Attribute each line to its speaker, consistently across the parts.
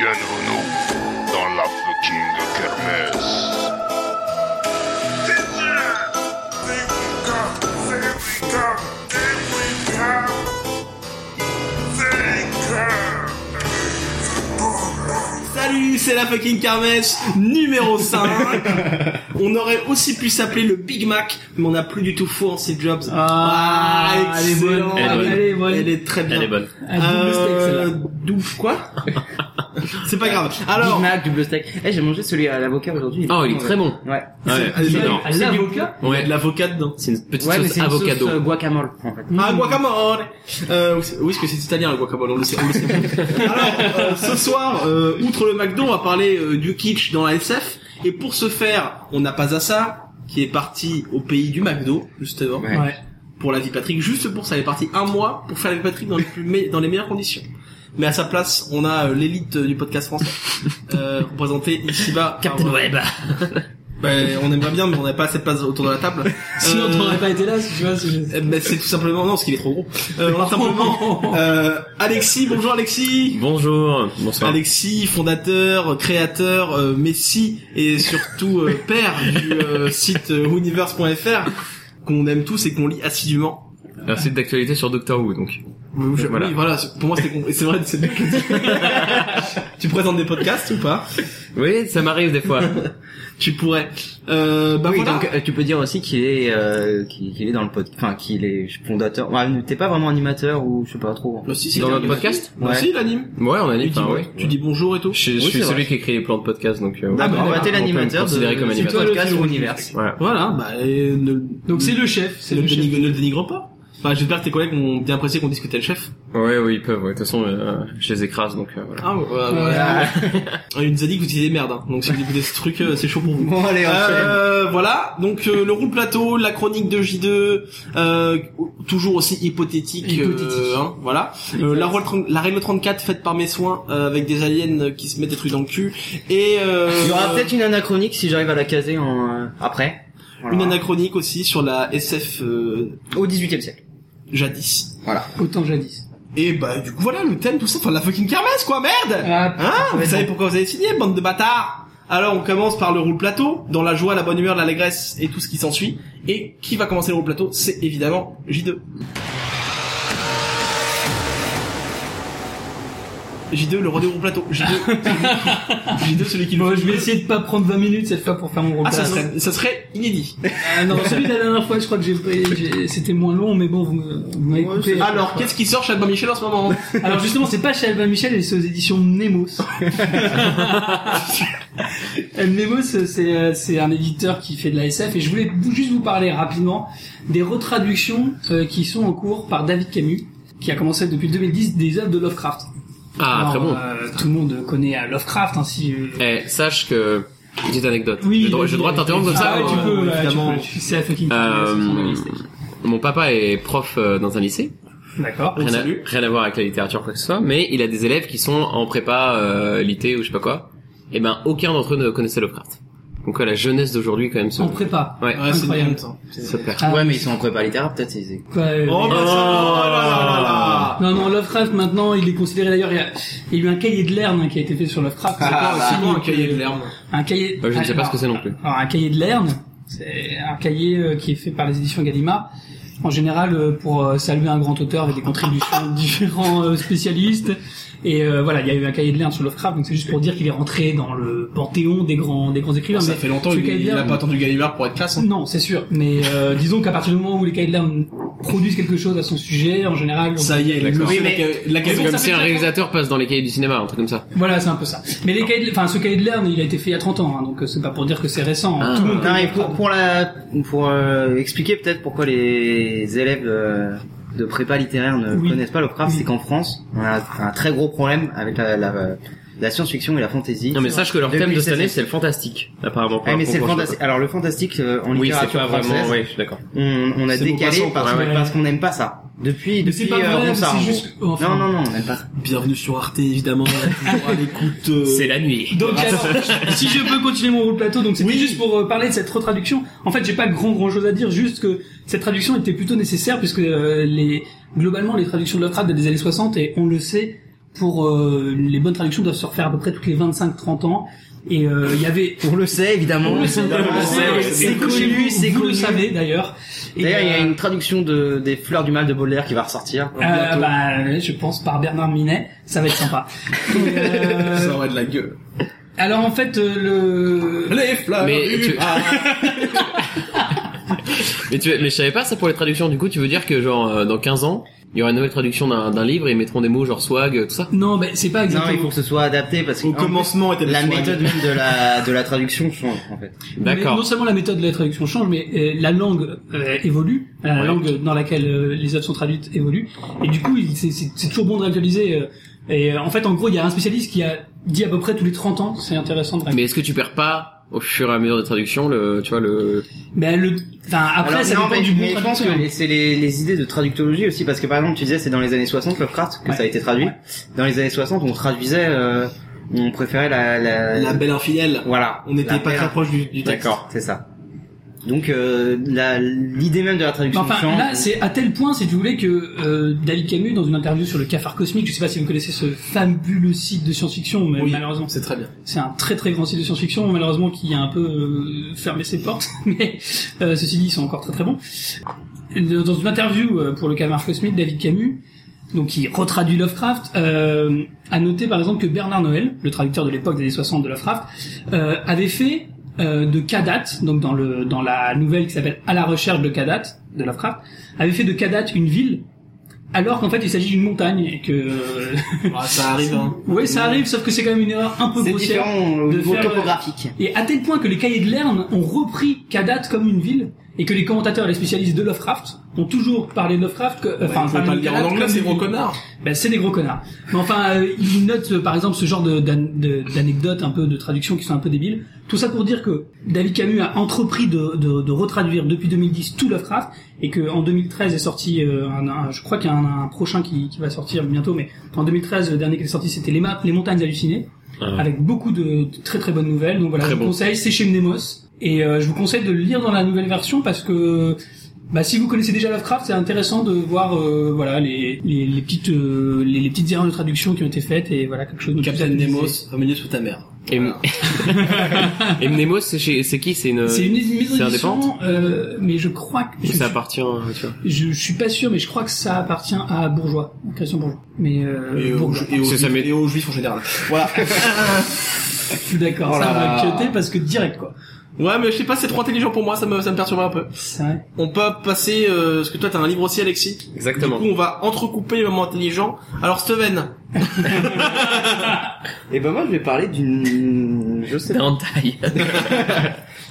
Speaker 1: Bienvenue dans la fucking kermesse.
Speaker 2: Salut, c'est la fucking kermesse numéro 5. on aurait aussi pu s'appeler le Big Mac, mais on n'a plus du tout faux en ces jobs.
Speaker 3: Ah, elle est bonne.
Speaker 2: excellent.
Speaker 4: Elle est bonne.
Speaker 3: Elle est bonne.
Speaker 2: Elle est très bien.
Speaker 4: Elle est bonne.
Speaker 3: Un double steak,
Speaker 2: Euh,
Speaker 3: celle-là.
Speaker 2: D'où quoi C'est pas grave. Alors,
Speaker 3: Big Mac, double steak. Eh, j'ai mangé celui à l'avocat aujourd'hui.
Speaker 4: Oh, il est très bon.
Speaker 3: Ouais.
Speaker 4: Ouais,
Speaker 2: elle est
Speaker 4: c'est
Speaker 2: bonne.
Speaker 4: énorme.
Speaker 3: À l'avocat
Speaker 2: il y a
Speaker 4: Ouais,
Speaker 2: de l'avocat dedans.
Speaker 4: c'est une petite
Speaker 3: Ouais, mais
Speaker 4: sauce
Speaker 3: c'est une sauce
Speaker 4: avocado.
Speaker 3: euh, guacamole, en fait.
Speaker 2: Ah, guacamole euh, Oui, parce que c'est italien, le guacamole, on le sait. on le sait. Alors, euh, ce soir, euh, outre le McDo, on va parler euh, du kitsch dans la SF. Et pour ce faire, on n'a pas à ça, qui est parti au pays du McDo, justement,
Speaker 4: Ouais.
Speaker 3: Ouais.
Speaker 2: pour la vie Patrick. Juste pour ça, elle est partie un mois pour faire la vie Patrick dans les, plus me- dans les meilleures conditions. Mais à sa place, on a euh, l'élite euh, du podcast français, euh, représentée ici-bas. par- euh,
Speaker 4: Captain Web.
Speaker 2: Ben, on aimerait bien, mais on n'a pas assez de place autour de la table.
Speaker 5: Sinon,
Speaker 2: Euh,
Speaker 5: t'aurais pas été là, si tu vois. si je-
Speaker 2: eh ben, c'est tout simplement non, parce qu'il est trop gros. Euh, on a simplement euh, Alexis. Bonjour
Speaker 3: euh,
Speaker 2: Alexis.
Speaker 4: Bonjour. Bonsoir.
Speaker 2: Alexis, fondateur, créateur, euh, Messi et surtout euh, père du euh, site euh, universe.fr qu'on aime tous et qu'on lit assidûment.
Speaker 4: Un site d'actualité sur Doctor Who, donc.
Speaker 2: Oui, je-
Speaker 4: Voilà.
Speaker 2: oui, voilà, c'est- pour moi c'était con- et c'est vrai, c'est bien que tu- tu présentes des podcasts ou pas
Speaker 4: Oui, ça m'arrive des fois.
Speaker 2: Tu pourrais. Euh, bah
Speaker 3: oui,
Speaker 2: voilà.
Speaker 3: donc euh, tu peux dire aussi qu'il est euh, qu'il qu'il est dans le podcast, enfin qu'il est fondateur. Ouais, T'es pas vraiment animateur ou je sais pas trop.
Speaker 2: Bah, si, si,
Speaker 4: Dans
Speaker 2: il
Speaker 4: notre
Speaker 2: anime.
Speaker 4: podcast
Speaker 2: Bah,
Speaker 3: Ouais.
Speaker 2: si, il anime.
Speaker 4: Ouais, on a
Speaker 2: Tu
Speaker 4: dit,
Speaker 2: dis,
Speaker 4: enfin, ouais.
Speaker 2: tu dis bonjour et tout.
Speaker 4: Je, je
Speaker 3: Oui,
Speaker 4: suis
Speaker 3: c'est
Speaker 4: celui
Speaker 3: vrai.
Speaker 4: qui écrit les plans de podcast, donc. euh,
Speaker 3: Ah,
Speaker 2: bah,
Speaker 3: bah,
Speaker 2: d'accord.
Speaker 3: bah, t'es
Speaker 4: On peut me
Speaker 3: l'animateur
Speaker 4: considérer
Speaker 3: de
Speaker 4: comme
Speaker 3: du
Speaker 4: animateur.
Speaker 3: podcast
Speaker 5: C'est toi le
Speaker 3: univers.
Speaker 4: Voilà.
Speaker 2: Voilà, bah, et ne-
Speaker 5: Donc, c'est le chef, c'est
Speaker 2: ne,
Speaker 5: le
Speaker 2: le
Speaker 5: chef.
Speaker 2: dénigre, ne le dénigre pas. Enfin, j'espère que tes collègues ont bien apprécié qu'on discutait le chef.
Speaker 4: Ouais, oui, ils peuvent. ouais. De toute façon, euh, je les écrase, donc euh, voilà.
Speaker 2: Ah, ouais, ouais.
Speaker 5: Voilà.
Speaker 2: Il nous a dit que vous étiez des merdes, hein. donc si vous écoutez ce truc, euh, c'est chaud pour vous.
Speaker 3: Bon allez, enchaîne.
Speaker 2: Euh, voilà, donc euh, le roule plateau, la chronique de J2, euh, toujours aussi hypothétique, euh,
Speaker 5: Hypothétique.
Speaker 2: hein, voilà. Euh, la, règle 30 la règle 34 faite par mes soins euh, avec des aliens qui se mettent des trucs dans le cul et euh,
Speaker 3: Il y aura peut-être une anachronique si j'arrive à la caser en euh, après. Voilà.
Speaker 2: une anachronique aussi sur la SF euh,
Speaker 3: au 18e siècle.
Speaker 2: jadis.
Speaker 5: Autant jadis.
Speaker 2: Et bah du coup voilà le thème tout ça, enfin la fucking kermesse quoi, merde
Speaker 5: Ah,
Speaker 2: Hein Vous
Speaker 3: ouais,
Speaker 2: savez
Speaker 3: non.
Speaker 2: pourquoi vous avez signé, bande de bâtards Alors on commence par le roule plateau, dans la joie, la bonne humeur, l'allégresse et tout ce qui s'ensuit. Et qui va commencer le roule plateau C'est évidemment J2. J2, le roi du roule plateau. J2, J2 celui qui le
Speaker 5: Bon,
Speaker 2: fait.
Speaker 5: je vais essayer de pas prendre 20 minutes cette fois pour faire mon repas.
Speaker 2: Ah, ça serait, ça serait inédit.
Speaker 5: Ah, non, celui de la dernière fois, je crois que j'ai, j'ai- c'était moins long, mais bon, vous, me- vous m'avez coupé.
Speaker 2: Alors, qu'est-ce qui sort chez Albin Michel en ce moment
Speaker 5: Alors justement, c'est pas chez Albin Michel, et c'est aux éditions Nemos. Euh, Nemos, c'est euh, c'est un éditeur qui fait de la SF, et je voulais vous- juste vous parler rapidement des retraductions euh, qui sont en cours par David Camus, qui a commencé depuis 2010 des œuvres de Lovecraft.
Speaker 4: Ah,
Speaker 5: Alors,
Speaker 4: très bon.
Speaker 5: euh, tout le monde connaît euh, Lovecraft, hein, si. euh,
Speaker 4: Eh, sache que petite anecdote.
Speaker 5: Oui,
Speaker 4: j'ai le droit- j'ai le droit de t'interrompre comme ça.
Speaker 5: Ah ouais, tu
Speaker 4: ou-
Speaker 5: peux, ouais, tu
Speaker 2: évidemment.
Speaker 5: peux. Tu sais, la fucking
Speaker 4: Euh,
Speaker 5: connais, c'est
Speaker 4: Mon papa est prof euh, dans un lycée.
Speaker 5: D'accord.
Speaker 2: On
Speaker 4: Rien à,
Speaker 2: salue.
Speaker 4: rien à voir avec la littérature quoi que ce soit, mais il a des élèves qui sont en prépa euh, lité ou je sais pas quoi. Et ben aucun d'entre eux ne connaissait Lovecraft. Donc euh, la jeunesse d'aujourd'hui quand même se.
Speaker 5: On prépare.
Speaker 4: Ouais.
Speaker 2: Ouais, c'est bien,
Speaker 5: Incroyable.
Speaker 2: temps.
Speaker 4: se perd.
Speaker 5: Ah,
Speaker 3: Ouais, mais ils sont en prépa littéraire, peut-être. c'est- c'est-
Speaker 5: quoi, euh,
Speaker 2: Oh, bah, ça, oh là là là là.
Speaker 5: Non, non, Lovecraft, maintenant, il est considéré d'ailleurs, il y a, il y a eu un cahier de l'herbe hein, qui a été fait sur Lovecraft.
Speaker 4: Ah,
Speaker 2: C'est
Speaker 4: bah,
Speaker 2: pas
Speaker 5: C'est
Speaker 2: aussi
Speaker 5: pas
Speaker 2: loin
Speaker 5: aussi
Speaker 2: un cahier de
Speaker 5: que-
Speaker 2: l'herbe.
Speaker 5: Un cahier.
Speaker 4: Euh, je ne sais pas
Speaker 5: Alors,
Speaker 4: ce que c'est non plus.
Speaker 5: Alors, un cahier de l'herbe, c'est un cahier euh, qui est fait par les éditions Gallimard. En général, euh, pour euh, saluer un grand auteur avec des contributions de différents euh, spécialistes. Et euh, voilà, il y a eu un cahier de l'herbe sur Lovecraft, donc c'est juste pour dire qu'il est rentré dans le panthéon des grands, des grands écrivains.
Speaker 2: Ça
Speaker 5: Mais
Speaker 2: fait longtemps
Speaker 5: ce cahier de
Speaker 2: qu'il n'a
Speaker 5: l'herbe-
Speaker 2: pas attendu Gallimard pour être classe. hein.
Speaker 5: Non, c'est sûr. Mais euh, disons qu'à partir du moment où les cahiers de l'herbe produisent quelque chose à son sujet, en général, on-
Speaker 2: Ça y est, le
Speaker 4: D'accord.
Speaker 2: monsieur,
Speaker 3: Oui, mais-
Speaker 2: la, la
Speaker 4: C'est
Speaker 2: question
Speaker 4: comme
Speaker 5: ça
Speaker 4: si
Speaker 5: fait
Speaker 4: un
Speaker 5: déjà-
Speaker 4: réalisateur passe dans les cahiers du cinéma, un truc comme ça.
Speaker 5: Voilà, c'est un peu ça. Mais les cahiers de- enfin, ce cahier de l'herbe, il a été fait il y a 30 ans, hein, donc euh, c'est pas pour dire que c'est récent. hein.
Speaker 4: Ah.
Speaker 5: Tout le monde
Speaker 3: Non,
Speaker 5: connaît
Speaker 3: et pour, pour la, pour euh, expliquer peut-être pourquoi les élèves euh, de prépa littéraire ne
Speaker 5: Oui.
Speaker 3: connaissent pas Lovecraft,
Speaker 5: Oui.
Speaker 3: c'est qu'en France, on a un très gros problème avec la, la, la science-fiction et la fantasy.
Speaker 4: Non mais sache que leur
Speaker 3: Depuis
Speaker 4: thème de cette
Speaker 3: cette
Speaker 4: année
Speaker 3: année,
Speaker 4: c'est le fantastique, apparemment. pour
Speaker 3: Ah,
Speaker 4: un
Speaker 3: mais c'est le
Speaker 4: concours, je sais
Speaker 3: fantastique. Alors le fantastique euh, en
Speaker 4: pas. Oui, c'est
Speaker 3: littérature
Speaker 4: pas
Speaker 3: française,
Speaker 4: vraiment. Oui, je suis d'accord.
Speaker 3: on, on a
Speaker 2: C'est Maupassant,
Speaker 3: décalé parce,
Speaker 2: pardon.
Speaker 3: parce qu'on n'aime pas ça.
Speaker 5: Mais
Speaker 3: Depuis, depuis
Speaker 5: c'est pas
Speaker 3: euh,
Speaker 5: vrai, mais
Speaker 3: Ronsard,
Speaker 5: c'est
Speaker 3: en gros.
Speaker 5: juste que- enfin.
Speaker 3: Non, non, non, même pas.
Speaker 2: Bienvenue sur Arte, évidemment, toujours à l'écoute. euh,
Speaker 4: C'est la nuit.
Speaker 5: Donc alors, si je peux continuer mon rôle plateau, donc c'était
Speaker 2: Oui.
Speaker 5: juste pour euh, parler de cette retraduction. En fait, j'ai pas grand grand chose à dire, juste que cette traduction était plutôt nécessaire puisque euh, les globalement les traductions de Lovecraft datent des années 60 et on le sait pour euh, les bonnes traductions doivent se refaire à peu près toutes les 25-30 ans. Et euh, il y avait
Speaker 3: On le sait, évidemment.
Speaker 2: on le sait,
Speaker 5: Et
Speaker 3: Mmh. C'est
Speaker 5: vous, chez
Speaker 3: connu,
Speaker 5: vous,
Speaker 3: c'est
Speaker 5: vous
Speaker 3: connu.
Speaker 5: le savez d'ailleurs. Et,
Speaker 3: D'ailleurs, il y a
Speaker 5: euh,
Speaker 3: une traduction de, des Fleurs du Mal de Baudelaire qui va ressortir.
Speaker 5: euh, bah, je pense par Bernard Minet, ça va être sympa. Et, euh,
Speaker 2: Ça aurait de la gueule.
Speaker 5: alors en fait, euh, le
Speaker 2: Les flammes.
Speaker 4: Mais tu-
Speaker 2: Ah,
Speaker 4: Mais tu, mais je savais pas ça pour les traductions. Du coup, tu veux dire que genre euh, dans 15 ans, il y aura une nouvelle traduction d'un d'un livre et ils mettront des mots genre swag, euh, tout ça.
Speaker 5: non, mais c'est pas
Speaker 3: Non,
Speaker 5: exactement.
Speaker 3: il faut que ce soit adapté parce que
Speaker 2: Au
Speaker 3: en
Speaker 2: commencement était
Speaker 3: fait,
Speaker 2: le
Speaker 3: la
Speaker 2: soir.
Speaker 3: méthode même de la de la traduction change en fait.
Speaker 5: Mais non
Speaker 4: D'accord.
Speaker 5: seulement la méthode de la traduction change, mais euh, la langue euh, évolue, la
Speaker 4: Ouais.
Speaker 5: langue dans laquelle euh, les œuvres sont traduites évolue, et du coup, il- c'est- c'est c'est toujours bon de l'actualiser. euh, et euh, en fait, en gros, il y a un spécialiste qui a dit à peu près tous les 30 ans, c'est intéressant de
Speaker 4: Mais est-ce que tu perds pas au fur et à mesure des traductions le, tu vois le.
Speaker 5: Mais le, enfin, après,
Speaker 3: Alors,
Speaker 5: ça
Speaker 3: non,
Speaker 5: dépend
Speaker 3: mais,
Speaker 5: du hein. bon
Speaker 3: mais je pense que
Speaker 5: traducteur.
Speaker 3: les- c'est les, les idées de traductologie aussi parce que par exemple tu disais c'est dans les années 60 Lovecraft que
Speaker 5: Ouais.
Speaker 3: ça a été traduit. Dans les années 60 on traduisait, euh, on préférait la, la,
Speaker 2: La belle infidèle.
Speaker 3: voilà.
Speaker 2: On n'était
Speaker 3: La
Speaker 2: pas
Speaker 3: paire.
Speaker 2: très proche du, du texte.
Speaker 4: D'accord.
Speaker 3: C'est ça. Donc euh, la- l'idée même de la
Speaker 5: Mais
Speaker 3: traduction
Speaker 5: Enfin,
Speaker 3: change.
Speaker 5: là, c'est à tel point, si tu voulais, que euh, David Camus, dans une interview sur le cafard cosmique, je sais pas si vous connaissez ce fabuleux site de science-fiction, mais
Speaker 2: Oui.
Speaker 5: malheureusement,
Speaker 2: C'est très bien.
Speaker 5: c'est un très très grand site de science-fiction, malheureusement qui a un peu euh, fermé ses portes, mais euh, ceci dit, ils sont encore très très bons. Dans une interview euh, pour le Camar Cosmique, David Camus, donc qui retraduit Lovecraft, euh, a noté par exemple que Bernard Noël, le traducteur de l'époque des années 60 de Lovecraft, euh, avait fait euh, de Kadat, donc dans, le, dans la nouvelle qui s'appelle À la recherche de Kadat, de Lovecraft, avait fait de Kadat une ville, alors qu'en fait il s'agit d'une montagne et que... euh,
Speaker 2: Ah, ça arrive. Hein.
Speaker 5: ouais, ça arrive, sauf que c'est quand même une erreur un peu
Speaker 3: C'est
Speaker 5: grossière.
Speaker 3: différent au
Speaker 5: de
Speaker 3: niveau
Speaker 5: faire, euh,
Speaker 3: topographique.
Speaker 5: Et à tel point que les cahiers de Lerne ont repris Kadat comme une ville, et que les commentateurs et les spécialistes de Lovecraft ont toujours parlé de Lovecraft, que, euh,
Speaker 2: Enfin,
Speaker 5: enfin,
Speaker 2: faut
Speaker 5: parlé
Speaker 2: pas
Speaker 5: de
Speaker 2: le dire en
Speaker 5: Kadat
Speaker 2: anglais,
Speaker 5: comme
Speaker 2: c'est
Speaker 5: une
Speaker 2: gros
Speaker 5: ville.
Speaker 2: connard.
Speaker 5: Ben, c'est des gros connards. Mais enfin, euh, ils notent euh, par exemple ce genre de- d'an- de- d'anecdotes, un peu de traductions qui sont un peu débiles. Tout ça pour dire que David Camus a entrepris de, de, de retraduire depuis 2010 tout Lovecraft et que en 2013 est sorti, euh, un, un- je crois qu'il y a un, un prochain qui, qui va sortir bientôt, mais en 2013 le dernier qui est sorti c'était les, Ma- les montagnes hallucinées
Speaker 4: Ah.
Speaker 5: avec beaucoup de, de très très bonnes nouvelles. Donc voilà,
Speaker 4: Très
Speaker 5: je vous
Speaker 4: bon.
Speaker 5: conseille, c'est chez Mnemos et euh, je vous conseille de le lire dans la nouvelle version parce que bah, si vous connaissez déjà Lovecraft, c'est intéressant de voir euh, voilà les, les, les petites euh, les, les petites erreurs de traduction qui ont été faites et voilà quelque chose. de
Speaker 2: Captain
Speaker 5: plus
Speaker 2: Nemo,
Speaker 5: actualisé.
Speaker 2: au milieu sous ta mère.
Speaker 4: Et, et Mnemos, c'est chez- c'est qui C'est
Speaker 2: euh,
Speaker 4: une.
Speaker 5: C'est une maison
Speaker 4: c'est
Speaker 5: d'édition,
Speaker 4: indépendant
Speaker 5: euh, mais je crois que
Speaker 4: Ou
Speaker 5: je,
Speaker 4: ça appartient, euh, tu vois.
Speaker 5: je, je suis pas sûr, mais je crois que ça appartient à Bourgeois, à Christian Bourgeois. Mais euh,
Speaker 2: Et, aux,
Speaker 5: Bourgeois.
Speaker 2: et aux
Speaker 4: C'est ça,
Speaker 2: juifs-
Speaker 4: mais-
Speaker 2: et aux juifs en général. Voilà.
Speaker 5: je suis d'accord,
Speaker 2: Oh
Speaker 5: ça
Speaker 2: là
Speaker 5: va
Speaker 2: là.
Speaker 5: quioter parce que direct quoi.
Speaker 2: ouais, mais je sais pas, c'est trop intelligent pour moi, ça me, ça me perturbe un peu.
Speaker 5: C'est vrai.
Speaker 2: On peut passer, euh, parce que toi t'as un livre aussi, Alexis.
Speaker 4: Exactement.
Speaker 2: Du coup, on va entrecouper les moments intelligents. Alors, Steven,
Speaker 3: Et ben moi je vais parler d'une, je sais pas.
Speaker 4: taille.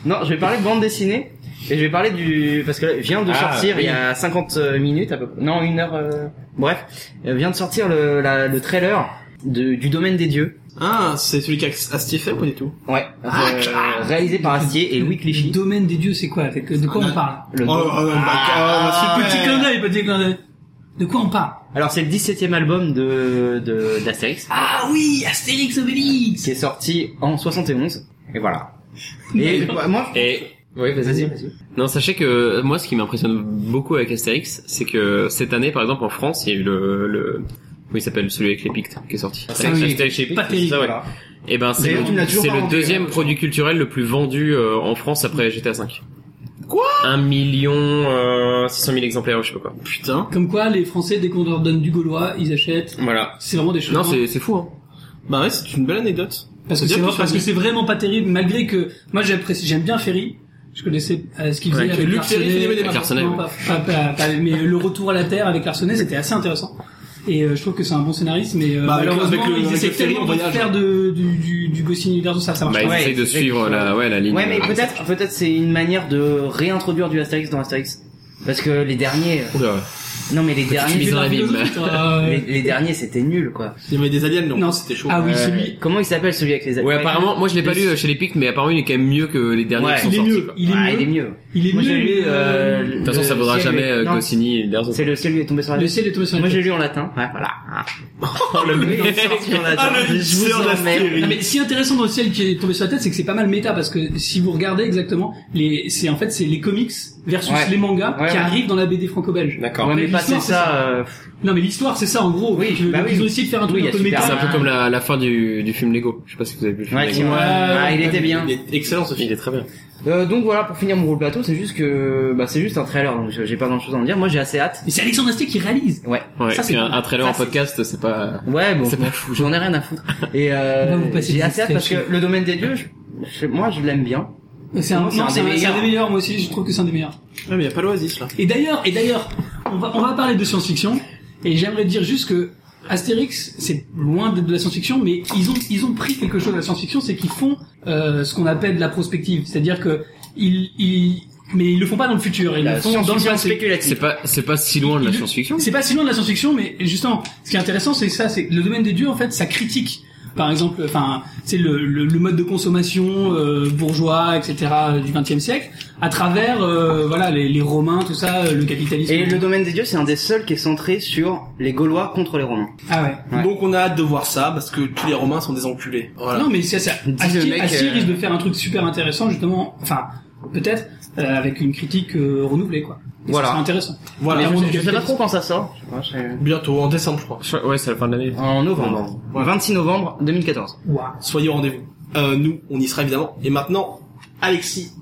Speaker 3: Non, je vais parler de bande dessinée et je vais parler du parce que là, vient de
Speaker 4: Ah,
Speaker 3: sortir
Speaker 4: oui.
Speaker 3: il y a 50 minutes à peu près. Non, une heure. euh, Bref, Euh, vient de sortir le, la- le trailer de- du domaine des dieux.
Speaker 2: ah, c'est celui qu'a Astier fait ou pas du tout
Speaker 3: Ouais.
Speaker 4: Ah,
Speaker 3: Euh, réalisé par Astier et Louis
Speaker 5: Le
Speaker 3: Clichy.
Speaker 5: domaine des dieux, c'est quoi Avec- euh, De quoi on parle
Speaker 3: Le
Speaker 2: Oh, oh, bah,
Speaker 3: Ah,
Speaker 2: oh, bah,
Speaker 5: Petit
Speaker 2: ouais.
Speaker 5: clin d'œil, petit clin d'œil. De quoi on parle
Speaker 3: Alors c'est le 17e album de de- d'Astérix
Speaker 5: Ah oui, Astérix Obélix
Speaker 3: qui est sorti en 71 et voilà. Et bah, moi.
Speaker 4: Et oui, vas-y. Non, sachez que euh, moi, ce qui m'impressionne beaucoup avec Astérix, c'est que cette année, par exemple, en France, il y a eu le, le oui, il s'appelle celui avec les Pictes qui est sorti.
Speaker 3: Ah oui.
Speaker 4: Astérix et les Pictes,
Speaker 5: Pas
Speaker 4: c'est
Speaker 5: terrible,
Speaker 4: ça, ouais.
Speaker 3: Voilà.
Speaker 4: Et ben, c'est
Speaker 3: D'ailleurs, tu me l'as
Speaker 4: le,
Speaker 3: toujours
Speaker 4: c'est
Speaker 3: pas
Speaker 4: le
Speaker 3: rendu,
Speaker 4: deuxième
Speaker 3: euh,
Speaker 4: produit culturel le plus vendu euh, en France après GTA V.
Speaker 2: Quoi
Speaker 4: 1 million euh, 600 000 exemplaires, je sais pas quoi.
Speaker 2: Putain.
Speaker 5: Comme quoi, les Français, dès qu'on leur donne du gaulois, ils achètent.
Speaker 4: Voilà.
Speaker 5: C'est vraiment des choses.
Speaker 4: Non, c'est c'est fou. Hein.
Speaker 2: Bah ouais, c'est une belle anecdote.
Speaker 5: parce que
Speaker 2: c'est
Speaker 5: c'est
Speaker 2: bien
Speaker 5: vrai-
Speaker 2: que
Speaker 5: parce
Speaker 2: ça-
Speaker 5: que c'est vraiment pas terrible, malgré que moi j'apprécie, j'aime bien Ferry. Je connaissais euh, ce qu'il faisait
Speaker 4: Ouais,
Speaker 5: avec
Speaker 2: Luc Ferry,
Speaker 5: Larsonnet.
Speaker 2: Philippe et
Speaker 4: Avec Larsonnet,
Speaker 5: Non,
Speaker 4: ouais.
Speaker 5: pas- pas- pas- pas- mais le retour à la terre avec Larsonnet, c'était assez intéressant. Et euh, je trouve que c'est un bon scénariste, mais euh,
Speaker 2: Bah, avec-
Speaker 5: malheureusement,
Speaker 2: avec le-
Speaker 5: ils
Speaker 2: avec
Speaker 5: essaient
Speaker 2: le Ferry,
Speaker 5: tellement
Speaker 2: on
Speaker 5: de
Speaker 2: voyage. hein.
Speaker 5: faire de, du, du, du Goscinny Universe, ça, ça marche
Speaker 4: Bah, ils
Speaker 5: pas.
Speaker 3: Ah, Ouais,
Speaker 4: essayent de
Speaker 3: c'est
Speaker 4: suivre
Speaker 3: exact.
Speaker 4: la, ouais, la ligne.
Speaker 3: Ouais, mais
Speaker 4: euh,
Speaker 3: peut-être peut-être c'est une manière de réintroduire du Astérix dans Astérix parce que les derniers. euh,
Speaker 4: Oula.
Speaker 3: Non, mais les
Speaker 4: tu
Speaker 3: derniers,
Speaker 4: mises dans l'abîme.
Speaker 3: les,
Speaker 5: l'abîme.
Speaker 3: les derniers, c'était nul, quoi.
Speaker 2: Il y avait des aliens, non,
Speaker 5: Non.
Speaker 2: c'était chaud.
Speaker 5: Ah oui,
Speaker 3: Euh,
Speaker 5: celui.
Speaker 3: Comment il s'appelle celui avec les
Speaker 4: Ouais, apparemment, moi je l'ai pas lu euh, chez les Pics, mais apparemment il est quand même mieux que les derniers
Speaker 3: Ouais.
Speaker 4: qui sont
Speaker 5: Il est
Speaker 4: sortis.
Speaker 5: mieux.
Speaker 4: quoi.
Speaker 5: Il est
Speaker 3: Ah, il est
Speaker 5: mieux.
Speaker 3: mieux.
Speaker 5: Il est
Speaker 3: Moi, j'ai lu,
Speaker 5: mieux.
Speaker 3: euh,
Speaker 4: De toute façon, ça
Speaker 3: Le
Speaker 4: vaudra
Speaker 3: ciel
Speaker 4: jamais
Speaker 3: est-
Speaker 4: euh,
Speaker 3: non.
Speaker 4: Goscinny et Derzo.
Speaker 3: C'est le ciel lui est tombé sur la
Speaker 5: Le
Speaker 3: tête.
Speaker 5: ciel est tombé sur la
Speaker 3: Moi, j'ai
Speaker 5: tête.
Speaker 3: lu en latin. Ouais, voilà. Ah.
Speaker 4: Oh, le
Speaker 3: Il est
Speaker 4: mec.
Speaker 3: sorti en latin.
Speaker 2: Ah, le
Speaker 3: Je vous
Speaker 2: hipster
Speaker 3: emmerde.
Speaker 2: d'Astérie.
Speaker 5: Ah, mais si intéressant dans le ciel qui est tombé sur la tête, c'est que c'est pas mal méta parce que si vous regardez exactement, les, c'est en fait c'est les comics versus
Speaker 3: Ouais.
Speaker 5: les mangas
Speaker 3: Ouais,
Speaker 5: qui
Speaker 3: ouais.
Speaker 5: arrivent dans la BD franco-belge.
Speaker 4: D'accord.
Speaker 3: Ouais, mais
Speaker 5: L'histoire,
Speaker 3: passer
Speaker 5: c'est
Speaker 3: ça, euh,
Speaker 5: Non mais l'histoire c'est ça en gros.
Speaker 3: Oui,
Speaker 5: Donc, euh,
Speaker 3: bah
Speaker 5: donc,
Speaker 3: oui.
Speaker 5: Ils ont essayé de faire un truc
Speaker 3: Oui, il y
Speaker 5: un
Speaker 3: a
Speaker 5: peu
Speaker 3: Superman.
Speaker 5: méta.
Speaker 4: C'est un peu comme la, la fin du, du film Lego. Je sais pas si vous avez vu le film
Speaker 3: Ouais,
Speaker 4: Lego.
Speaker 3: qui- Ah, il était bien.
Speaker 2: Il est excellent ce
Speaker 4: Il
Speaker 2: film.
Speaker 4: est très bien.
Speaker 3: Euh, donc voilà, pour finir mon rôle plateau, c'est juste que bah, c'est juste un trailer, donc j'ai pas grand chose à en dire. Moi, j'ai assez hâte.
Speaker 5: Mais c'est Alexandre Astier qui réalise.
Speaker 3: Ouais.
Speaker 4: Ouais,
Speaker 5: Ça, c'est
Speaker 4: puis un,
Speaker 5: cool.
Speaker 4: un trailer
Speaker 5: Ça,
Speaker 4: en podcast, c'est pas.
Speaker 3: Ouais, bon,
Speaker 4: C'est pas
Speaker 3: bon, j'en ai rien à foutre. Et
Speaker 5: On va
Speaker 3: euh,
Speaker 5: vous passer
Speaker 3: j'ai
Speaker 5: des
Speaker 3: assez hâte parce
Speaker 5: extraits,
Speaker 3: que le domaine des dieux, je- je- moi, je l'aime bien.
Speaker 5: C'est un,
Speaker 3: C'est
Speaker 5: non,
Speaker 3: un
Speaker 5: c'est un- c'est un des
Speaker 3: des meilleurs.
Speaker 5: meilleurs. Moi aussi je trouve que c'est un des meilleurs.
Speaker 2: Ouais, mais il y a pas l'Oasis là.
Speaker 5: Et d'ailleurs, et d'ailleurs, on va, on va parler de science-fiction, et j'aimerais dire juste que Astérix, c'est loin de de la science-fiction, mais ils ont, ils ont pris quelque chose de la science-fiction, c'est qu'ils font euh, ce qu'on appelle de la prospective, c'est-à-dire que ils, ils, mais ils le font pas dans le futur, ils le
Speaker 3: La
Speaker 5: font dans le
Speaker 3: science-fiction
Speaker 5: passé.
Speaker 4: C'est
Speaker 3: spéculative.
Speaker 4: pas, c'est pas si loin de la
Speaker 5: Il-
Speaker 4: science-fiction.
Speaker 5: C'est pas si loin de la science-fiction, mais justement, ce qui est intéressant, c'est ça, c'est le domaine des dieux, en fait, ça critique. Par exemple, enfin, c'est le, le, le mode de consommation euh, bourgeois, etc. euh, du XXe siècle, à travers euh, voilà les, les Romains, tout ça, euh, le capitalisme.
Speaker 3: Et le domaine des dieux, c'est un des seuls qui est centré sur les Gaulois contre les Romains.
Speaker 5: Ah ouais.
Speaker 3: Ouais.
Speaker 2: Donc on a hâte de voir ça parce que tous les Romains sont des enculés. Voilà.
Speaker 5: Non, mais c'est ça.
Speaker 3: Dis le
Speaker 5: Astier,
Speaker 3: mec,
Speaker 5: Astier
Speaker 3: euh,
Speaker 5: risque de faire un truc super intéressant, justement. Enfin, peut-être euh, avec une critique euh, renouvelée, quoi. Et
Speaker 3: Voilà.
Speaker 5: Ça sera intéressant.
Speaker 2: Voilà.
Speaker 5: Mais
Speaker 3: je,
Speaker 5: on
Speaker 3: je
Speaker 5: dit
Speaker 3: sais pas
Speaker 5: capitaliste.
Speaker 3: trop quand ça sort. Je sais pas, je-
Speaker 2: Bientôt, en décembre, je crois.
Speaker 4: Ouais, c'est la fin de l'année.
Speaker 3: En novembre. 26 novembre 2014.
Speaker 5: Waouh.
Speaker 2: Soyez au rendez-vous. Euh, nous, on y sera évidemment. Et maintenant, Alexis,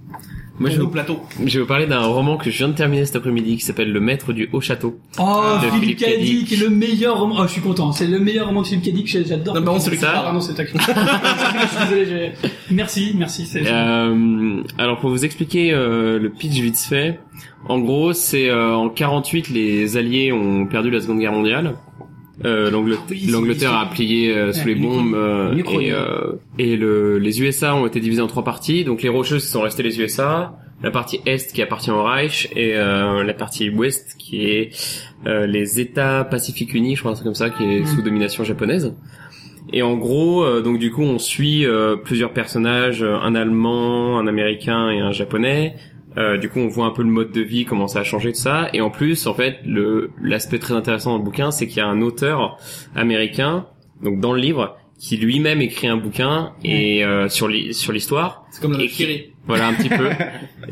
Speaker 4: Moi,
Speaker 2: pour
Speaker 4: je
Speaker 2: nos plateaux.
Speaker 4: Je vais vous parler d'un roman que je viens de terminer cet après-midi qui s'appelle Le Maître du Haut Château.
Speaker 5: Oh,
Speaker 4: De
Speaker 5: Philippe
Speaker 4: Philippe Cadic.
Speaker 5: Cadic, le meilleur roman. Oh, je suis content. C'est le meilleur roman de Philippe Cadic. j'ai- J'adore.
Speaker 2: Non, bah, on se le
Speaker 5: Ça
Speaker 4: quitte.
Speaker 5: Ah non, c'est toi qui. Je suis désolé, j'ai- Merci, merci. c'est-
Speaker 4: Euh, alors pour vous expliquer euh, le pitch vite fait, en gros c'est euh, en 48 les Alliés ont perdu la Seconde Guerre mondiale. Euh, l'Anglet-
Speaker 2: Ah oui, c'est
Speaker 4: L'Angleterre
Speaker 2: une
Speaker 4: a plié euh, sous
Speaker 5: Ouais,
Speaker 4: les bombes euh,
Speaker 3: micro-
Speaker 4: et, euh, et le- les USA ont été divisés en trois parties. Donc les Rocheuses sont restées les USA, la partie Est qui appartient au Reich et euh, la partie Ouest qui est euh, les États Pacifiques Unis, je crois un truc comme ça, qui est
Speaker 5: Mm.
Speaker 4: sous domination japonaise. Et en gros, euh, donc du coup, on suit euh, plusieurs personnages, euh, un Allemand, un Américain et un Japonais. Euh, du coup, on voit un peu le mode de vie, comment ça a changé tout ça. Et en plus, en fait, le l'aspect très intéressant dans le bouquin, c'est qu'il y a un auteur américain, donc dans le livre, qui lui-même écrit un bouquin et euh, sur l'hi- sur l'histoire.
Speaker 2: C'est comme la
Speaker 4: Et
Speaker 2: Valkyrie.
Speaker 4: Voilà un petit peu.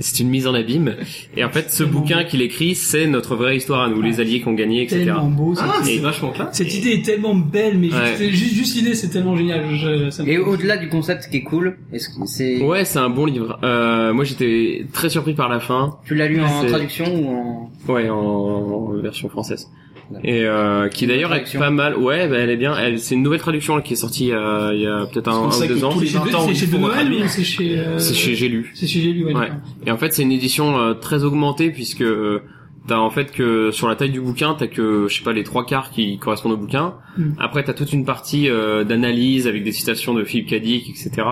Speaker 4: C'est une mise en abîme. Et en fait, ce bouquin qu'il écrit, c'est notre vraie histoire à nous, les alliés qui ont gagné, etc.
Speaker 5: Tellement beau. cette-
Speaker 2: Ah, c'est
Speaker 4: Et-
Speaker 2: vachement classe.
Speaker 5: Cette idée est tellement belle, mais
Speaker 4: Ouais.
Speaker 5: juste, juste, juste l'idée, c'est tellement génial. Je, ça me-
Speaker 3: Et au-delà du concept qui est cool, est-ce que c'est
Speaker 4: Ouais, c'est un bon livre. Euh, moi, j'étais très surpris par la fin.
Speaker 3: tu l'as lu en
Speaker 4: C'est-
Speaker 3: traduction ou en
Speaker 4: Ouais, en, en version française.
Speaker 3: D'accord.
Speaker 4: Et euh, qui
Speaker 3: Une
Speaker 4: d'ailleurs
Speaker 3: bonne
Speaker 4: est
Speaker 3: traduction.
Speaker 4: pas mal. Ouais, bah, elle est bien. Elle, c'est une nouvelle traduction là, qui est sortie euh, il y a peut-être un,
Speaker 2: C'est
Speaker 4: un
Speaker 2: pour
Speaker 4: ou
Speaker 2: ça que
Speaker 4: deux ans.
Speaker 2: tous
Speaker 5: C'est
Speaker 2: les
Speaker 5: chez,
Speaker 2: 20 ans,
Speaker 5: c'est
Speaker 2: il
Speaker 5: chez
Speaker 2: faut
Speaker 5: Noël
Speaker 2: traduire.
Speaker 5: ou c'est chez. euh,
Speaker 4: C'est chez J'ai lu.
Speaker 5: C'est chez Gélu, ouais.
Speaker 4: Ouais.
Speaker 5: d'accord.
Speaker 4: Et en fait, c'est une édition euh, très augmentée puisque euh, t'as en fait que sur la taille du bouquin, t'as que je sais pas les trois quarts qui correspondent au bouquin.
Speaker 5: Mm.
Speaker 4: Après, t'as toute une partie euh, d'analyse avec des citations de Philippe Cadic, etc.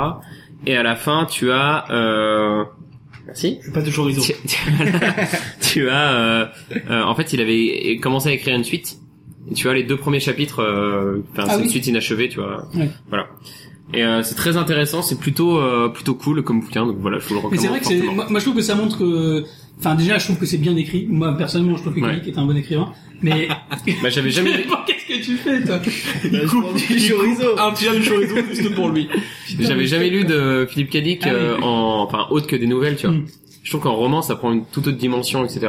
Speaker 4: Et à la fin, tu as euh,
Speaker 3: Merci.
Speaker 2: Je suis pas toujours horizon.
Speaker 4: tu, tu as euh, euh, en fait il avait commencé à écrire une suite et tu as les deux premiers chapitres euh, enfin
Speaker 5: Ah
Speaker 4: c'est
Speaker 5: oui.
Speaker 4: une suite inachevée tu vois
Speaker 5: Ouais.
Speaker 4: voilà et euh, c'est très intéressant c'est plutôt euh, plutôt cool comme bouquin donc voilà je vous le
Speaker 5: Mais
Speaker 4: recommande
Speaker 5: c'est vrai que c'est,
Speaker 4: fortement.
Speaker 5: moi, moi, je trouve que ça montre que, enfin déjà je trouve que c'est bien écrit. Moi personnellement je trouve que
Speaker 4: Ouais.
Speaker 5: Kubrick est un bon écrivain. Mais
Speaker 4: bah, j'avais jamais
Speaker 5: qu'est-ce que tu fais
Speaker 2: Bah,
Speaker 5: toi
Speaker 2: Il coupe du chorizo. Un petit jam de chorizo juste pour lui.
Speaker 4: j'avais jamais lu de Philippe Cadic
Speaker 5: Ah oui.
Speaker 4: euh, en enfin autre que des nouvelles tu vois
Speaker 5: Mm.
Speaker 4: je trouve qu'en roman ça prend une toute autre dimension etc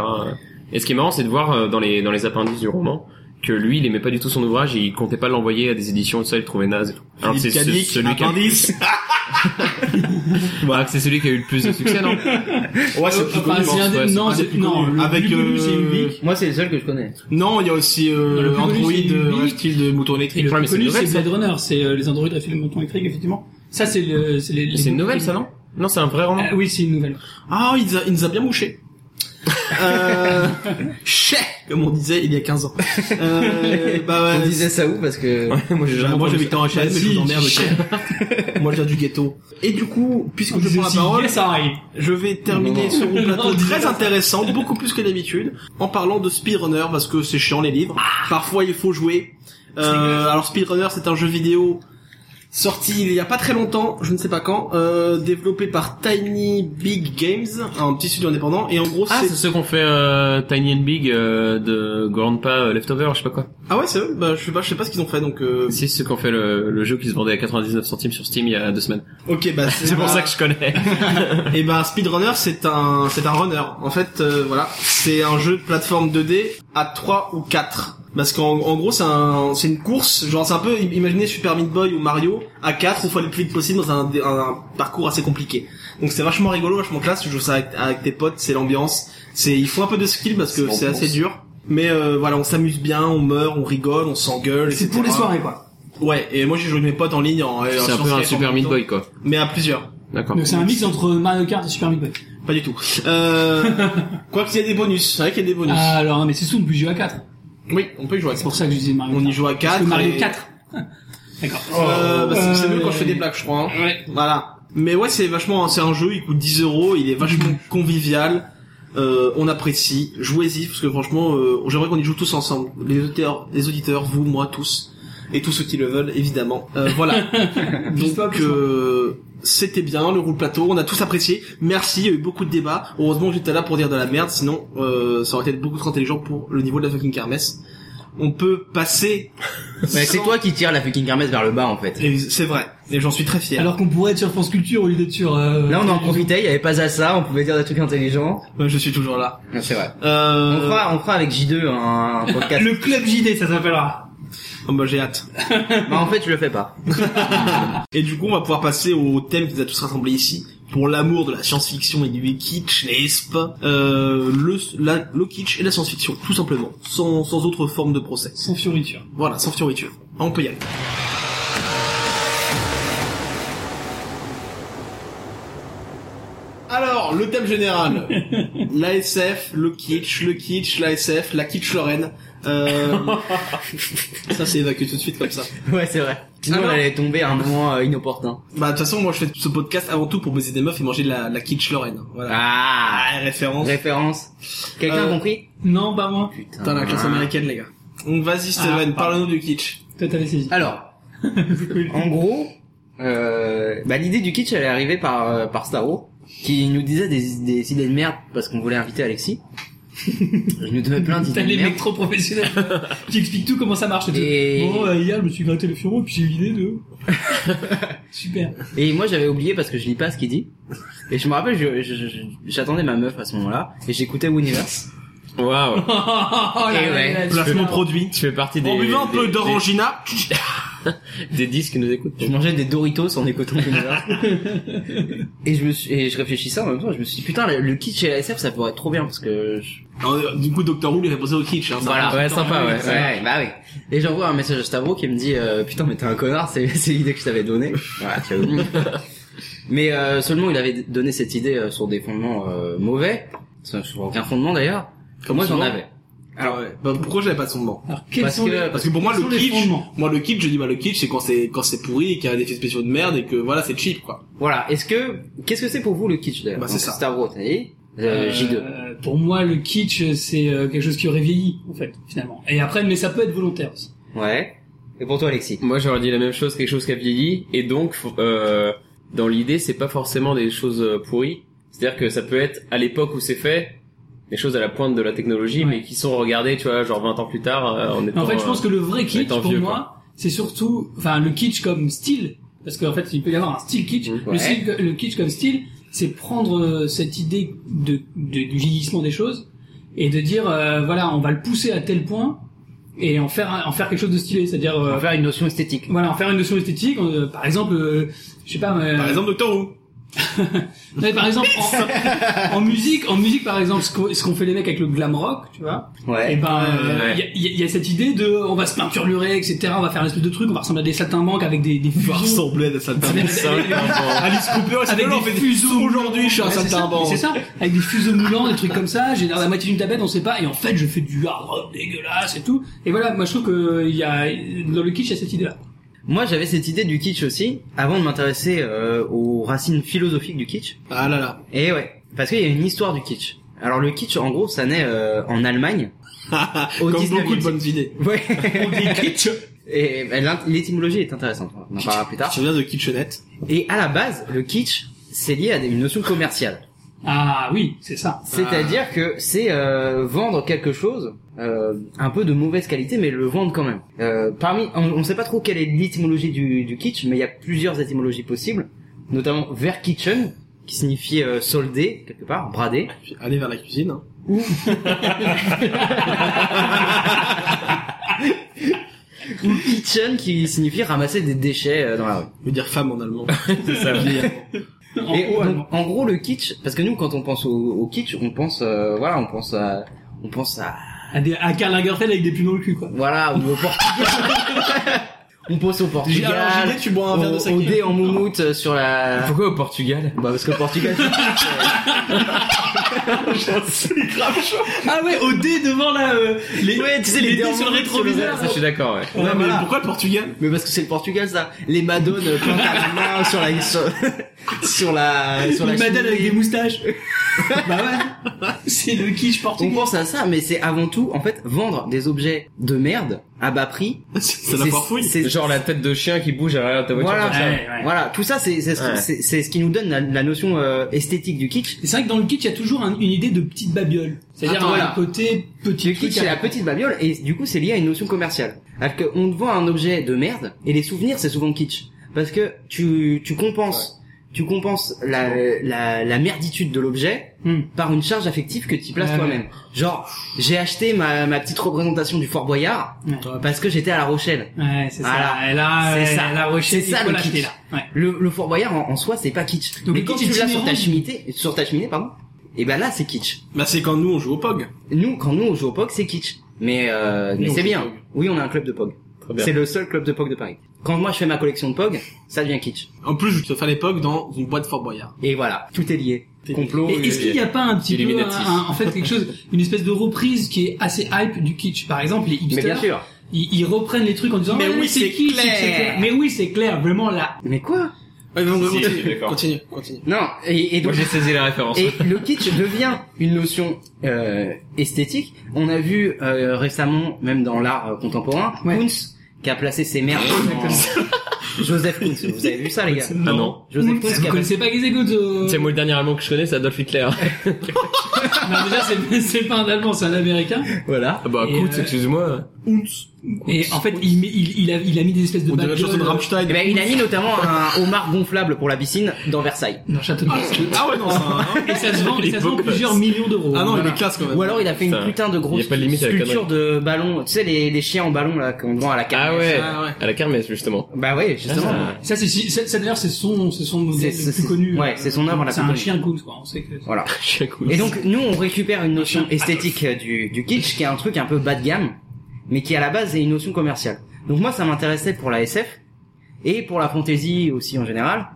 Speaker 4: et ce qui est marrant c'est de voir euh, dans les dans les appendices du roman que lui il aimait pas du tout son ouvrage et il comptait pas l'envoyer à des éditions et tout ça il le trouvait naze et tout. Alors que
Speaker 2: Philippe
Speaker 4: c'est ce-
Speaker 2: Cadic,
Speaker 4: celui qui a-
Speaker 2: appendice.
Speaker 4: Bah, c'est celui qui a eu le plus de succès, non
Speaker 2: Ouais, c'est plus
Speaker 5: Enfin
Speaker 2: connu.
Speaker 5: c'est un
Speaker 4: ouais,
Speaker 5: des
Speaker 4: c'est
Speaker 5: non
Speaker 2: un des
Speaker 5: c'est
Speaker 2: plus
Speaker 5: non
Speaker 2: connus.
Speaker 5: le
Speaker 2: Avec,
Speaker 5: plus connu,
Speaker 2: euh,
Speaker 5: c'est Kubrick.
Speaker 3: Moi, c'est le seul que je connais.
Speaker 2: Non, il y a aussi
Speaker 5: Le
Speaker 2: euh,
Speaker 5: plus connu,
Speaker 2: Android,
Speaker 5: c'est
Speaker 2: euh,
Speaker 5: Ubique.
Speaker 2: reptile de mouton
Speaker 5: Et
Speaker 2: électrique.
Speaker 5: le
Speaker 4: Ouais, mais
Speaker 5: plus
Speaker 4: c'est une
Speaker 5: connu c'est
Speaker 4: nouvelle, ça.
Speaker 5: Blade Runner, c'est euh, les androïdes à film mouton électrique effectivement. Ça c'est le c'est les, les-
Speaker 4: C'est une nouvelle, ça, non Non, c'est un vrai roman.
Speaker 5: Ah, Oui c'est une nouvelle.
Speaker 2: Ah, il nous a, il nous a bien mouché. euh, chais. comme on disait il y a 15 ans. Euh, bah,
Speaker 3: On
Speaker 2: ouais,
Speaker 3: disait ça où parce que
Speaker 4: moi j'ai
Speaker 2: Bah,
Speaker 4: jamais
Speaker 2: moi
Speaker 4: entendu
Speaker 2: j'habite en HLM, mais je vous emmerde, ok. Moi je viens du ghetto. Et du coup, puisque je prends la parole,
Speaker 5: ça
Speaker 2: je vais terminer
Speaker 3: Non.
Speaker 2: ce gros
Speaker 5: Non,
Speaker 2: plateau
Speaker 5: dis-
Speaker 2: très intéressant, beaucoup plus que d'habitude, en parlant de speedrunner parce que c'est chiant les livres.
Speaker 4: Ah
Speaker 2: Parfois il faut jouer. Euh, alors speedrunner c'est un jeu vidéo sorti il y a pas très longtemps, je ne sais pas quand, euh, développé par Tiny Big Games, un petit studio indépendant. Et en gros
Speaker 4: Ah,
Speaker 2: c'est
Speaker 4: c'est ceux qu'on fait euh, Tiny and Big euh, de Grandpa euh, Leftover, je sais pas quoi.
Speaker 2: ah ouais c'est eux bah, je sais pas je sais pas ce qu'ils ont fait donc euh,
Speaker 4: C'est ceux qu'on fait le, le jeu qui se vendait à 99 centimes sur Steam il y a deux semaines.
Speaker 2: ok bah
Speaker 4: C'est pour ça que je connais.
Speaker 2: Et ben speedrunner c'est un c'est un runner. En fait euh, voilà, c'est un jeu de plateforme 2D à 3 ou 4 parce qu'en en gros c'est un c'est une course, genre c'est un peu imaginez Super Meat Boy ou Mario à 4 où il faut aller le plus vite possible dans un, un, un parcours assez compliqué. Donc c'est vachement rigolo, vachement classe, tu joues ça avec, avec tes potes, c'est l'ambiance. C'est il faut un peu de skill parce que
Speaker 3: C'est
Speaker 2: c'est
Speaker 3: l'ambiance.
Speaker 2: assez dur. Mais euh, voilà, on s'amuse bien, on meurt, on rigole, on s'engueule.
Speaker 5: C'est
Speaker 2: etc.
Speaker 5: pour les soirées, quoi.
Speaker 2: Ouais, et moi j'ai joué avec mes potes en ligne. en-
Speaker 4: C'est
Speaker 2: en
Speaker 4: un peu un
Speaker 2: sur-
Speaker 4: Super Meat Boy quoi.
Speaker 2: Mais à plusieurs.
Speaker 4: D'accord.
Speaker 5: Donc c'est un mix entre Mario Kart et Super Meat Boy.
Speaker 2: Pas du tout. Euh, quoi qu'il y ait des bonus, c'est vrai qu'il y a des bonus.
Speaker 5: Ah, alors, non, mais c'est sous le budget à 4.
Speaker 2: Oui, on peut y jouer à 4.
Speaker 5: C'est pour ça que je disais Mario
Speaker 2: On y
Speaker 5: Kart.
Speaker 2: joue à 4.
Speaker 5: Parce que Mario 4. D'accord.
Speaker 2: Euh, bah, c'est- c'est mieux
Speaker 5: Euh,
Speaker 2: quand je fais des plaques, je crois. hein.
Speaker 5: Ouais.
Speaker 2: Voilà. Mais ouais, c'est vachement, c'est un jeu, il coûte 10 euros, il est vachement convivial. Euh, on apprécie, jouez-y parce que franchement, euh, j'aimerais qu'on y joue tous ensemble, les auditeurs, les auditeurs, vous, moi, tous, et tous ceux qui le veulent, évidemment. Euh, voilà. Donc euh, c'était bien le roule plateau, on a tous apprécié. Merci, il y a eu beaucoup de débats. Heureusement que j'étais là pour dire de la merde, sinon euh, ça aurait été beaucoup trop intelligent pour le niveau de la fucking kermesse. On peut passer.
Speaker 3: Mais Bah, c'est
Speaker 2: sans-
Speaker 3: toi qui tire la fucking kermesse vers le bas en fait.
Speaker 2: Et C'est vrai, et j'en suis très fier.
Speaker 5: Alors qu'on pourrait être sur France Culture au lieu d'être sur... euh,
Speaker 3: Là on en profitait, il y avait pas à ça, on pouvait dire des trucs intelligents.
Speaker 2: Ouais, Euh, je suis toujours là.
Speaker 3: Non, C'est vrai. On
Speaker 2: Euh...
Speaker 3: fera, on fera avec J2 un un podcast.
Speaker 5: Le Club JD, ça s'appellera.
Speaker 2: oh, bah, j'ai hâte.
Speaker 3: Bah en fait je le fais pas.
Speaker 2: Et du coup, on va pouvoir passer au thème qui nous a tous rassemblés ici. Pour l'amour de la science-fiction et du kitsch, n'est-ce pas euh, le, la- le kitsch et la science-fiction, tout simplement. Sans, sans autre forme de procès.
Speaker 5: Sans fioriture.
Speaker 2: Voilà, sans fioriture. Ah, On peut y aller. Alors, le thème général. la SF, le kitsch, le kitsch, la SF, la kitsch Lorraine. Euh, ça, c'est évacué tout de suite comme ça.
Speaker 3: Ouais c'est vrai. Sinon
Speaker 2: Alors-
Speaker 3: on allait tomber à un moment euh, inopportun.
Speaker 2: Bah, de toute façon, moi, je fais ce podcast avant tout pour baiser des meufs et manger de la, la kitsch Lorraine. Voilà.
Speaker 3: Ah
Speaker 2: Ah, référence.
Speaker 3: Référence. Quelqu'un
Speaker 2: Euh,
Speaker 3: a compris
Speaker 5: Non, pas moi.
Speaker 3: Putain.
Speaker 2: Putain, la classe américaine, les gars. Donc, vas-y, Steven,
Speaker 5: Ah,
Speaker 2: parle-nous du kitsch.
Speaker 5: Toi, t'avais saisi.
Speaker 3: Alors, en gros, euh, bah, l'idée du kitsch, elle est arrivée par, euh, par Staro, qui nous disait des, des idées de merde parce qu'on voulait inviter Alexis. Il nous donnait plein
Speaker 5: T'as
Speaker 3: d'idées de
Speaker 5: les
Speaker 3: merde.
Speaker 5: mecs trop professionnels qui expliquent tout comment ça marche.
Speaker 3: Et-
Speaker 5: Et... Bon, euh, hier, je me suis gratté le fiorot et puis j'ai eu l'idée de... Super.
Speaker 3: Et moi, j'avais oublié parce que je lis pas ce qu'il dit. Et je me rappelle, je- je- je- j'attendais ma meuf à ce moment-là, et j'écoutais Wooniverse.
Speaker 4: Waouh.
Speaker 5: Oh, la
Speaker 3: Et ouais.
Speaker 5: révélation.
Speaker 2: Placement produit.
Speaker 4: Tu fais partie des.
Speaker 2: En buvant un
Speaker 4: des-
Speaker 2: peu
Speaker 4: des-
Speaker 2: d'orangina.
Speaker 4: Des, disques qui nous écoutent.
Speaker 3: Je mangeais des Doritos en écoutant Wooniverse. et je me suis, et je réfléchissais en même temps, je me suis dit, putain, le, le kitsch et la SF, ça pourrait être trop bien parce que je-
Speaker 2: Alors, du coup, Doctor Who lui fait penser au kitsch. Hein, ça.
Speaker 3: Voilà.
Speaker 4: Ouais, sympa, ouais.
Speaker 3: Ouais, ouais, bah oui. Et j'envoie un message à Stavro qui me dit euh, putain mais t'es un connard, c'est c'est l'idée que je t'avais donnée. Voilà, tu as oublié. mais euh, seulement il avait donné cette idée euh, sur des fondements euh, mauvais, Enfin, sur aucun fondement d'ailleurs.
Speaker 2: Comme
Speaker 3: moi j'en
Speaker 2: souvent.
Speaker 3: avais.
Speaker 2: Alors, ouais. bah, pourquoi j'avais pas de fondement
Speaker 5: Alors, quels
Speaker 3: Parce
Speaker 5: sont
Speaker 3: que-
Speaker 5: les-
Speaker 2: Parce que pour moi,
Speaker 5: quels
Speaker 2: le
Speaker 5: sont les
Speaker 2: kitsch,
Speaker 5: fondements
Speaker 2: moi, le kitsch, je dis, bah, le kitsch, c'est quand c'est, quand c'est pourri et qu'il y a des effets spéciaux de merde et que, voilà, c'est cheap, quoi.
Speaker 3: Voilà. Est-ce que qu'est-ce que c'est pour vous le kitsch d'ailleurs
Speaker 2: Bah, c'est
Speaker 3: Donc,
Speaker 2: ça.
Speaker 3: Stavro, t'as dit euh, J2.
Speaker 5: Euh, Pour moi, le kitsch, c'est euh, quelque chose qui aurait vieilli, en fait, finalement. Et après, mais ça peut être volontaire aussi.
Speaker 3: Ouais. Et pour toi Alexis
Speaker 4: Moi, j'aurais dit la même chose, quelque chose qui a vieilli. Et donc, euh, dans l'idée, c'est pas forcément des choses euh, pourries. C'est-à-dire que ça peut être à l'époque où c'est fait, des choses à la pointe de la technologie,
Speaker 5: Ouais.
Speaker 4: mais qui sont regardées, tu vois, genre 20 ans plus tard, euh, en
Speaker 5: Mais
Speaker 4: étant.
Speaker 5: en fait, je pense que le vrai kitsch,
Speaker 4: étant
Speaker 5: pour
Speaker 4: vieux,
Speaker 5: moi, c'est surtout, enfin, le kitsch comme style, parce qu'en fait, il peut y avoir un style kitsch.
Speaker 4: Mmh,
Speaker 5: Le,
Speaker 3: ouais.
Speaker 5: style- le kitsch comme style, c'est prendre euh, cette idée de, de- du vieillissement des choses et de dire, euh, voilà, on va le pousser à tel point et en faire, un- en faire quelque chose de stylé, c'est-à-dire,
Speaker 3: On
Speaker 5: euh,
Speaker 3: va faire une notion esthétique.
Speaker 5: voilà, en faire une notion esthétique. euh, par exemple, euh, je sais pas, mais-
Speaker 2: Par exemple, Doctor Who.
Speaker 5: Non, mais par exemple, en, en musique, en musique, par exemple, ce qu'ont ce qu'ont fait les mecs avec le glam rock, tu vois, et
Speaker 2: Eh
Speaker 3: Ouais.
Speaker 5: ben, euh,
Speaker 4: Ouais.
Speaker 5: il y a- il y, a- il y a cette idée de, on va se peinturlurer, etc., on va faire un espèce de truc, on va ressembler à des saltimbanques avec des, des
Speaker 2: Tu vas
Speaker 5: fuseaux.
Speaker 2: ressembler à des saltimbanques. Alice Cooper, elle s'est
Speaker 5: Avec
Speaker 2: dit, non,
Speaker 5: des
Speaker 2: mais
Speaker 5: fuseaux
Speaker 2: Aujourd'hui, je suis un
Speaker 5: Ouais, c'est ça,
Speaker 2: saltimbanque.
Speaker 5: C'est ça, avec des fuseaux moulants, des trucs comme ça. J'ai l'air la moitié d'une tablette, on sait pas. Et en fait, je fais du hard rock dégueulasse et tout. Et voilà, moi je trouve que il y a dans le kitsch, il y a cette idée-là.
Speaker 3: Moi, j'avais cette idée du kitsch aussi, avant de m'intéresser euh, aux racines philosophiques du kitsch.
Speaker 2: Ah là là.
Speaker 3: Et ouais, parce qu'il y a une histoire du kitsch. Alors le kitsch, en gros, ça naît euh, en Allemagne. Au
Speaker 2: Comme
Speaker 3: 19e
Speaker 2: beaucoup de
Speaker 3: siècle.
Speaker 2: bonnes idées.
Speaker 3: Ouais.
Speaker 5: On dit kitsch.
Speaker 3: Et ben, l'int- l'étymologie est intéressante. On en parlera plus tard.
Speaker 2: Je viens de Kitchenette.
Speaker 3: Et à la base, le kitsch, c'est lié à des- une notion commerciale.
Speaker 5: Ah oui, c'est ça.
Speaker 2: Ah.
Speaker 3: C'est-à-dire que c'est euh, vendre quelque chose euh, un peu de mauvaise qualité, mais le vendre quand même. Euh, parmi, on ne sait pas trop quelle est l'étymologie du, du kitsch, mais il y a plusieurs étymologies possibles, notamment verkitchen, qui signifie euh, solder quelque part, brader,
Speaker 2: Aller vers la cuisine. hein.
Speaker 3: ou kitchen, qui signifie ramasser des déchets euh, dans la rue.
Speaker 2: Je veux dire femme en allemand.
Speaker 4: C'est ça.
Speaker 5: En
Speaker 3: Et
Speaker 5: gros,
Speaker 3: donc,
Speaker 5: allemand.
Speaker 3: en gros, le kitsch, parce que nous, quand on pense au, au kitsch, on pense, euh, voilà, on pense à, on pense à
Speaker 5: à, des, à Karl Lagerfeld avec des pneus au cul, quoi.
Speaker 3: Voilà, ou au Portugal. on pense au
Speaker 2: J'ai-
Speaker 3: Portugal.
Speaker 2: Alors, j'ai dit, tu bois un verre de
Speaker 3: au, au
Speaker 2: saké.
Speaker 3: dé en moumoute euh, sur la.
Speaker 4: Pourquoi au Portugal
Speaker 3: Bah parce que le Portugal.
Speaker 5: Ah ouais, au dé devant la, euh, les,
Speaker 3: ouais, tu sais
Speaker 5: les
Speaker 3: les dés
Speaker 5: dés
Speaker 3: en
Speaker 5: sur le
Speaker 3: moumoute,
Speaker 5: rétroviseur.
Speaker 4: Ça, Ah, je suis d'accord, ouais.
Speaker 2: Ouais, mais
Speaker 5: voilà.
Speaker 2: pourquoi le Portugal
Speaker 3: Mais parce que c'est le Portugal ça. Les madones euh, plantent la main sur la sur, sur la sur la.
Speaker 5: les madeleines avec
Speaker 3: cheminée.
Speaker 5: des moustaches. bah ouais. C'est le kitsch
Speaker 3: On
Speaker 5: portugais.
Speaker 3: pense à ça, mais c'est avant tout en fait vendre des objets de merde à bas prix.
Speaker 2: C'est la farfouille.
Speaker 3: c'est-
Speaker 4: Genre la tête de chien qui bouge à l'arrière de ta voiture.
Speaker 3: Voilà,
Speaker 4: comme ça.
Speaker 5: Ouais, ouais.
Speaker 3: voilà. Tout ça, c'est c'est ce-
Speaker 4: Ouais.
Speaker 3: c'est- c'est ce qui nous donne la, la notion euh, esthétique du kitsch.
Speaker 5: Et C'est vrai que dans le kitsch, il y a toujours un- une idée de petite babiole. C'est-à-dire
Speaker 3: Attends,
Speaker 5: un
Speaker 3: voilà.
Speaker 5: côté petit
Speaker 3: Le
Speaker 5: truc
Speaker 3: kitsch, c'est
Speaker 5: à-
Speaker 3: la petite babiole, et du coup, c'est lié à une notion commerciale. Alors que on te vend un objet de merde, et les souvenirs, c'est souvent kitsch. Parce que tu, tu compenses, tu compenses la, la, la merditude de l'objet
Speaker 5: Hmm.
Speaker 3: par une charge affective que tu places
Speaker 5: Ouais,
Speaker 3: toi-même. Genre, j'ai acheté ma, ma petite représentation du Fort Boyard,
Speaker 5: Ouais.
Speaker 3: parce que j'étais à La Rochelle.
Speaker 5: Ouais, c'est ça.
Speaker 3: Voilà.
Speaker 5: Et là,
Speaker 3: C'est
Speaker 5: euh,
Speaker 3: ça.
Speaker 5: La Rochelle,
Speaker 3: C'est ça,
Speaker 5: il faut
Speaker 3: le
Speaker 5: l'acheter,
Speaker 3: kitsch.
Speaker 5: là. Ouais.
Speaker 3: Le, le Fort Boyard, en, en soi, c'est pas kitsch.
Speaker 5: Donc,
Speaker 3: Mais
Speaker 5: le
Speaker 3: quand
Speaker 5: kitsch
Speaker 3: tu l'as sur ta
Speaker 5: itinérant.
Speaker 3: cheminée, sur ta cheminée, pardon, et ben là, c'est kitsch.
Speaker 2: Bah c'est quand nous on joue au POG.
Speaker 3: Nous, quand nous, on joue au POG, c'est kitsch. Mais, euh, mais
Speaker 2: on
Speaker 3: c'est
Speaker 2: joue au
Speaker 3: bien.
Speaker 2: POG.
Speaker 3: Oui, on a un club de POG.
Speaker 4: Très bien.
Speaker 3: C'est le seul club de POG de Paris. Quand moi je fais ma collection de POG, ça devient kitsch.
Speaker 2: En plus, je te fais à l'époque dans une boîte Fort Boyard.
Speaker 3: Et voilà, tout est lié. Oh, euh,
Speaker 4: Complot.
Speaker 5: Et est-ce qu'il n'y a pas un petit peu,
Speaker 4: Illuminati.
Speaker 5: un- un- en fait, quelque chose, une espèce de reprise qui est assez hype du kitsch Par exemple, les
Speaker 3: Mais bien
Speaker 5: hipsters,
Speaker 3: sûr.
Speaker 5: ils, ils reprennent les trucs en disant
Speaker 2: Mais
Speaker 5: Ah,
Speaker 2: oui, c'est
Speaker 5: kitsch,
Speaker 2: clair.
Speaker 5: Mais oui, c'est clair, vraiment là.
Speaker 3: Mais quoi
Speaker 2: Ouais, mais on
Speaker 4: Si,
Speaker 2: continue,
Speaker 4: d'accord.
Speaker 2: continue, continue.
Speaker 3: Non, et, et
Speaker 4: Moi
Speaker 3: donc...
Speaker 4: j'ai saisi la référence.
Speaker 3: Et le kitsch devient une notion euh, esthétique. On a vu euh, récemment, même dans l'art euh, contemporain,
Speaker 5: Ouais.
Speaker 3: Kuntz qui a placé ses merdes. en- Joseph Kuntz, vous avez vu ça les gars
Speaker 4: Ah non.
Speaker 3: Joseph
Speaker 5: Vous
Speaker 3: Kuntz qui a
Speaker 5: connaissez
Speaker 3: placé-
Speaker 5: pas Gizegood euh...
Speaker 4: C'est moi le dernier allemand que je connais, c'est Adolf Hitler.
Speaker 5: Non, déjà, c'est- c'est pas un Allemand, c'est un Américain.
Speaker 3: Voilà.
Speaker 4: Ah bah
Speaker 5: Et,
Speaker 4: écoute,
Speaker 5: euh,
Speaker 4: excuse-moi.
Speaker 5: Et en fait, il, met- il, il, a, il a mis des espèces de
Speaker 2: On dirait la
Speaker 5: bagels,
Speaker 2: chanson de
Speaker 5: euh,
Speaker 2: Rammstein.
Speaker 3: Eh ben, il a mis notamment un homard gonflable pour la piscine dans Versailles.
Speaker 5: dans Château de
Speaker 2: Ah ouais non, c'est un...
Speaker 5: Et ça se vend, et ça se vend
Speaker 4: beau,
Speaker 5: plusieurs millions d'euros.
Speaker 2: Ah non, il
Speaker 5: Voilà.
Speaker 2: est classe quand même.
Speaker 3: Ou alors il a fait une
Speaker 4: Putain,
Speaker 3: putain de
Speaker 4: y
Speaker 3: grosse
Speaker 4: a pas de limite à la
Speaker 3: sculpture de ballon, tu sais les, les chiens en ballon là qu'on vend à la carte.
Speaker 4: Ah ouais.
Speaker 2: Ah ouais.
Speaker 4: À la kermesse justement.
Speaker 3: Bah ouais, justement.
Speaker 4: Ah.
Speaker 5: Ça, c'est, ça, ça, d'ailleurs, c'est son, c'est son modèle
Speaker 3: C'est-
Speaker 5: le
Speaker 3: c'est-
Speaker 5: plus connu.
Speaker 3: ouais, c'est son œuvre la
Speaker 5: C'est
Speaker 3: plus
Speaker 5: un
Speaker 3: connue.
Speaker 5: chien Goons, quoi. On sait que.
Speaker 3: Voilà.
Speaker 4: Chacou.
Speaker 3: Et donc nous on récupère une notion esthétique euh, du, du kitsch qui est un truc un peu bas de gamme, mais qui à la base est une notion commerciale. Donc moi ça m'intéressait pour la SF et pour la fantasy aussi en général,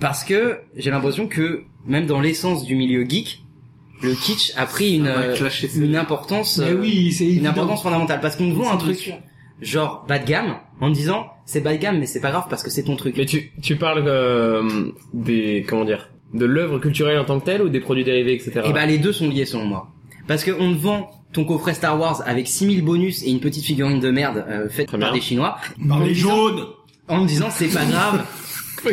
Speaker 3: parce que j'ai l'impression que même dans l'essence du milieu geek, le kitsch a pris une,
Speaker 2: va
Speaker 3: euh,
Speaker 2: clasher, c'est-
Speaker 3: une importance,
Speaker 5: Mais
Speaker 3: euh,
Speaker 5: Eh oui, c'est
Speaker 3: une
Speaker 5: évident.
Speaker 3: importance fondamentale parce qu'on vend un
Speaker 5: C'est
Speaker 3: truc
Speaker 5: sûr.
Speaker 3: genre bas de gamme en disant c'est bas de gamme mais c'est pas grave parce que c'est ton truc.
Speaker 4: Mais tu, tu parles euh, des comment dire de l'œuvre culturelle en tant que telle ou des produits dérivés etc.
Speaker 2: Eh
Speaker 3: Et
Speaker 2: ben,
Speaker 3: bah les deux sont liés selon moi. Parce que on te vend ton coffret Star Wars avec 6000 bonus et une petite figurine de merde euh, faite
Speaker 4: Très
Speaker 3: par
Speaker 4: bien.
Speaker 3: des Chinois
Speaker 2: Par
Speaker 3: en,
Speaker 2: les
Speaker 3: disant,
Speaker 2: jaunes.
Speaker 3: en me disant c'est pas grave,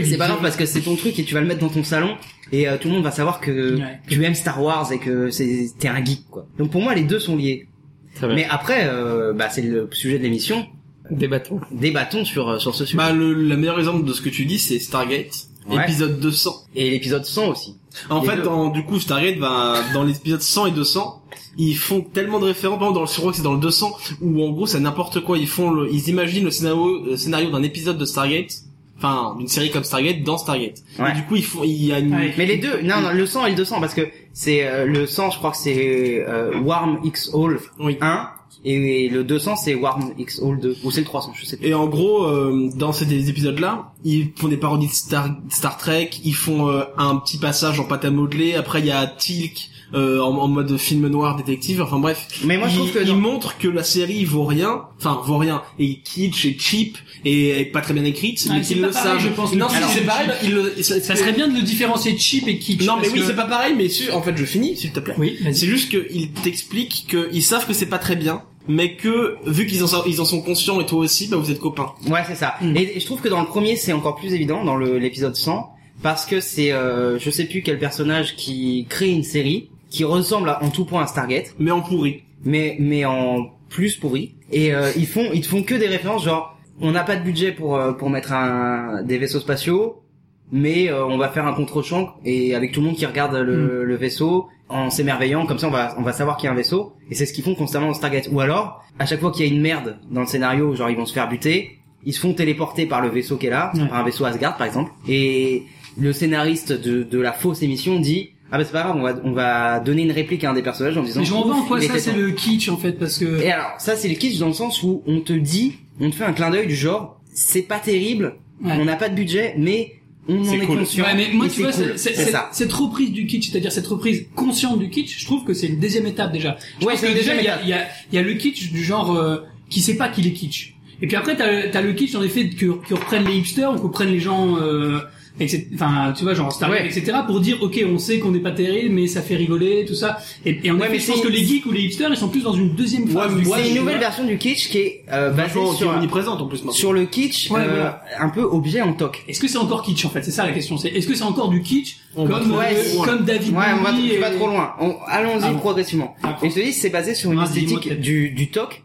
Speaker 3: c'est pas grave parce que c'est ton truc et tu vas le mettre dans ton salon et euh, tout le monde va savoir que
Speaker 5: Ouais.
Speaker 3: tu aimes Star Wars et que c'est- t'es un geek quoi. Donc pour moi les deux sont liés.
Speaker 4: Très bien.
Speaker 3: Mais après euh, bah c'est le sujet de l'émission,
Speaker 4: Des bâtons.
Speaker 3: débattons sur euh, sur ce sujet.
Speaker 2: Bah le, le meilleur exemple de ce que tu dis c'est Stargate,
Speaker 3: Ouais.
Speaker 2: épisode 200.
Speaker 3: Et l'épisode 100 aussi.
Speaker 2: En
Speaker 3: Les
Speaker 2: fait
Speaker 3: deux.
Speaker 2: dans du coup Stargate va dans l'épisode 100 et 200, ils font tellement de références par exemple dans le je crois que c'est dans le 200 où en gros c'est n'importe quoi, ils font le, ils imaginent le scénario le scénario d'un épisode de Stargate. enfin d'une série comme Stargate dans Stargate.
Speaker 3: Ouais.
Speaker 2: Et du coup, il faut, il y a une,
Speaker 5: Ouais.
Speaker 3: Mais les deux, non, non, le 100 et le 200, parce que c'est euh, le 100, je crois que c'est euh, Warm X Hall
Speaker 2: Oui.
Speaker 3: 1, et le 200, c'est Warm X Hall 2, ou c'est le 300, je sais plus.
Speaker 2: Et en gros, euh, dans ces des épisodes-là, ils font des parodies de Star, Star Trek, ils font euh, un petit passage en pâte à modeler, après il y a Tilk euh, en, en mode film noir détective, enfin bref.
Speaker 3: Mais moi, je
Speaker 2: ils,
Speaker 3: trouve que
Speaker 2: ils
Speaker 3: dans-
Speaker 2: montrent que la série vaut rien, enfin vaut rien, et kitsch et cheap, et, et pas très bien écrite,
Speaker 5: Ah,
Speaker 2: mais
Speaker 5: c'est
Speaker 2: qu'ils
Speaker 5: pas
Speaker 2: le
Speaker 5: pareil,
Speaker 2: savent.
Speaker 5: je pense,
Speaker 2: non,
Speaker 5: le
Speaker 2: si,
Speaker 5: cheap.
Speaker 2: c'est pareil, ils le- ça,
Speaker 5: Ça serait bien de le différencier cheap et kitsch.
Speaker 2: Non, mais
Speaker 5: parce
Speaker 2: oui,
Speaker 5: que-
Speaker 2: c'est pas pareil, mais su- en fait, je finis, s'il te plaît.
Speaker 5: Oui, vas-y.
Speaker 2: C'est juste qu'ils t'expliquent qu'ils savent que c'est pas très bien, mais que vu qu'ils en, sa- ils en sont conscients et toi aussi, bah vous êtes copains.
Speaker 3: Ouais, c'est ça.
Speaker 5: Mm.
Speaker 3: Et, et je trouve que dans le premier, c'est encore plus évident, dans le- l'épisode 100, parce que c'est, euh, je sais plus quel personnage qui crée une série, qui ressemble à- en tout point à Stargate,
Speaker 2: Mais en pourri.
Speaker 3: mais, mais en plus pourri, et euh, ils font, ils te font que des références, genre, on n'a pas de budget pour, euh, pour mettre un, des vaisseaux spatiaux, mais euh, on va faire un contre-champ, et avec tout le monde qui regarde
Speaker 5: Hmm.
Speaker 3: le, le vaisseau, en s'émerveillant, comme ça on va, on va savoir qu'il y a un vaisseau, et c'est ce qu'ils font constamment dans Stargate. Ou alors, à chaque fois qu'il y a une merde dans le scénario, genre ils vont se faire buter, ils se font téléporter par le vaisseau qui est là,
Speaker 5: Ouais.
Speaker 3: par un vaisseau Asgard par exemple, et le scénariste de, de la fausse émission dit ah bah c'est pas grave on va on va donner une réplique à un des personnages en disant
Speaker 5: Mais je m'en vais en
Speaker 3: Ouf,
Speaker 5: quoi
Speaker 3: il
Speaker 5: ça,
Speaker 3: était
Speaker 5: c'est
Speaker 3: temps.
Speaker 5: le kitsch en fait, parce que.
Speaker 3: et alors ça c'est le kitsch dans le sens où on te dit on te fait un clin d'œil du genre c'est pas terrible
Speaker 5: Ouais.
Speaker 3: on n'a pas de budget mais on en
Speaker 4: C'est
Speaker 3: est
Speaker 4: cool.
Speaker 3: conscient
Speaker 5: Ouais, mais moi,
Speaker 3: et
Speaker 5: tu vois,
Speaker 3: cool.
Speaker 5: c'est- c'est-
Speaker 3: c'est
Speaker 5: c'est-
Speaker 3: ça
Speaker 5: cette reprise du kitsch, c'est-à-dire cette reprise consciente du kitsch, je trouve que c'est une deuxième étape déjà. Je
Speaker 3: Ouais,
Speaker 5: pense
Speaker 3: c'est
Speaker 5: que
Speaker 3: une
Speaker 5: déjà,
Speaker 3: deuxième
Speaker 5: il y a, il y, a, il y a le kitsch du genre euh, qui sait pas qu'il est kitsch. Et puis après, t'as le- t'as le kitsch en effet que, que reprennent les hipsters ou que reprennent les gens, euh, etc. Enfin, tu vois, genre Stargate,
Speaker 3: Ouais.
Speaker 5: etc. pour dire, ok, on sait qu'on n'est pas terrible, mais ça fait rigoler, tout ça. Et, et en
Speaker 3: Ouais,
Speaker 5: effet,
Speaker 3: mais
Speaker 5: je pense
Speaker 3: c'est-
Speaker 5: que les geeks ou les hipsters, ils sont plus dans une deuxième phase du
Speaker 3: c'est
Speaker 5: kitsch,
Speaker 3: une
Speaker 5: tu
Speaker 3: nouvelle
Speaker 5: vois.
Speaker 3: version du kitsch qui est euh, basée
Speaker 2: Vachement, qui est
Speaker 3: sur,
Speaker 2: omniprésente en plus maintenant.
Speaker 3: sur le kitsch
Speaker 5: Ouais,
Speaker 3: euh,
Speaker 5: voilà.
Speaker 3: un peu objet en toc
Speaker 5: Est-ce que c'est encore kitsch en fait C'est ça la question. C'est est-ce que c'est encore du kitsch
Speaker 2: On va
Speaker 5: comme,
Speaker 2: trop
Speaker 5: euh,
Speaker 2: loin.
Speaker 5: comme David
Speaker 3: Ouais, on va,
Speaker 5: Bowie
Speaker 3: tu vas
Speaker 5: et-
Speaker 3: trop loin. On- Allons-y
Speaker 5: Ah bon.
Speaker 3: progressivement.
Speaker 5: D'accord.
Speaker 3: Et je te dis, c'est basé sur une
Speaker 5: Ah, dis-moi
Speaker 3: esthétique
Speaker 5: peut-être.
Speaker 3: du, du toc.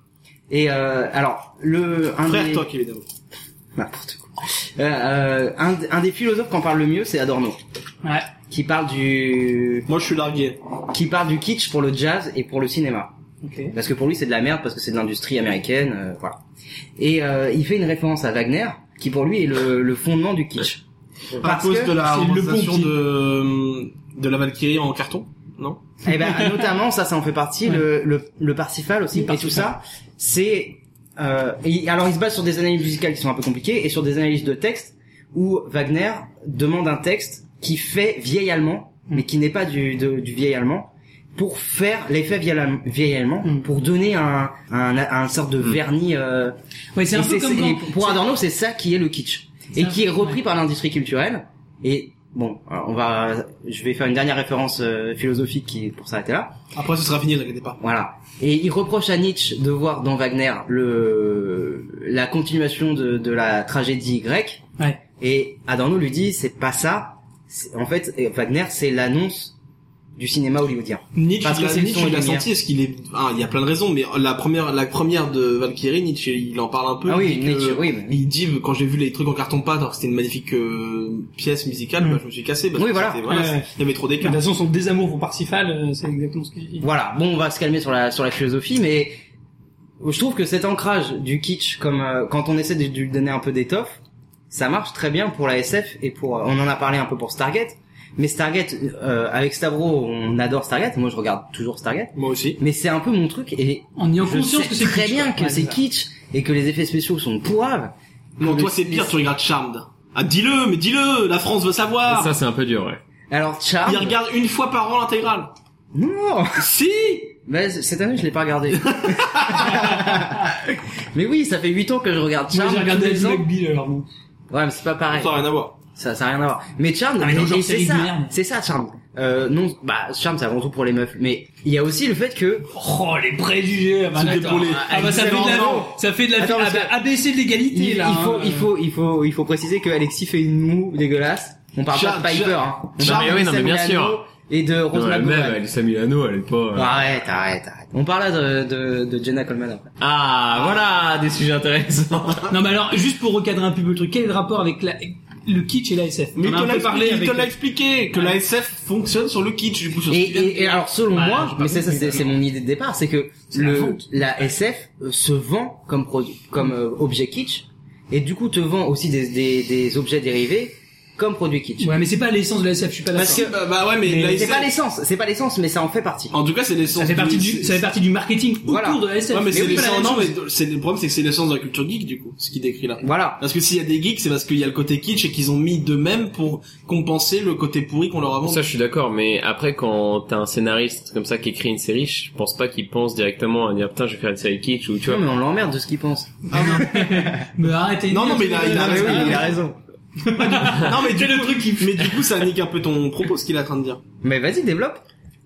Speaker 3: Et euh, alors, le un
Speaker 2: Frère
Speaker 3: des...
Speaker 2: Toc, évidemment.
Speaker 3: N'importe quoi. Euh, euh, un, un des philosophes qui en parle le mieux, c'est Adorno,
Speaker 5: Ouais.
Speaker 3: qui parle du
Speaker 2: Moi, je suis largué.
Speaker 3: qui parle du kitsch pour le jazz et pour le cinéma.
Speaker 5: Ok.
Speaker 3: Parce que pour lui, c'est de la merde parce que c'est de l'industrie américaine, euh, voilà. Et euh, il fait une référence à Wagner, qui pour lui est le, le fondement du kitsch.
Speaker 2: À
Speaker 3: Parce
Speaker 2: cause
Speaker 3: que
Speaker 2: de la
Speaker 5: c'est le
Speaker 2: représentation
Speaker 5: pompier.
Speaker 2: de, de la Valkyrie en carton, non
Speaker 3: Eh ben, notamment, ça, ça en fait partie,
Speaker 5: Ouais.
Speaker 3: le, le, le Parsifal aussi,
Speaker 5: Le
Speaker 3: et tout
Speaker 5: Parsifal.
Speaker 3: ça, c'est... Euh, et- alors, il se base sur des analyses musicales qui sont un peu compliquées, et sur des analyses de texte, où Wagner demande un texte qui fait vieil allemand,
Speaker 5: Mm.
Speaker 3: mais qui n'est pas du, de- du vieil allemand, pour faire l'effet vieil, allem- vieil allemand,
Speaker 5: Mm.
Speaker 3: pour donner un, un, un sorte de vernis... euh,
Speaker 5: Ouais, c'est un
Speaker 3: et
Speaker 5: peu
Speaker 3: c'est-
Speaker 5: comme
Speaker 3: c'est-
Speaker 5: quand...
Speaker 3: et pour Adorno, c'est ça qui est le kitsch
Speaker 5: C'est
Speaker 3: et
Speaker 5: un-
Speaker 3: qui est repris
Speaker 5: ouais.
Speaker 3: par l'industrie culturelle. Et bon, alors, on va, je vais faire une dernière référence euh, philosophique qui pour s'arrêter là.
Speaker 2: Après, ce sera fini, ne t'inquiète pas.
Speaker 3: Voilà. Et il reproche à Nietzsche de voir dans Wagner le la continuation de, de la tragédie grecque.
Speaker 5: Ouais.
Speaker 3: Et Adorno lui dit c'est pas ça. C'est- En fait, euh, Wagner c'est l'annonce du cinéma hollywoodien.
Speaker 2: Nietzsche,
Speaker 3: Parce
Speaker 2: il
Speaker 3: que
Speaker 2: a-
Speaker 3: c'est le
Speaker 2: Nietzsche,
Speaker 3: son et
Speaker 2: il a
Speaker 3: la lumière.
Speaker 2: senti, est-ce qu'il est, ah, il y a plein de raisons, mais la première, la première de Valkyrie, Nietzsche, il en parle un peu.
Speaker 3: ah
Speaker 2: il
Speaker 3: oui,
Speaker 2: dit que-
Speaker 3: Nietzsche, oui. mais-
Speaker 2: Il dit, quand j'ai vu les trucs en carton pâte, alors que c'était une magnifique euh, pièce musicale,
Speaker 5: Mm.
Speaker 2: bah, je me suis cassé. Parce
Speaker 3: Oui,
Speaker 2: que
Speaker 3: voilà.
Speaker 2: c'était-
Speaker 5: Ouais, ouais.
Speaker 2: Il y avait trop
Speaker 5: De toute
Speaker 2: d'écart.
Speaker 5: façon, son désamour pour Parsifal, euh, c'est exactement ce qu'il dit.
Speaker 3: Voilà, bon, on va se calmer sur la, sur la philosophie, mais je trouve que cet ancrage du kitsch, comme euh, quand on essaie de, de lui donner un peu d'étoffe, ça marche très bien pour la SF et pour. euh, on en a parlé un peu pour Stargate, mais Stargate, euh, avec Stavro, on adore Stargate. Moi, je regarde toujours Stargate,
Speaker 2: Moi aussi.
Speaker 3: mais c'est un peu mon truc et
Speaker 5: En ayant
Speaker 3: je
Speaker 5: conscience
Speaker 3: sais
Speaker 5: que c'est
Speaker 3: très
Speaker 5: kitsch,
Speaker 3: bien
Speaker 5: quoi.
Speaker 3: que
Speaker 5: Ouais,
Speaker 3: c'est kitsch et que les effets spéciaux sont pourraves.
Speaker 2: Non,
Speaker 3: Mais
Speaker 2: toi, c'est pire, tu regardes Charmed. Ah, dis-le, mais dis-le, la France veut savoir.
Speaker 4: Ça, c'est un peu dur, ouais.
Speaker 3: Alors,
Speaker 2: Il
Speaker 3: Charles,
Speaker 2: regarde une fois par an l'intégrale.
Speaker 3: non.
Speaker 2: si!
Speaker 3: Mais c- cette année, je l'ai pas regardé. mais oui, ça fait 8 ans que je regarde
Speaker 5: Moi,
Speaker 3: Charles.
Speaker 5: j'ai regardé
Speaker 3: tous les ans.
Speaker 5: Black Bill, alors bon.
Speaker 3: Ouais, mais c'est pas pareil.
Speaker 2: Ça n'a rien à voir.
Speaker 3: Ça, ça a rien à voir. Mais Charm,
Speaker 5: Ah, mais non, genre,
Speaker 3: et
Speaker 5: c'est
Speaker 3: c'est
Speaker 5: une
Speaker 3: ça,
Speaker 5: merde.
Speaker 3: c'est ça Charm. Euh, non, bah Charm c'est avant tout pour les meufs, mais il y a aussi le fait que
Speaker 5: Oh, les préjugés, ah bah,
Speaker 2: C'est
Speaker 5: attends,
Speaker 2: déboulé.
Speaker 5: Ah bah, ça fait de la,
Speaker 3: Exactement.
Speaker 5: ça fait de la,
Speaker 3: Attends,
Speaker 5: ah
Speaker 3: parce
Speaker 5: bah,
Speaker 3: que-
Speaker 5: abaisser de l'égalité,
Speaker 3: il, il
Speaker 5: là.
Speaker 3: faut,
Speaker 5: hein.
Speaker 3: il faut, il faut, il faut préciser que Alexis fait une moue dégueulasse. On parle
Speaker 2: Charm,
Speaker 3: pas de Piper, hein. On
Speaker 4: Charm,
Speaker 3: parle
Speaker 4: mais oui,
Speaker 3: de
Speaker 4: non, mais bien
Speaker 3: Samuel
Speaker 4: sûr.
Speaker 3: Hano Et de Rose
Speaker 4: Non, elle même,
Speaker 3: McGowan.
Speaker 4: elle, Samuel Hano, elle est pas. euh,
Speaker 3: Arrête, arrête, arrête. On parle de, de, de Jenna Coleman après.
Speaker 4: Ah, voilà, des sujets intéressants.
Speaker 5: Non, mais alors, juste pour recadrer un peu le truc, quel est le rapport avec la, le kitsch et la SF?
Speaker 2: Mais
Speaker 5: On
Speaker 2: il
Speaker 5: en a
Speaker 2: te
Speaker 5: un
Speaker 2: l'a
Speaker 5: peu parlé
Speaker 2: expliqué, il
Speaker 5: avec-
Speaker 2: te l'a expliqué que
Speaker 5: Ouais.
Speaker 2: la SF fonctionne sur le kitsch du coup. Sur
Speaker 3: Et,
Speaker 2: ce qu'il vient de
Speaker 3: et, et
Speaker 5: ah,
Speaker 2: dire.
Speaker 3: alors selon
Speaker 5: Ouais, j'ai
Speaker 3: moi,
Speaker 5: pas
Speaker 3: mais ça, ça,
Speaker 5: compris,
Speaker 3: c'est
Speaker 5: alors.
Speaker 3: c'est mon idée de départ, c'est que
Speaker 5: la
Speaker 3: le,
Speaker 5: faute.
Speaker 3: la SF euh, se vend comme produit, comme euh, objet kitsch, et du coup te vend aussi des, des, des objets dérivés comme produit kitsch.
Speaker 5: Ouais, mais c'est pas l'essence de la SF, je suis pas d'accord.
Speaker 2: Parce que, bah, bah ouais, mais,
Speaker 5: Mais
Speaker 2: la
Speaker 3: C'est
Speaker 2: SF
Speaker 3: pas l'essence, c'est pas l'essence, mais ça en fait partie.
Speaker 2: En tout cas, c'est l'essence.
Speaker 5: Ça fait partie
Speaker 2: du-
Speaker 5: du, ça fait partie du marketing
Speaker 3: Voilà.
Speaker 5: autour de la SF.
Speaker 2: Ouais, mais, c'est
Speaker 5: oui, pas la
Speaker 2: l'essence.
Speaker 5: même
Speaker 2: Non,
Speaker 5: chose.
Speaker 2: mais c'est le problème, c'est que c'est l'essence de la culture geek, du coup, ce qu'il décrit là.
Speaker 3: Voilà.
Speaker 2: Parce que s'il y a des geeks, c'est parce qu'il y a le côté kitsch et qu'ils ont mis d'eux-mêmes pour compenser le côté pourri qu'on leur a
Speaker 4: Bon,
Speaker 2: vendu.
Speaker 4: ça, je suis d'accord, mais après, quand t'as un scénariste comme ça qui écrit une série, je pense pas qu'il pense directement à dire putain, je vais faire une série kitsch ou tu
Speaker 3: Non,
Speaker 2: Hmm.
Speaker 4: vois.
Speaker 3: mais on l'emmerde de ce qu'il pense.
Speaker 5: Mais arrêtez. de
Speaker 2: Non,
Speaker 5: dire
Speaker 2: non, mais
Speaker 5: que-
Speaker 2: il a- il a-
Speaker 5: Ah,
Speaker 2: oui,
Speaker 5: mais
Speaker 2: il a-
Speaker 3: raison.
Speaker 2: non, mais du, coup, mais du coup, ça nique un peu ton propos, ce qu'il est en train de dire.
Speaker 3: Mais vas-y, développe.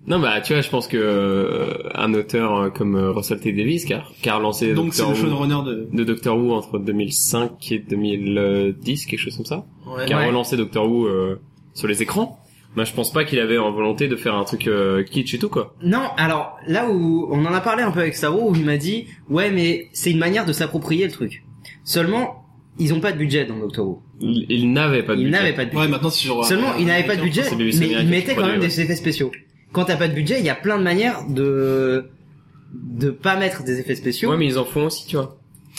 Speaker 4: Non, bah, tu vois, je pense que euh, un auteur euh, comme euh, Russell T. Davis, car, qui a relancé
Speaker 2: Donc, c'est
Speaker 4: Doctor
Speaker 2: le
Speaker 4: Who,
Speaker 2: showrunner de...
Speaker 4: de Doctor Who entre 2005 et 2010, quelque chose comme ça, qui a
Speaker 3: Ouais.
Speaker 4: relancé Doctor Who euh, sur les écrans. Bah, je pense pas qu'il avait en volonté de faire un truc euh, kitsch et tout, quoi.
Speaker 3: Non, alors là où on en a parlé un peu avec Saro, où il m'a dit ouais, mais c'est une manière de s'approprier le truc. Seulement, ils ont pas de budget dans Doctor Who.
Speaker 4: Il, il n'avait pas de
Speaker 3: Ils
Speaker 4: budget.
Speaker 3: n'avaient pas de budget.
Speaker 2: Ouais, maintenant, c'est sur... euh,
Speaker 3: Seulement, ils n'avaient pas de budget,
Speaker 4: c'est
Speaker 3: mais
Speaker 4: BBC
Speaker 3: ils
Speaker 4: américain
Speaker 3: mettaient
Speaker 4: qui
Speaker 3: quand même
Speaker 4: produit,
Speaker 3: des effets spéciaux. Quand t'as pas de budget, il y a plein de manières de de pas mettre des effets spéciaux.
Speaker 4: Ouais, mais ils en font aussi, tu vois.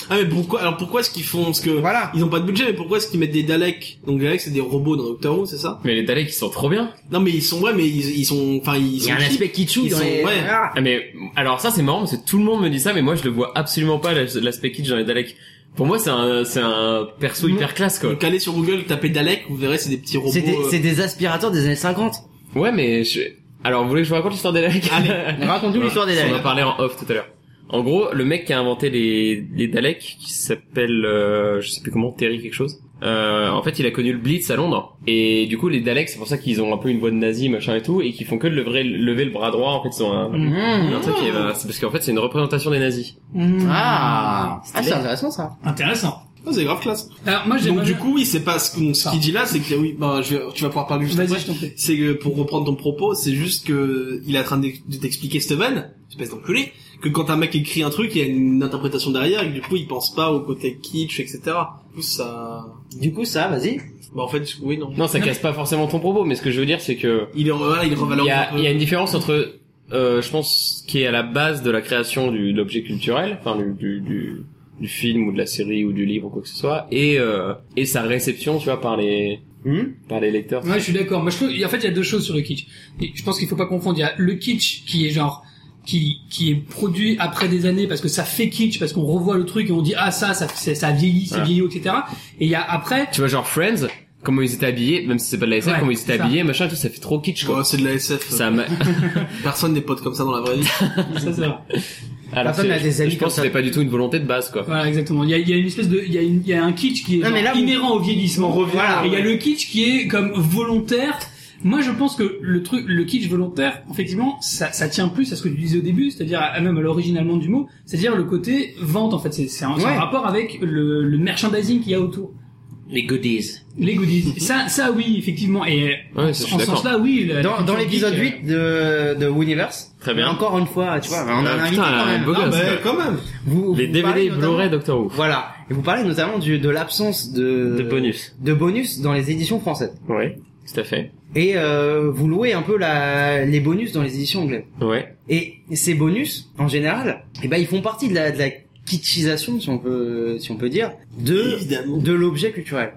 Speaker 2: Ah, mais pourquoi, alors pourquoi est-ce qu'ils font ce que...
Speaker 3: Voilà.
Speaker 2: Ils ont pas de budget, mais pourquoi est-ce qu'ils mettent des Daleks Donc, les Daleks, c'est des robots dans Doctor Who, c'est ça
Speaker 4: Mais les Daleks, ils sont trop bien.
Speaker 2: Non, mais ils sont, ouais, mais ils, ils sont, enfin, ils
Speaker 3: Il
Speaker 2: sont...
Speaker 3: y a un
Speaker 2: cheap.
Speaker 3: aspect kitschou
Speaker 2: Ils
Speaker 3: dans
Speaker 2: sont-
Speaker 3: les.
Speaker 2: ouais.
Speaker 3: Ah.
Speaker 4: Ah mais alors ça c'est marrant parce que tout le monde me dit ça mais moi je le vois absolument pas l'as- l'aspect kitsch dans les Daleks. Pour moi c'est un c'est un perso
Speaker 3: Non.
Speaker 4: hyper classe quoi.
Speaker 2: Donc, allez sur Google, tapez Dalek, vous verrez, c'est des petits robots...
Speaker 3: C'est des,
Speaker 2: euh,
Speaker 3: c'est des aspirateurs des années 50.
Speaker 4: Ouais mais je... alors vous voulez que je vous raconte l'histoire des Daleks
Speaker 2: Allez.
Speaker 3: Raconte-nous l'histoire des
Speaker 4: On en
Speaker 3: Daleks.
Speaker 4: parlait en off tout à l'heure. En gros le mec qui a inventé les les Daleks qui s'appelle euh, je sais plus comment Terry quelque chose. Euh, en fait, il a connu le Blitz à Londres et du coup les Daleks, c'est pour ça qu'ils ont un peu une voix de nazi machin et tout et qu'ils font que de lever, lever le bras droit en fait, ils ont un,
Speaker 3: Mmh.
Speaker 4: un
Speaker 2: Mm.
Speaker 4: truc qui est- bah, c'est parce qu'en fait, c'est une représentation des nazis.
Speaker 5: Mmh.
Speaker 3: Ah, ah
Speaker 5: Stylé.
Speaker 3: c'est intéressant ça.
Speaker 5: Intéressant.
Speaker 2: ah, c'est grave classe.
Speaker 5: Alors moi j'ai
Speaker 2: Donc, du coup, oui, c'est pas ce, donc, ce
Speaker 5: Ah.
Speaker 2: qu'il dit là, c'est que, oui, bah, je vais- tu vas pouvoir parler juste
Speaker 5: vas-y,
Speaker 2: après.
Speaker 5: je t'en prie.
Speaker 2: c'est que pour reprendre ton propos, c'est juste que il est en train de de t'expliquer Steven, espèce d'enculé, que quand un mec écrit un truc, il y a une interprétation derrière et que du coup il pense pas au côté kitsch, etc. Du coup ça,
Speaker 3: Du coup ça, vas-y.
Speaker 2: bah en fait oui non.
Speaker 4: Non, ça casse pas forcément ton propos, mais ce que je veux dire, c'est que
Speaker 2: Il est voilà, il
Speaker 4: il
Speaker 2: revalorise.
Speaker 4: y
Speaker 2: un
Speaker 4: a,
Speaker 2: peu.
Speaker 4: il y a une différence entre, euh, je pense, ce qui est à la base de la création du, de l'objet culturel, enfin du, du, du, du film ou de la série ou du livre ou quoi que ce soit, et euh, et sa réception, tu vois, par les
Speaker 3: Mmh.
Speaker 4: par les lecteurs.
Speaker 5: Ouais, je suis d'accord. Moi, je trouve, en fait, il y a deux choses sur le kitsch. Et je pense qu'il faut pas confondre. Il y a le kitsch qui est genre, qui, qui est produit après des années parce que ça fait kitsch, parce qu'on revoit le truc et on dit, ah, ça, ça, ça, ça vieillit, c'est
Speaker 4: Ouais.
Speaker 5: vieillot, etc. Et il y a après,
Speaker 4: Tu vois, genre Friends, comment ils étaient habillés, même si c'est pas de la SF,
Speaker 5: Ouais,
Speaker 4: comment ils étaient
Speaker 5: c'est ça.
Speaker 4: habillés, machin, tout ça fait trop kitsch quoi.
Speaker 2: Ouais, c'est de la SF.
Speaker 4: Ça m'a-
Speaker 2: Personne n'est pote comme ça dans la vraie vie.
Speaker 5: ça, ça va.
Speaker 4: Alors,
Speaker 3: Personne
Speaker 4: c'est-
Speaker 3: n'a des
Speaker 4: je
Speaker 3: amis comme
Speaker 4: pense que
Speaker 3: ça.
Speaker 4: c'était pas du tout une volonté de base quoi.
Speaker 5: Voilà, exactement. Il y a, il y a une espèce de, il y a, une- il y a un kitsch qui est
Speaker 3: Non, mais
Speaker 5: genre
Speaker 3: là,
Speaker 5: inhérent au vieillissement.
Speaker 3: on revient-
Speaker 5: Voilà. Et il y a
Speaker 3: Ah, ouais.
Speaker 5: le kitsch qui est comme volontaire. Moi, je pense que le truc, le kitsch volontaire, effectivement, ça, ça tient plus à ce que tu disais au début, c'est-à-dire à- même à l'originalement du mot, c'est-à-dire le côté vente, en fait. C'est c'est un, c'est un
Speaker 3: Ouais.
Speaker 5: rapport avec le, le merchandising qu'il y a autour.
Speaker 3: Les goodies.
Speaker 5: Les goodies. ça, ça oui, effectivement. Et
Speaker 4: Ouais, ça, je suis
Speaker 5: en ce
Speaker 4: d'accord.
Speaker 5: sens-là, oui. la- la
Speaker 3: Dans, dans
Speaker 5: culture
Speaker 3: l'épisode
Speaker 5: geek, euh,
Speaker 3: 8 de, de Universe.
Speaker 4: Très bien.
Speaker 3: Encore une fois, tu vois, on a
Speaker 4: Ah,
Speaker 3: un invité
Speaker 4: putain,
Speaker 3: quand même.
Speaker 4: beau
Speaker 2: Ah,
Speaker 4: gosse,
Speaker 2: bah,
Speaker 4: quoi.
Speaker 2: quand même.
Speaker 3: Vous,
Speaker 4: Les
Speaker 3: vous
Speaker 4: DVD
Speaker 3: parlez
Speaker 4: et
Speaker 3: notamment-
Speaker 4: Blu-ray Doctor Who.
Speaker 3: Voilà. Et vous parlez notamment du, de l'absence de,
Speaker 4: De bonus.
Speaker 3: de bonus dans les éditions françaises.
Speaker 4: Ouais. Tout à fait.
Speaker 3: Et euh, vous louez un peu la, les bonus dans les éditions anglaises.
Speaker 4: Ouais.
Speaker 3: Et ces bonus, en général, eh ben, ils font partie de la, de la kitschisation, si on peut, si on peut dire, de,
Speaker 2: Évidemment.
Speaker 3: de l'objet culturel.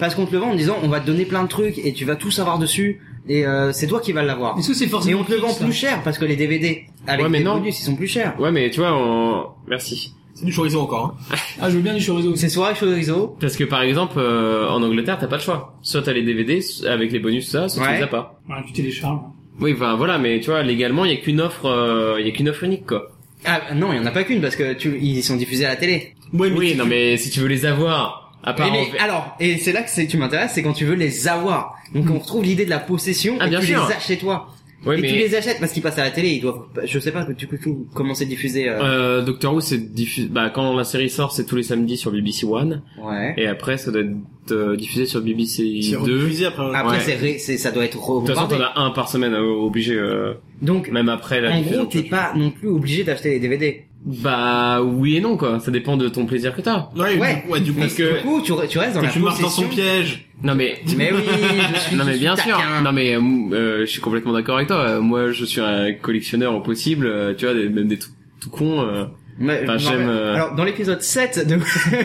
Speaker 3: Parce qu'on te le vend en disant, on va te donner plein de trucs et tu vas tout savoir dessus et euh, c'est toi qui vas l'avoir.
Speaker 5: Est-ce que c'est
Speaker 3: Et
Speaker 5: forcément
Speaker 3: on te le vend
Speaker 5: kitsch, ça
Speaker 3: plus cher parce que les DVD avec
Speaker 4: Ouais, mais
Speaker 3: les
Speaker 4: non.
Speaker 3: bonus, ils sont plus chers.
Speaker 4: Ouais, mais tu vois, on... merci.
Speaker 2: C'est du chorizo encore. hein.
Speaker 5: Ah, je veux bien du chorizo.
Speaker 3: C'est soirée chorizo.
Speaker 4: Parce que par exemple, euh, en Angleterre, t'as pas le choix. Soit t'as les DVD avec les bonus, tout ça, soit tu
Speaker 3: Ouais.
Speaker 4: les as pas.
Speaker 5: Voilà, tu télécharges.
Speaker 4: Oui, enfin voilà, mais tu vois, légalement, il y a qu'une offre, euh, il y a qu'une offre unique, quoi.
Speaker 3: Ah non, il y en a pas qu'une parce que tu, ils sont diffusés à la télé.
Speaker 2: Ouais, mais
Speaker 4: oui,
Speaker 2: tu-
Speaker 4: non, mais si tu veux les avoir, à part.
Speaker 3: Et Ah, mais,
Speaker 4: en-
Speaker 3: alors, et c'est là que c'est- tu m'intéresses, c'est quand tu veux les avoir. Donc on retrouve l'idée de la possession
Speaker 4: Hmm. Ah,
Speaker 3: et
Speaker 4: bien
Speaker 3: tu
Speaker 4: sûr.
Speaker 3: les achètes chez toi.
Speaker 4: Ouais,
Speaker 3: et
Speaker 4: mais
Speaker 3: tu les achètes parce qu'ils passent à la télé, ils doivent. bah, Je sais pas que tu coup, comment c'est diffusé. euh,
Speaker 4: euh, Doctor Who, c'est diffusé. Bah, quand la série sort, c'est tous les samedis sur BBC One,
Speaker 3: Ouais.
Speaker 4: et après, ça doit être euh, diffusé sur BBC
Speaker 2: C'est
Speaker 4: 2. De
Speaker 2: refusé après.
Speaker 3: Après,
Speaker 4: ouais.
Speaker 3: c'est ré- c'est ça doit être
Speaker 4: toute façon,
Speaker 3: rebombardé.
Speaker 4: t'en as un par semaine euh, obligé, euh,
Speaker 3: Donc,
Speaker 4: même après la
Speaker 3: en
Speaker 4: diffusion,
Speaker 3: gros,
Speaker 4: tu
Speaker 3: Ah, t'es
Speaker 4: vois.
Speaker 3: pas non plus obligé d'acheter les DVD.
Speaker 4: Bah oui et non quoi, ça dépend de ton plaisir que t'as.
Speaker 2: Ouais,
Speaker 3: Ouais.
Speaker 2: du- ouais, du coup.
Speaker 4: Parce que-
Speaker 3: Du coup, tu, re- tu restes dans
Speaker 2: que
Speaker 3: la
Speaker 2: tu marches dans son
Speaker 3: possession.
Speaker 2: piège.
Speaker 4: Non mais
Speaker 3: Mais oui, je suis,
Speaker 4: Non mais
Speaker 3: je suis
Speaker 4: bien sûr.
Speaker 3: taquin.
Speaker 4: Non mais euh, euh, je suis complètement d'accord avec toi. Euh, Moi je suis un collectionneur au possible, euh, tu vois, des- même des tout, tout cons. euh,
Speaker 3: Ouais,
Speaker 4: Enfin,
Speaker 3: je me
Speaker 4: j'aime,
Speaker 3: rappelle.
Speaker 4: euh, Ah,
Speaker 3: Alors, dans l'épisode 7 de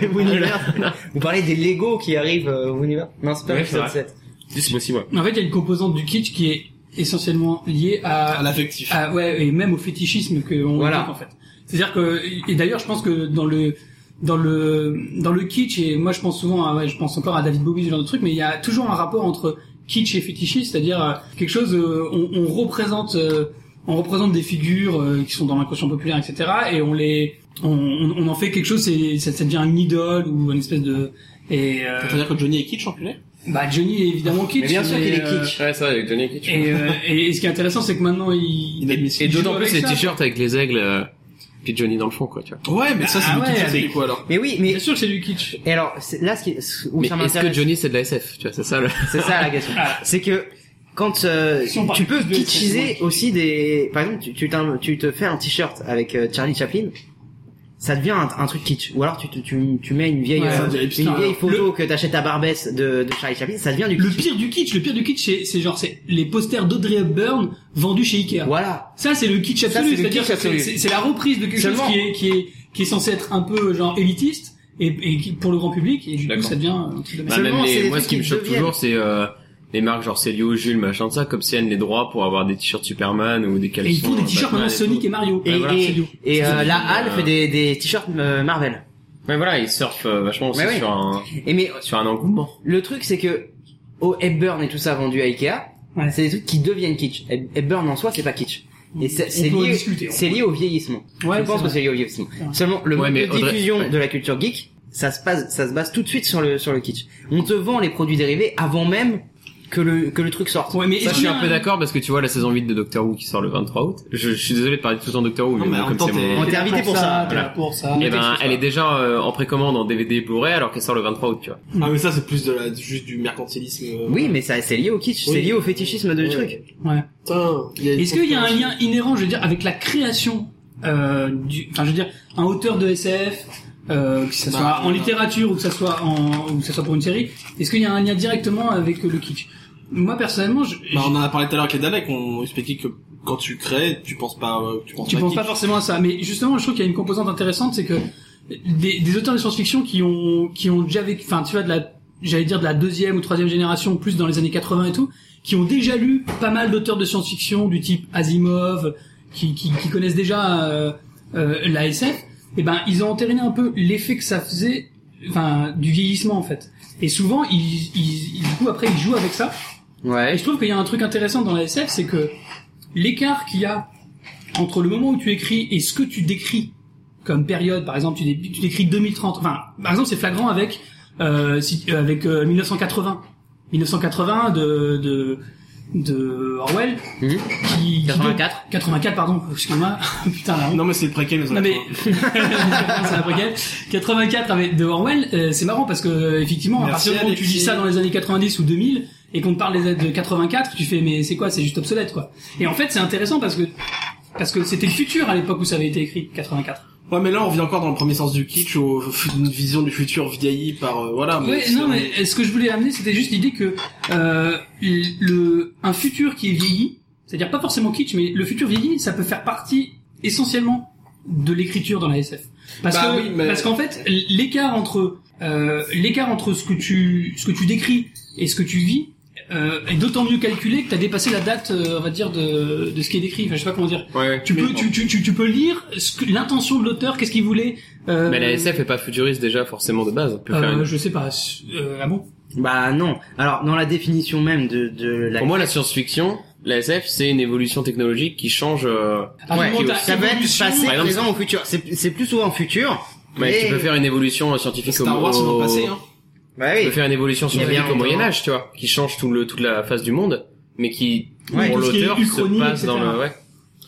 Speaker 3: Wooniverse, vous parlez des Lego qui arrivent euh, au Wooniverse. Non, c'est pas
Speaker 4: Ouais,
Speaker 3: l'épisode
Speaker 4: c'est
Speaker 3: 7.
Speaker 4: Si, c'est possible, ouais.
Speaker 5: En fait, il y a une composante du kitsch qui est essentiellement liée
Speaker 2: à
Speaker 5: Ah, à,
Speaker 2: l'affectif.
Speaker 5: à- ouais, et même au fétichisme que on
Speaker 3: Voilà.
Speaker 5: évoque, en fait. C'est-à-dire que et d'ailleurs, je pense que dans le dans le dans le kitsch et moi je pense souvent à- ouais, je pense encore à David Bowie ce genre de truc, mais il y a toujours un rapport entre kitsch et fétichiste, c'est-à-dire euh, quelque chose euh, on, on représente euh, on représente des figures euh, qui sont dans l'inconscient populaire, etc. Et on les on, on, on en fait quelque chose, c'est ça, ça devient une idole ou une espèce de et euh,
Speaker 2: C'est-à-dire que Johnny est kitsch, enculé
Speaker 5: bah Johnny est évidemment kitsch.
Speaker 3: Mais bien sûr qu'il est
Speaker 5: euh,
Speaker 3: kitsch.
Speaker 4: Ouais, ça, avec Johnny Kitsch.
Speaker 5: et, euh, et ce qui est intéressant, c'est que maintenant il,
Speaker 4: Et,
Speaker 5: il-
Speaker 4: et
Speaker 5: il joue
Speaker 4: d'autant plus
Speaker 5: avec
Speaker 4: les
Speaker 5: ça.
Speaker 4: t-shirts avec les aigles, euh, puis Johnny dans le fond, quoi, tu vois.
Speaker 2: Ouais, mais ça, c'est
Speaker 5: Ah
Speaker 2: du
Speaker 5: ouais,
Speaker 2: kitsch, c'est
Speaker 5: mais-
Speaker 2: quoi alors
Speaker 3: Mais oui, mais,
Speaker 5: Bien sûr que c'est du kitsch.
Speaker 3: et alors, c'est- là, ce qui, ce- où
Speaker 4: Mais
Speaker 3: ça
Speaker 4: est-ce que
Speaker 3: m'intéresse,
Speaker 4: Johnny c'est de la SF, tu vois, c'est ça le...
Speaker 3: c'est ça la question.
Speaker 5: Ah.
Speaker 3: C'est que, quand euh,
Speaker 5: Si on parle
Speaker 3: tu peux
Speaker 5: plus de
Speaker 3: kitschiser aussi des... Par exemple, tu, tu, t'in- tu te fais un t-shirt avec euh, Charlie Chaplin, ça devient un, un truc kitsch. Ou alors tu, tu, tu, tu mets une vieille,
Speaker 5: Ouais,
Speaker 3: euh,
Speaker 5: ça
Speaker 2: devient hipster,
Speaker 3: une vieille
Speaker 2: alors.
Speaker 3: photo que t'achètes à Barbès de, de Charlie Chaplin, ça devient du
Speaker 5: Le
Speaker 3: kitsch.
Speaker 5: pire du kitsch, le pire du kitsch, c'est- c'est genre c'est les posters d'Audrey Hepburn vendus chez Ikea.
Speaker 3: Voilà.
Speaker 5: Ça c'est le kitsch
Speaker 3: Ça, c'est
Speaker 5: absolu,
Speaker 3: le
Speaker 5: c'est-à-dire
Speaker 3: kitsch
Speaker 5: que c'est-
Speaker 3: absolu.
Speaker 5: c'est c'est la reprise de quelque
Speaker 3: Seulement.
Speaker 5: chose qui est qui est qui est censé être un peu genre élitiste et, et qui- pour le grand public et du coup
Speaker 4: D'accord.
Speaker 5: ça devient euh, un truc de
Speaker 4: Bah,
Speaker 5: merde.
Speaker 3: Seulement,
Speaker 4: même
Speaker 3: c'est
Speaker 4: les,
Speaker 3: des
Speaker 4: moi,
Speaker 3: trucs
Speaker 4: ce qui me
Speaker 3: qui
Speaker 4: choque
Speaker 3: deviennent.
Speaker 4: toujours, c'est euh, les marques genre Célio, Jules, machin de ça, comme si elles les droits pour avoir des t-shirts Superman ou des caleçons.
Speaker 5: Et ils font des t-shirts
Speaker 4: Bah, Batman
Speaker 5: maintenant
Speaker 4: et
Speaker 5: Sonic
Speaker 4: tout.
Speaker 5: et Mario.
Speaker 3: Et,
Speaker 5: Ouais, voilà,
Speaker 3: et-
Speaker 5: c'est du-
Speaker 3: et, euh, la
Speaker 4: euh,
Speaker 3: Halle fait des, des t-shirts euh, Marvel.
Speaker 4: Ouais, voilà, ils surfent euh, vachement aussi
Speaker 3: Mais ouais.
Speaker 4: sur un
Speaker 3: Et mais
Speaker 4: sur un engouement.
Speaker 3: le truc c'est que au Hepburn et tout ça vendu à Ikea,
Speaker 5: Ouais.
Speaker 3: c'est des trucs qui deviennent kitsch. Heb- Hepburn en soi c'est pas kitsch. Et c'est c'est
Speaker 5: peut en
Speaker 3: lié,
Speaker 5: discuter,
Speaker 2: hein.
Speaker 5: on
Speaker 3: c'est lié au vieillissement.
Speaker 5: Ouais,
Speaker 3: Je pense
Speaker 5: c'est
Speaker 3: que
Speaker 5: vrai.
Speaker 3: c'est lié au vieillissement.
Speaker 5: vrai.
Speaker 3: Seulement le
Speaker 4: Ouais,
Speaker 3: mode
Speaker 4: mais
Speaker 3: de
Speaker 4: Audrey-
Speaker 3: diffusion
Speaker 4: ouais.
Speaker 3: de la culture geek, ça se passe, ça se base tout de suite sur le sur le kitsch. On te vend les produits dérivés avant même que le que le truc sorte.
Speaker 5: Ouais, mais
Speaker 4: Ça,
Speaker 5: est-ce
Speaker 4: je suis
Speaker 5: qu'il y a
Speaker 4: un peu d'accord parce que tu vois la saison 8 de Doctor Who qui sort le 23 août. Je, je suis désolé de parler tout le temps de Doctor Who, mais,
Speaker 2: mais en
Speaker 4: bon, comme
Speaker 2: même temps,
Speaker 4: c'est mon...
Speaker 2: t'es-
Speaker 3: On t'a invité pour ça.
Speaker 5: t'es là
Speaker 4: voilà.
Speaker 5: pour ça.
Speaker 4: Eh ben,
Speaker 2: t'excuses
Speaker 4: elle
Speaker 2: pas.
Speaker 4: est déjà euh, en précommande en DVD et Blu-ray alors qu'elle sort le 23 août, tu vois.
Speaker 2: Ah, mais ça, c'est plus de la, juste du mercantilisme. euh,
Speaker 3: Oui, mais ça c'est lié au kitsch, c'est
Speaker 2: oui.
Speaker 3: lié au fétichisme de
Speaker 2: Ouais.
Speaker 3: truc.
Speaker 5: Ouais.
Speaker 2: Putain, il y a une
Speaker 5: Est-ce qu'il y a un
Speaker 2: compréhension.
Speaker 5: lien inhérent, je veux dire, avec la création euh, du, enfin, je veux dire, un auteur de SF, euh, que ça soit
Speaker 2: Bah,
Speaker 5: en
Speaker 2: euh,
Speaker 5: littérature ou que ça soit en, ou que ça soit pour une série, est-ce qu'il y a un lien directement avec euh, le kitsch Moi personnellement, je,
Speaker 2: Bah, on en a parlé tout à l'heure avec les Daleks, on expliquait que quand tu crées, tu penses pas, euh, tu penses
Speaker 5: tu
Speaker 2: pas
Speaker 5: penses
Speaker 2: kitsch.
Speaker 5: pas forcément à ça, mais justement, je trouve qu'il y a une composante intéressante, c'est que des, des auteurs de science-fiction qui ont qui ont déjà vécu, enfin, tu vois, de la, j'allais dire de la deuxième ou troisième génération, plus dans les années 80 et tout, qui ont déjà lu pas mal d'auteurs de science-fiction du type Asimov, qui, qui, qui connaissent déjà euh, euh, la SF, et ben ils ont entériné un peu l'effet que ça faisait, enfin, du vieillissement en fait. Et souvent, ils, ils, ils- du coup, après, ils jouent avec ça. Et
Speaker 3: Ouais.
Speaker 5: je trouve qu'il y a un truc intéressant dans la SF, c'est que l'écart qu'il y a entre le moment où tu écris et ce que tu décris comme période, par exemple, tu, dé- tu décris 2030. Enfin, par exemple, c'est flagrant avec euh, si- euh, avec euh, 1980, 1980 de de, de Orwell,
Speaker 3: Mhm.
Speaker 5: qui, qui-
Speaker 3: 84.
Speaker 5: 84, pardon, excuse-moi, putain la honte.
Speaker 2: Non, mais c'est le préquel, les
Speaker 5: Non
Speaker 2: autres,
Speaker 5: mais
Speaker 2: hein.
Speaker 5: c'est la préquelle. 84 avec de Orwell, euh, c'est marrant parce que euh, effectivement à
Speaker 2: Merci,
Speaker 5: partir du moment où tu
Speaker 2: Alexis.
Speaker 5: dis ça dans les années 90 ou 2000 et qu'on te parle des aides de 84, tu fais mais c'est quoi, c'est juste obsolète quoi. Et en fait c'est intéressant parce que parce que c'était le futur à l'époque où ça avait été écrit 84.
Speaker 2: Ouais, mais là, on revient encore dans le premier sens du kitsch, au, f- une vision du futur vieillie par, euh, voilà.
Speaker 5: Ouais,
Speaker 2: c'est-
Speaker 5: non mais euh, ce que je voulais amener c'était juste l'idée que euh, le un futur qui est vieilli, c'est-à-dire pas forcément kitsch mais le futur vieilli, ça peut faire partie essentiellement de l'écriture dans la SF. Parce
Speaker 2: Bah
Speaker 5: que
Speaker 2: oui, mais-
Speaker 5: parce qu'en fait l'écart entre euh, l'écart entre ce que tu ce que tu décris et ce que tu vis euh, est d'autant mieux calculé que tu as dépassé la date euh, on va dire de de ce qui est décrit. Enfin je sais pas comment dire.
Speaker 4: Ouais.
Speaker 5: Tu peux tu tu tu, tu peux lire ce que- l'intention de l'auteur, qu'est-ce qu'il voulait euh,
Speaker 4: Mais la SF est pas futuriste déjà forcément de base. On peut
Speaker 5: euh,
Speaker 4: faire une-
Speaker 5: je sais pas euh, ah bon
Speaker 3: Bah non. Alors dans la définition même de de la
Speaker 4: Pour moi, la science-fiction, la SF, c'est une évolution technologique qui change. euh,
Speaker 5: Ah,
Speaker 3: Ouais,
Speaker 5: du moment où t'as
Speaker 3: ça va être
Speaker 5: évolution-
Speaker 3: passé,
Speaker 4: Par exemple,
Speaker 3: présent ou futur. C'est c'est plus souvent futur.
Speaker 4: Mais
Speaker 3: Et-
Speaker 5: Eh.
Speaker 4: tu peux faire une évolution scientifique au,
Speaker 2: Star Wars, c'est dans
Speaker 4: au-
Speaker 2: le passé, hein.
Speaker 3: Bah
Speaker 4: Tu
Speaker 3: oui.
Speaker 4: peux faire une évolution
Speaker 3: Il y a bien
Speaker 4: scientifique au
Speaker 3: longtemps.
Speaker 4: Moyen Âge, tu vois, qui change tout le toute la face du monde, mais qui
Speaker 3: Ouais,
Speaker 4: pour
Speaker 5: tout ce qui est
Speaker 4: l'auteur se
Speaker 5: uchronie,
Speaker 4: passe dans
Speaker 5: etc.
Speaker 4: le. Ouais.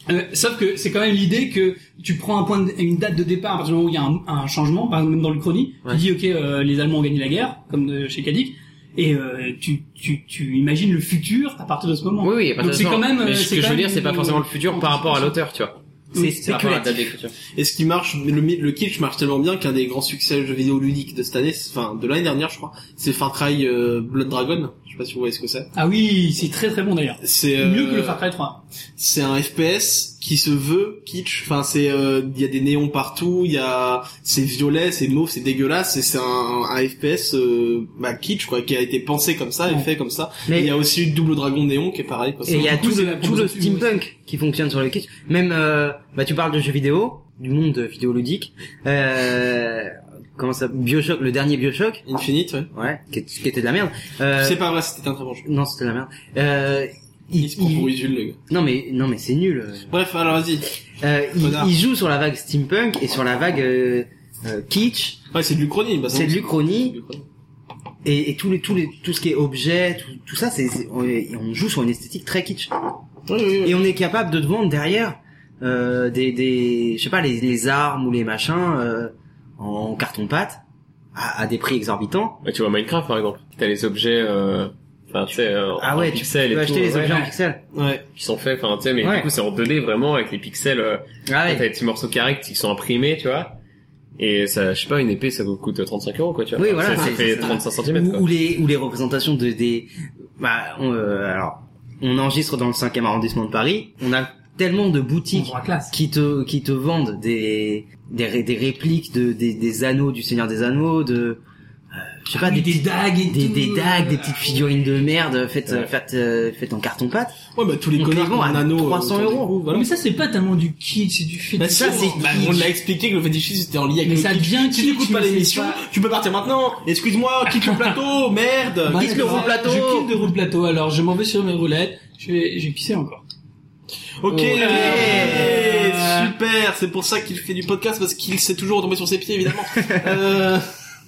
Speaker 5: Euh, sauf que c'est quand même l'idée que tu prends un point de- une date de départ à partir du moment où il y a un, un changement, par exemple même dans le chronique,
Speaker 4: Ouais.
Speaker 5: tu dis ok euh, les Allemands ont gagné la guerre, comme de chez Kadik, et euh, tu, tu, tu imagines le futur à partir de ce moment.
Speaker 4: Oui, oui. à partir
Speaker 5: Donc
Speaker 4: de
Speaker 5: c'est
Speaker 4: ça.
Speaker 5: quand même. euh,
Speaker 4: Mais ce
Speaker 5: c'est
Speaker 4: que je
Speaker 5: quand
Speaker 4: veux dire,
Speaker 5: même
Speaker 4: c'est pas
Speaker 5: une-
Speaker 4: forcément le futur par rapport à l'auteur, tu vois.
Speaker 3: C'est
Speaker 4: Par rapport à la date
Speaker 3: spéculatif.
Speaker 4: d'écriture.
Speaker 2: Et ce qui marche, le, mi- le kitsch marche tellement bien qu'un des grands succès jeux vidéo ludiques de cette année, c'est- enfin de l'année dernière je crois, c'est Far Cry euh, Blood Dragon. Je sais pas si vous voyez ce que c'est.
Speaker 5: Ah oui, c'est très très bon d'ailleurs.
Speaker 2: C'est euh,
Speaker 5: Mieux que le Far Cry 3.
Speaker 2: C'est un FPS qui se veut kitsch. Enfin, c'est euh, il y a des néons partout, il y a c'est violet, c'est mauve, c'est dégueulasse. C'est c'est un, un FPS euh, bah, kitsch quoi, qui a été pensé comme ça et
Speaker 5: Ouais.
Speaker 2: fait comme ça. Et
Speaker 3: Mais-
Speaker 2: Il y a aussi Double Dragon Néon qui est pareil. Quoi,
Speaker 3: Et il y a
Speaker 5: beaucoup,
Speaker 3: tout
Speaker 5: c'est la
Speaker 3: le, tout le
Speaker 5: proposition humoristique.
Speaker 3: steampunk qui fonctionne sur le kitsch. Même, euh, bah, tu parles de jeux vidéo, du monde vidéoludique. Euh, comment ça Bioshock, le dernier Bioshock,
Speaker 2: Infinite, ouais.
Speaker 3: ouais, qui, est- qui était de la merde. Euh,
Speaker 2: C'est pas vrai, c'était un très bon jeu.
Speaker 3: non, c'était de la merde. Euh, il,
Speaker 2: Il se prend
Speaker 3: il-
Speaker 2: pour Usul, le gars.
Speaker 3: non mais non mais c'est nul.
Speaker 2: Bref, alors vas-y.
Speaker 3: Euh, il,
Speaker 2: Connard.
Speaker 3: il joue sur la vague steampunk et sur la vague euh, euh, kitsch.
Speaker 2: Ouais, c'est de l'Uchronie. Bah,
Speaker 3: C'est de l'Uchronie.
Speaker 2: c'est de l'Uchronie.
Speaker 3: Et, et tous les, tous les, tout ce qui est objet, tout, tout ça, c'est, c'est- on, est- on joue sur une esthétique très kitsch.
Speaker 2: Oui, oui, oui.
Speaker 3: Et on est capable de te vendre derrière euh, des, des, je sais pas, les, les armes ou les machins euh, en carton pâte à, à des prix exorbitants.
Speaker 4: Ouais, tu vois Minecraft par exemple. T'as les objets, euh, enfin tu sais, euh,
Speaker 3: Ah
Speaker 4: en
Speaker 3: ouais, tu,
Speaker 4: pixels
Speaker 3: tu peux
Speaker 4: et tout,
Speaker 3: acheter les
Speaker 4: ouais,
Speaker 3: objets en
Speaker 4: ouais,
Speaker 3: pixels.
Speaker 2: Ouais.
Speaker 4: qui sont faits, enfin tu sais, mais
Speaker 3: Ouais.
Speaker 4: du coup c'est en 2D vraiment avec les pixels. euh,
Speaker 3: Ah
Speaker 4: t'as des petits morceaux carrés qui sont imprimés, tu vois. Et ça, je sais pas, une épée ça vous coûte 35 euros quoi, tu vois.
Speaker 3: Oui,
Speaker 4: Enfin,
Speaker 3: voilà,
Speaker 4: Ça, ça
Speaker 3: c'est-
Speaker 4: fait
Speaker 3: c'est-
Speaker 4: 35 cm
Speaker 3: Ou,
Speaker 4: quoi.
Speaker 3: ou les, ou les représentations de des, bah, on, euh, alors, on enregistre dans le 5e arrondissement de Paris. On a tellement de boutiques
Speaker 5: la classe.
Speaker 3: qui te qui te vendent des des, ré- des répliques de des, des anneaux du Seigneur des Anneaux de euh, je sais pas
Speaker 5: Ah oui,
Speaker 3: des,
Speaker 5: des
Speaker 3: petits-
Speaker 5: dagues et
Speaker 3: des,
Speaker 5: tout.
Speaker 3: des dagues des petites figurines de merde faites euh,
Speaker 4: euh, Ouais.
Speaker 3: faites euh, faites en carton pâte
Speaker 2: Ouais, bah tous les
Speaker 3: On te les
Speaker 2: connards
Speaker 3: vend
Speaker 2: qui ont un
Speaker 3: à
Speaker 2: anneau. euh,
Speaker 3: 300
Speaker 2: autour du
Speaker 3: euros.
Speaker 2: cou, voilà.
Speaker 5: Mais ça, c'est pas tellement du kitsch, c'est du fait.
Speaker 2: Bah, ça, c'est bah, on l'a expliqué que le fétichisme c'était en lien avec
Speaker 5: Mais
Speaker 2: le
Speaker 5: ça
Speaker 2: kitsch.
Speaker 5: devient
Speaker 2: Si
Speaker 5: kitsch,
Speaker 2: t'écoutes pas
Speaker 5: mais c'est
Speaker 2: l'émission,
Speaker 5: pas-
Speaker 2: tu peux partir maintenant. Excuse-moi, quitte le plateau, merde. euh, quitte le
Speaker 5: roule
Speaker 2: plateau.
Speaker 5: Bah, Je quitte le roule plateau, alors je m'en vais sur mes roulettes, je vais, je vais pisser encore.
Speaker 2: Ok,
Speaker 5: Ouais.
Speaker 2: ouais, super. C'est pour ça qu'il fait du podcast parce qu'il sait toujours retomber sur ses pieds évidemment. euh...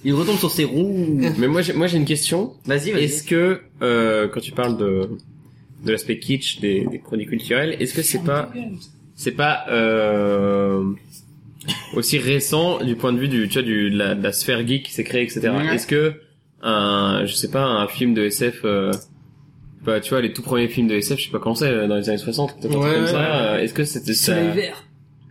Speaker 3: il retombe sur ses roues
Speaker 4: Mais moi j'ai, moi j'ai une question.
Speaker 3: vas-y
Speaker 4: Euh. Est-ce
Speaker 3: vas-y
Speaker 4: que euh, quand tu parles de de l'aspect kitsch des, des produits culturels, est-ce que c'est
Speaker 5: Oh,
Speaker 4: pas c'est pas euh, aussi récent du point de vue du tu vois du de la, de la sphère geek qui s'est créée etc.
Speaker 3: Ouais.
Speaker 4: Est-ce que un je sais pas un film de SF euh, bah, tu vois les tout premiers films de SF je sais pas quand c'est euh, dans les années 60 peut-être un truc
Speaker 2: Ouais,
Speaker 4: comme
Speaker 2: ouais.
Speaker 4: ça euh, est-ce que c'était ça
Speaker 5: Soleil vert.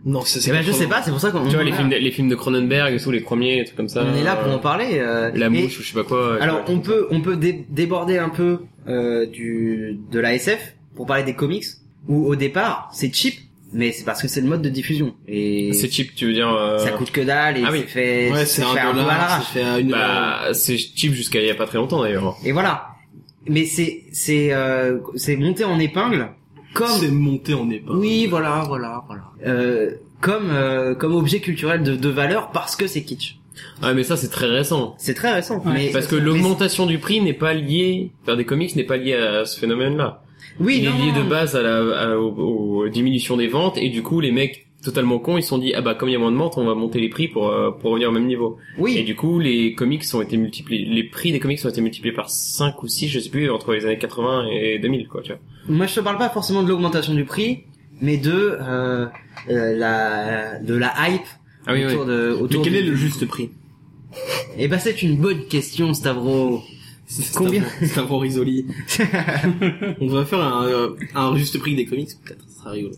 Speaker 2: Non, c'est
Speaker 3: Eh
Speaker 2: c'est
Speaker 3: ben, je
Speaker 2: trop
Speaker 3: sais
Speaker 2: long.
Speaker 3: pas c'est pour ça qu'on
Speaker 4: tu vois les
Speaker 3: on-
Speaker 4: films de, les films de Cronenberg et tout les premiers trucs comme ça
Speaker 3: on est là pour
Speaker 4: euh,
Speaker 3: en parler euh,
Speaker 4: la
Speaker 3: et-
Speaker 4: mouche ou je sais pas quoi euh,
Speaker 3: alors
Speaker 4: tu vois,
Speaker 3: on peut on peut dé- déborder un peu euh, du de la SF pour parler des comics où au départ c'est cheap mais c'est parce que c'est le mode de diffusion et
Speaker 4: c'est cheap tu veux dire euh,
Speaker 3: ça coûte que dalle et
Speaker 4: Ah oui.
Speaker 3: c'est fait
Speaker 2: Ouais, c'est
Speaker 3: c'est
Speaker 2: un
Speaker 3: fait peu à
Speaker 2: dollar.
Speaker 3: l'arrache.
Speaker 2: C'est fait à une.
Speaker 4: bah c'est cheap jusqu'à il y a pas très longtemps d'ailleurs
Speaker 3: Et voilà. Mais c'est c'est euh, c'est monté en épingle
Speaker 2: C'est
Speaker 3: comme
Speaker 2: monté en épingle.
Speaker 3: oui voilà voilà voilà Bah, euh, comme euh, comme objet culturel de, de valeur parce que c'est kitsch.
Speaker 4: Ah mais ça c'est très récent.
Speaker 3: C'est très récent.
Speaker 5: Ouais,
Speaker 3: mais
Speaker 4: Parce que
Speaker 3: mais-
Speaker 4: l'augmentation du prix n'est pas liée, faire des comics n'est pas liée à ce phénomène-là.
Speaker 3: oui
Speaker 4: Il est
Speaker 3: non,
Speaker 4: lié
Speaker 3: non,
Speaker 4: de
Speaker 3: non.
Speaker 4: base à la, à- aux, aux diminutions des ventes et du coup les mecs totalement cons ils se sont dit ah bah comme il y a moins de ventes on va monter les prix pour euh, pour revenir au même niveau. Et
Speaker 3: Oui.
Speaker 4: du coup les comics ont été multipliés, les prix des comics ont été multipliés par 5 ou 6 je sais plus entre les années 80 et 2000 quoi tu vois.
Speaker 3: Moi je te parle pas forcément de l'augmentation du prix, mais de euh, euh, la de la hype
Speaker 4: Ah oui oui.
Speaker 3: autour de autour.
Speaker 2: Mais quel
Speaker 3: du-
Speaker 2: est le juste prix
Speaker 3: Eh ben c'est une bonne question Stavro. Combien
Speaker 2: Stavro- Stavro Risoli. On va faire un, euh, un juste prix des comics, peut-être, ça sera rigolo.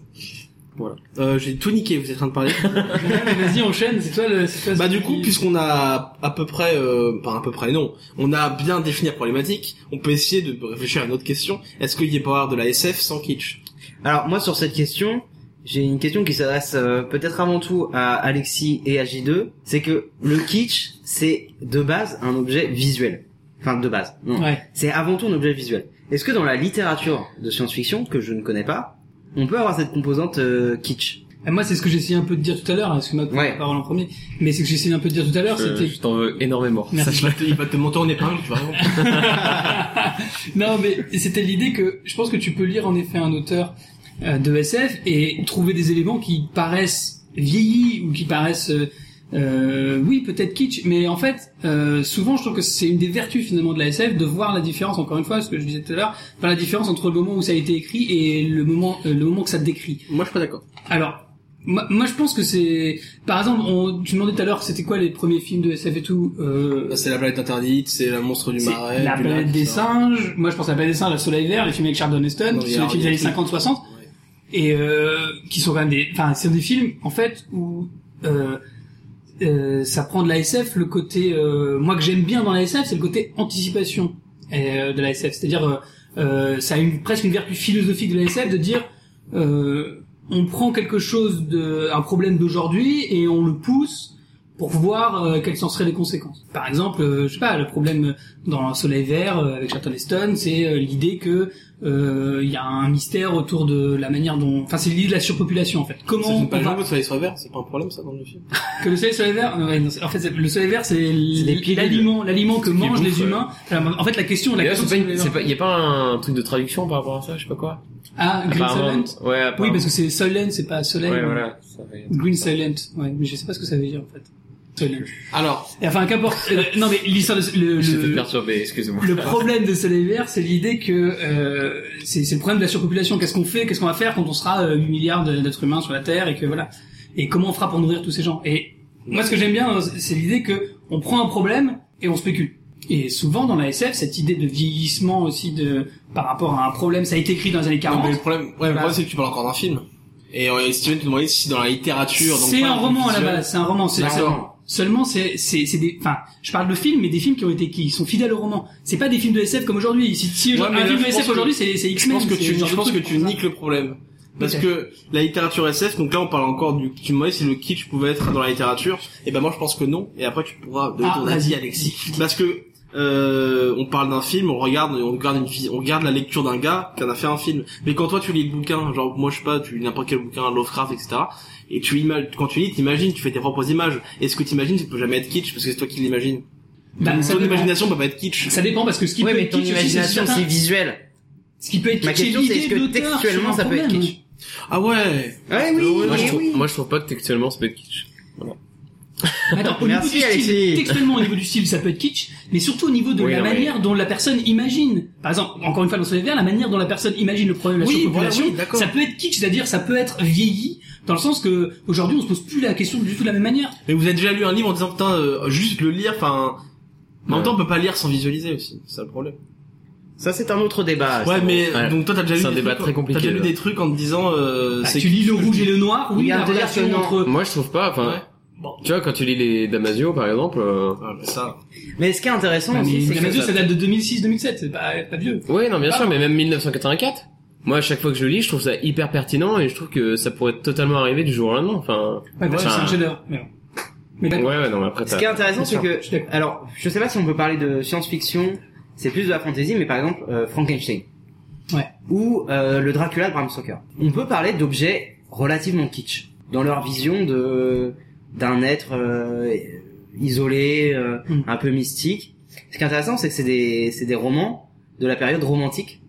Speaker 2: Voilà. Euh, j'ai tout niqué, vous êtes en train de parler.
Speaker 5: Ouais, Ah, mais Vas-y, enchaîne, c'est toi le, c'est toi
Speaker 2: bah
Speaker 5: ce
Speaker 2: du
Speaker 5: qui-
Speaker 2: coup, puisqu'on a à peu près, euh, pas à peu près, non, on a bien défini la problématique, on peut essayer de réfléchir à une autre question. Est-ce qu'il y a pas avoir de la SF sans kitsch
Speaker 3: Alors moi sur cette question, j'ai une question qui s'adresse euh, peut-être avant tout à Alexis et à J2, c'est que le kitsch c'est de base un objet visuel. Enfin de base. Non.
Speaker 5: Ouais.
Speaker 3: C'est avant tout un objet visuel. Est-ce que dans la littérature de science-fiction que je ne connais pas, on peut avoir cette composante euh, kitsch
Speaker 5: Et moi, c'est ce que j'essayais un peu de dire tout à l'heure, hein, excuse-moi de prendre
Speaker 3: Ouais.
Speaker 5: la parole en premier, mais c'est ce que j'essayais un peu de dire tout à
Speaker 2: Euh,
Speaker 5: l'heure,
Speaker 4: Je,
Speaker 5: c'était
Speaker 4: je t'en veux énormément.
Speaker 5: Merci.
Speaker 2: Ça, je vais te- Il va te monter en épingle, tu vas voir.
Speaker 5: non, mais c'était l'idée que je pense que tu peux lire en effet un auteur euh, de SF et trouver des éléments qui paraissent vieillis ou qui paraissent, euh, euh, oui, peut-être kitsch, mais en fait, euh, souvent, je trouve que c'est une des vertus finalement de la SF de voir la différence, encore une fois, ce que je disais tout à l'heure, enfin, la différence entre le moment où ça a été écrit et le moment, euh, le moment que ça décrit.
Speaker 2: Moi, je suis pas d'accord.
Speaker 5: Alors, moi, moi, je pense que c'est, par exemple, on, tu demandais tout à l'heure c'était quoi les premiers films de SF et tout. Euh,
Speaker 2: Bah, C'est la planète interdite, c'est la monstre du
Speaker 5: c'est
Speaker 2: marais.
Speaker 5: la
Speaker 2: du
Speaker 5: planète
Speaker 2: lac,
Speaker 5: des
Speaker 2: ça.
Speaker 5: singes. Moi, je pense à la planète des singes, la Soleil Vert, les films avec Charlton Heston,
Speaker 2: Non,
Speaker 5: qui
Speaker 2: il y
Speaker 5: sont
Speaker 2: a-
Speaker 5: les films des
Speaker 2: il y
Speaker 5: années
Speaker 2: a-
Speaker 5: 50-60,
Speaker 2: Ouais.
Speaker 5: et euh, qui sont quand même des, enfin, c'est des films en fait où euh, euh, ça prend de la SF. Le côté, euh, moi que j'aime bien dans la SF, c'est le côté anticipation euh, de la SF. C'est-à-dire, euh, euh, ça a une, presque une vertu philosophique de la SF de dire, euh, on prend quelque chose de, un problème d'aujourd'hui et on le pousse pour voir euh, quelles en seraient les conséquences. Par exemple, euh, je sais pas, le problème dans Soleil Vert euh, avec Charlton c'est euh, l'idée que euh, il y a un mystère autour de la manière dont, enfin, c'est l'idée de la surpopulation en fait. Comment
Speaker 2: C'est
Speaker 5: on
Speaker 2: pas
Speaker 5: va-
Speaker 2: le mot de soleil sur vert, c'est pas un problème ça dans le film.
Speaker 5: que le soleil sur les verts, non, ouais, non, c'est- en fait, c'est- le soleil vert, c'est
Speaker 4: pilules.
Speaker 5: l'aliment, l'aliment que
Speaker 4: qui
Speaker 5: mangent
Speaker 4: bouffe,
Speaker 5: les humains. En fait, la question, la
Speaker 4: D'ailleurs,
Speaker 5: question,
Speaker 4: c'est pas,
Speaker 5: de
Speaker 4: une-
Speaker 5: soleil
Speaker 4: c'est
Speaker 5: vert.
Speaker 4: pas, y a pas un truc de traduction par rapport à ça, je sais pas quoi.
Speaker 5: Ah, Green Silent.
Speaker 4: Ouais, apparemment.
Speaker 5: Oui, parce que c'est Silent, c'est pas soleil.
Speaker 4: Ouais,
Speaker 5: mais-
Speaker 4: voilà. Ça fait-
Speaker 5: Green Silent. Ouais, mais je sais pas ce que ça veut dire, en fait. Silent.
Speaker 2: Alors,
Speaker 5: Et enfin, qu'importe. euh, non, mais l'histoire de, le,
Speaker 4: Je t'ai fait
Speaker 5: le,
Speaker 4: perturber, excuse-moi.
Speaker 5: le problème de soleil vert, c'est l'idée que, euh, c'est, c'est le problème de la surpopulation. Qu'est-ce qu'on fait? Qu'est-ce qu'on va faire quand on sera euh, milliards de- d'êtres humains sur la Terre et que voilà. Et comment on fera pour nourrir tous ces gens? Et moi, ce que j'aime bien, c'est l'idée que on prend un problème et on spécule. Et souvent dans la SF, cette idée de vieillissement aussi de par rapport à un problème, ça a été écrit dans les années
Speaker 2: non,
Speaker 5: 40.
Speaker 2: mais le problème, ouais, le problème c'est que tu parles encore d'un film. Et euh, Steven te demandait si dans la littérature, donc
Speaker 5: C'est
Speaker 2: pas
Speaker 5: un roman à la
Speaker 2: visuel-
Speaker 5: base, c'est un roman. C'est
Speaker 2: D'accord.
Speaker 5: Seulement, c'est c'est c'est des. Enfin, je parle de films, mais des films qui ont été qui sont fidèles au roman. C'est pas des films de SF comme aujourd'hui. Si, si
Speaker 2: Ouais,
Speaker 5: un
Speaker 2: mais là,
Speaker 5: film de
Speaker 2: je pense
Speaker 5: SF
Speaker 2: que-
Speaker 5: aujourd'hui, c'est c'est
Speaker 2: Je
Speaker 5: X-Men.
Speaker 2: pense que
Speaker 5: c'est
Speaker 2: tu,
Speaker 5: ce genre
Speaker 2: je
Speaker 5: de
Speaker 2: pense que
Speaker 5: truc.
Speaker 2: tu niques le problème. Parce
Speaker 5: Ok.
Speaker 2: que la littérature SF, donc là on parle encore du, tu me demandais si le kitsch pouvait être dans la littérature. Et ben moi je pense que non. Et après tu pourras donner
Speaker 5: Ah,
Speaker 2: ton
Speaker 5: vas-y,
Speaker 2: avis
Speaker 5: Alexis.
Speaker 2: Parce que euh, on parle d'un film, on regarde, on regarde une fi- on regarde la lecture d'un gars qui en a fait un film. Mais quand toi tu lis le bouquin, genre moi je sais pas, tu lis n'importe quel bouquin, Lovecraft, etc. Et tu ima- quand tu lis, t'imagines, tu fais tes propres images. Et ce que t'imagines, ça peut jamais être kitsch parce que c'est toi qui l'imagines.
Speaker 5: Bah, ça,
Speaker 2: ton
Speaker 5: dépend.
Speaker 2: imagination peut pas être kitsch.
Speaker 5: ça dépend parce que ce qui
Speaker 3: Ouais,
Speaker 5: peut
Speaker 3: mais
Speaker 5: être
Speaker 3: ton
Speaker 5: kitsch aussi, c'est
Speaker 3: imagination, c'est
Speaker 5: certain.
Speaker 3: visuel.
Speaker 5: ce qui peut être
Speaker 3: Ma
Speaker 5: kitsch, c'est
Speaker 3: question, c'est
Speaker 5: l'idée
Speaker 3: est-ce que
Speaker 5: d'auteur sur un
Speaker 3: textuellement, ça peut être
Speaker 5: problème.
Speaker 3: kitsch
Speaker 2: Ah ouais.
Speaker 3: Ouais,
Speaker 4: moi,
Speaker 2: Eh
Speaker 4: je trouve, moi, je trouve pas que textuellement ça peut être kitsch.
Speaker 5: Attends, au
Speaker 3: Merci,
Speaker 5: niveau du style,
Speaker 3: Alexis.
Speaker 5: textuellement au niveau du style, ça peut être kitsch, mais surtout au niveau de
Speaker 4: Oui,
Speaker 5: la
Speaker 4: non, mais-
Speaker 5: manière dont la personne imagine. Par exemple, encore une fois dans Soleil Vert, la manière dont la personne imagine le problème de la
Speaker 2: Oui,
Speaker 5: surpopulation,
Speaker 2: voilà, oui, d'accord.
Speaker 5: ça peut être kitsch, c'est-à-dire ça peut être vieilli, dans le sens que aujourd'hui on se pose plus la question du tout de la même manière.
Speaker 2: Mais vous avez déjà lu un livre en disant putain, euh, juste le lire, enfin. mais En même
Speaker 4: Ouais.
Speaker 2: temps, on peut pas lire sans visualiser aussi, c'est ça le problème.
Speaker 3: Ça, c'est un autre débat.
Speaker 2: Ah, ouais,
Speaker 3: ça.
Speaker 2: mais
Speaker 4: Ouais.
Speaker 2: donc toi t'as déjà lu
Speaker 4: C'est un
Speaker 2: des
Speaker 4: débat
Speaker 2: trucs,
Speaker 4: très compliqué,
Speaker 2: T'as déjà lu
Speaker 4: là.
Speaker 2: des trucs en te disant euh,
Speaker 5: Bah,
Speaker 2: c'est
Speaker 5: tu lis le rouge et le noir, oui,
Speaker 3: Il y a
Speaker 5: la
Speaker 3: un délire
Speaker 5: relation
Speaker 3: que non.
Speaker 5: entre
Speaker 4: Moi, je trouve pas, enfin.
Speaker 2: Ouais.
Speaker 4: Tu vois, quand tu lis les Damasio, par exemple, euh...
Speaker 2: Ah, bah, ça.
Speaker 3: Mais ce qui est intéressant
Speaker 5: Enfin,
Speaker 3: aussi,
Speaker 5: Ah, mais
Speaker 3: c'est
Speaker 5: la
Speaker 3: que
Speaker 5: mesure,
Speaker 3: ça-
Speaker 5: ça date de 2006-2007, c'est pas, pas vieux.
Speaker 4: Ouais, non, bien
Speaker 5: Ah.
Speaker 4: sûr, mais même 1984. Moi, à chaque fois que je le lis, je trouve ça hyper pertinent et je trouve que ça pourrait totalement arriver du jour au lendemain. Enfin,
Speaker 5: Ouais, parce que c'est
Speaker 4: enfin,
Speaker 5: un chef-d'œuvre. Mais, bon. mais
Speaker 4: ouais,
Speaker 5: d'accord.
Speaker 4: ouais, non, mais après,
Speaker 3: Ce
Speaker 4: t'as-
Speaker 3: qui est intéressant, c'est que,
Speaker 5: Je suis d'accord.
Speaker 3: alors, je sais pas si on peut parler de science-fiction, c'est plus de la fantasy, mais par exemple, euh, Frankenstein.
Speaker 5: Ouais.
Speaker 3: Ou euh, le Dracula de Bram Stoker. On peut parler d'objets relativement kitsch dans leur vision de d'un être euh, isolé, euh,
Speaker 5: Mm.
Speaker 3: un peu mystique. Ce qui est intéressant, c'est que c'est des c'est des romans de la période romantique.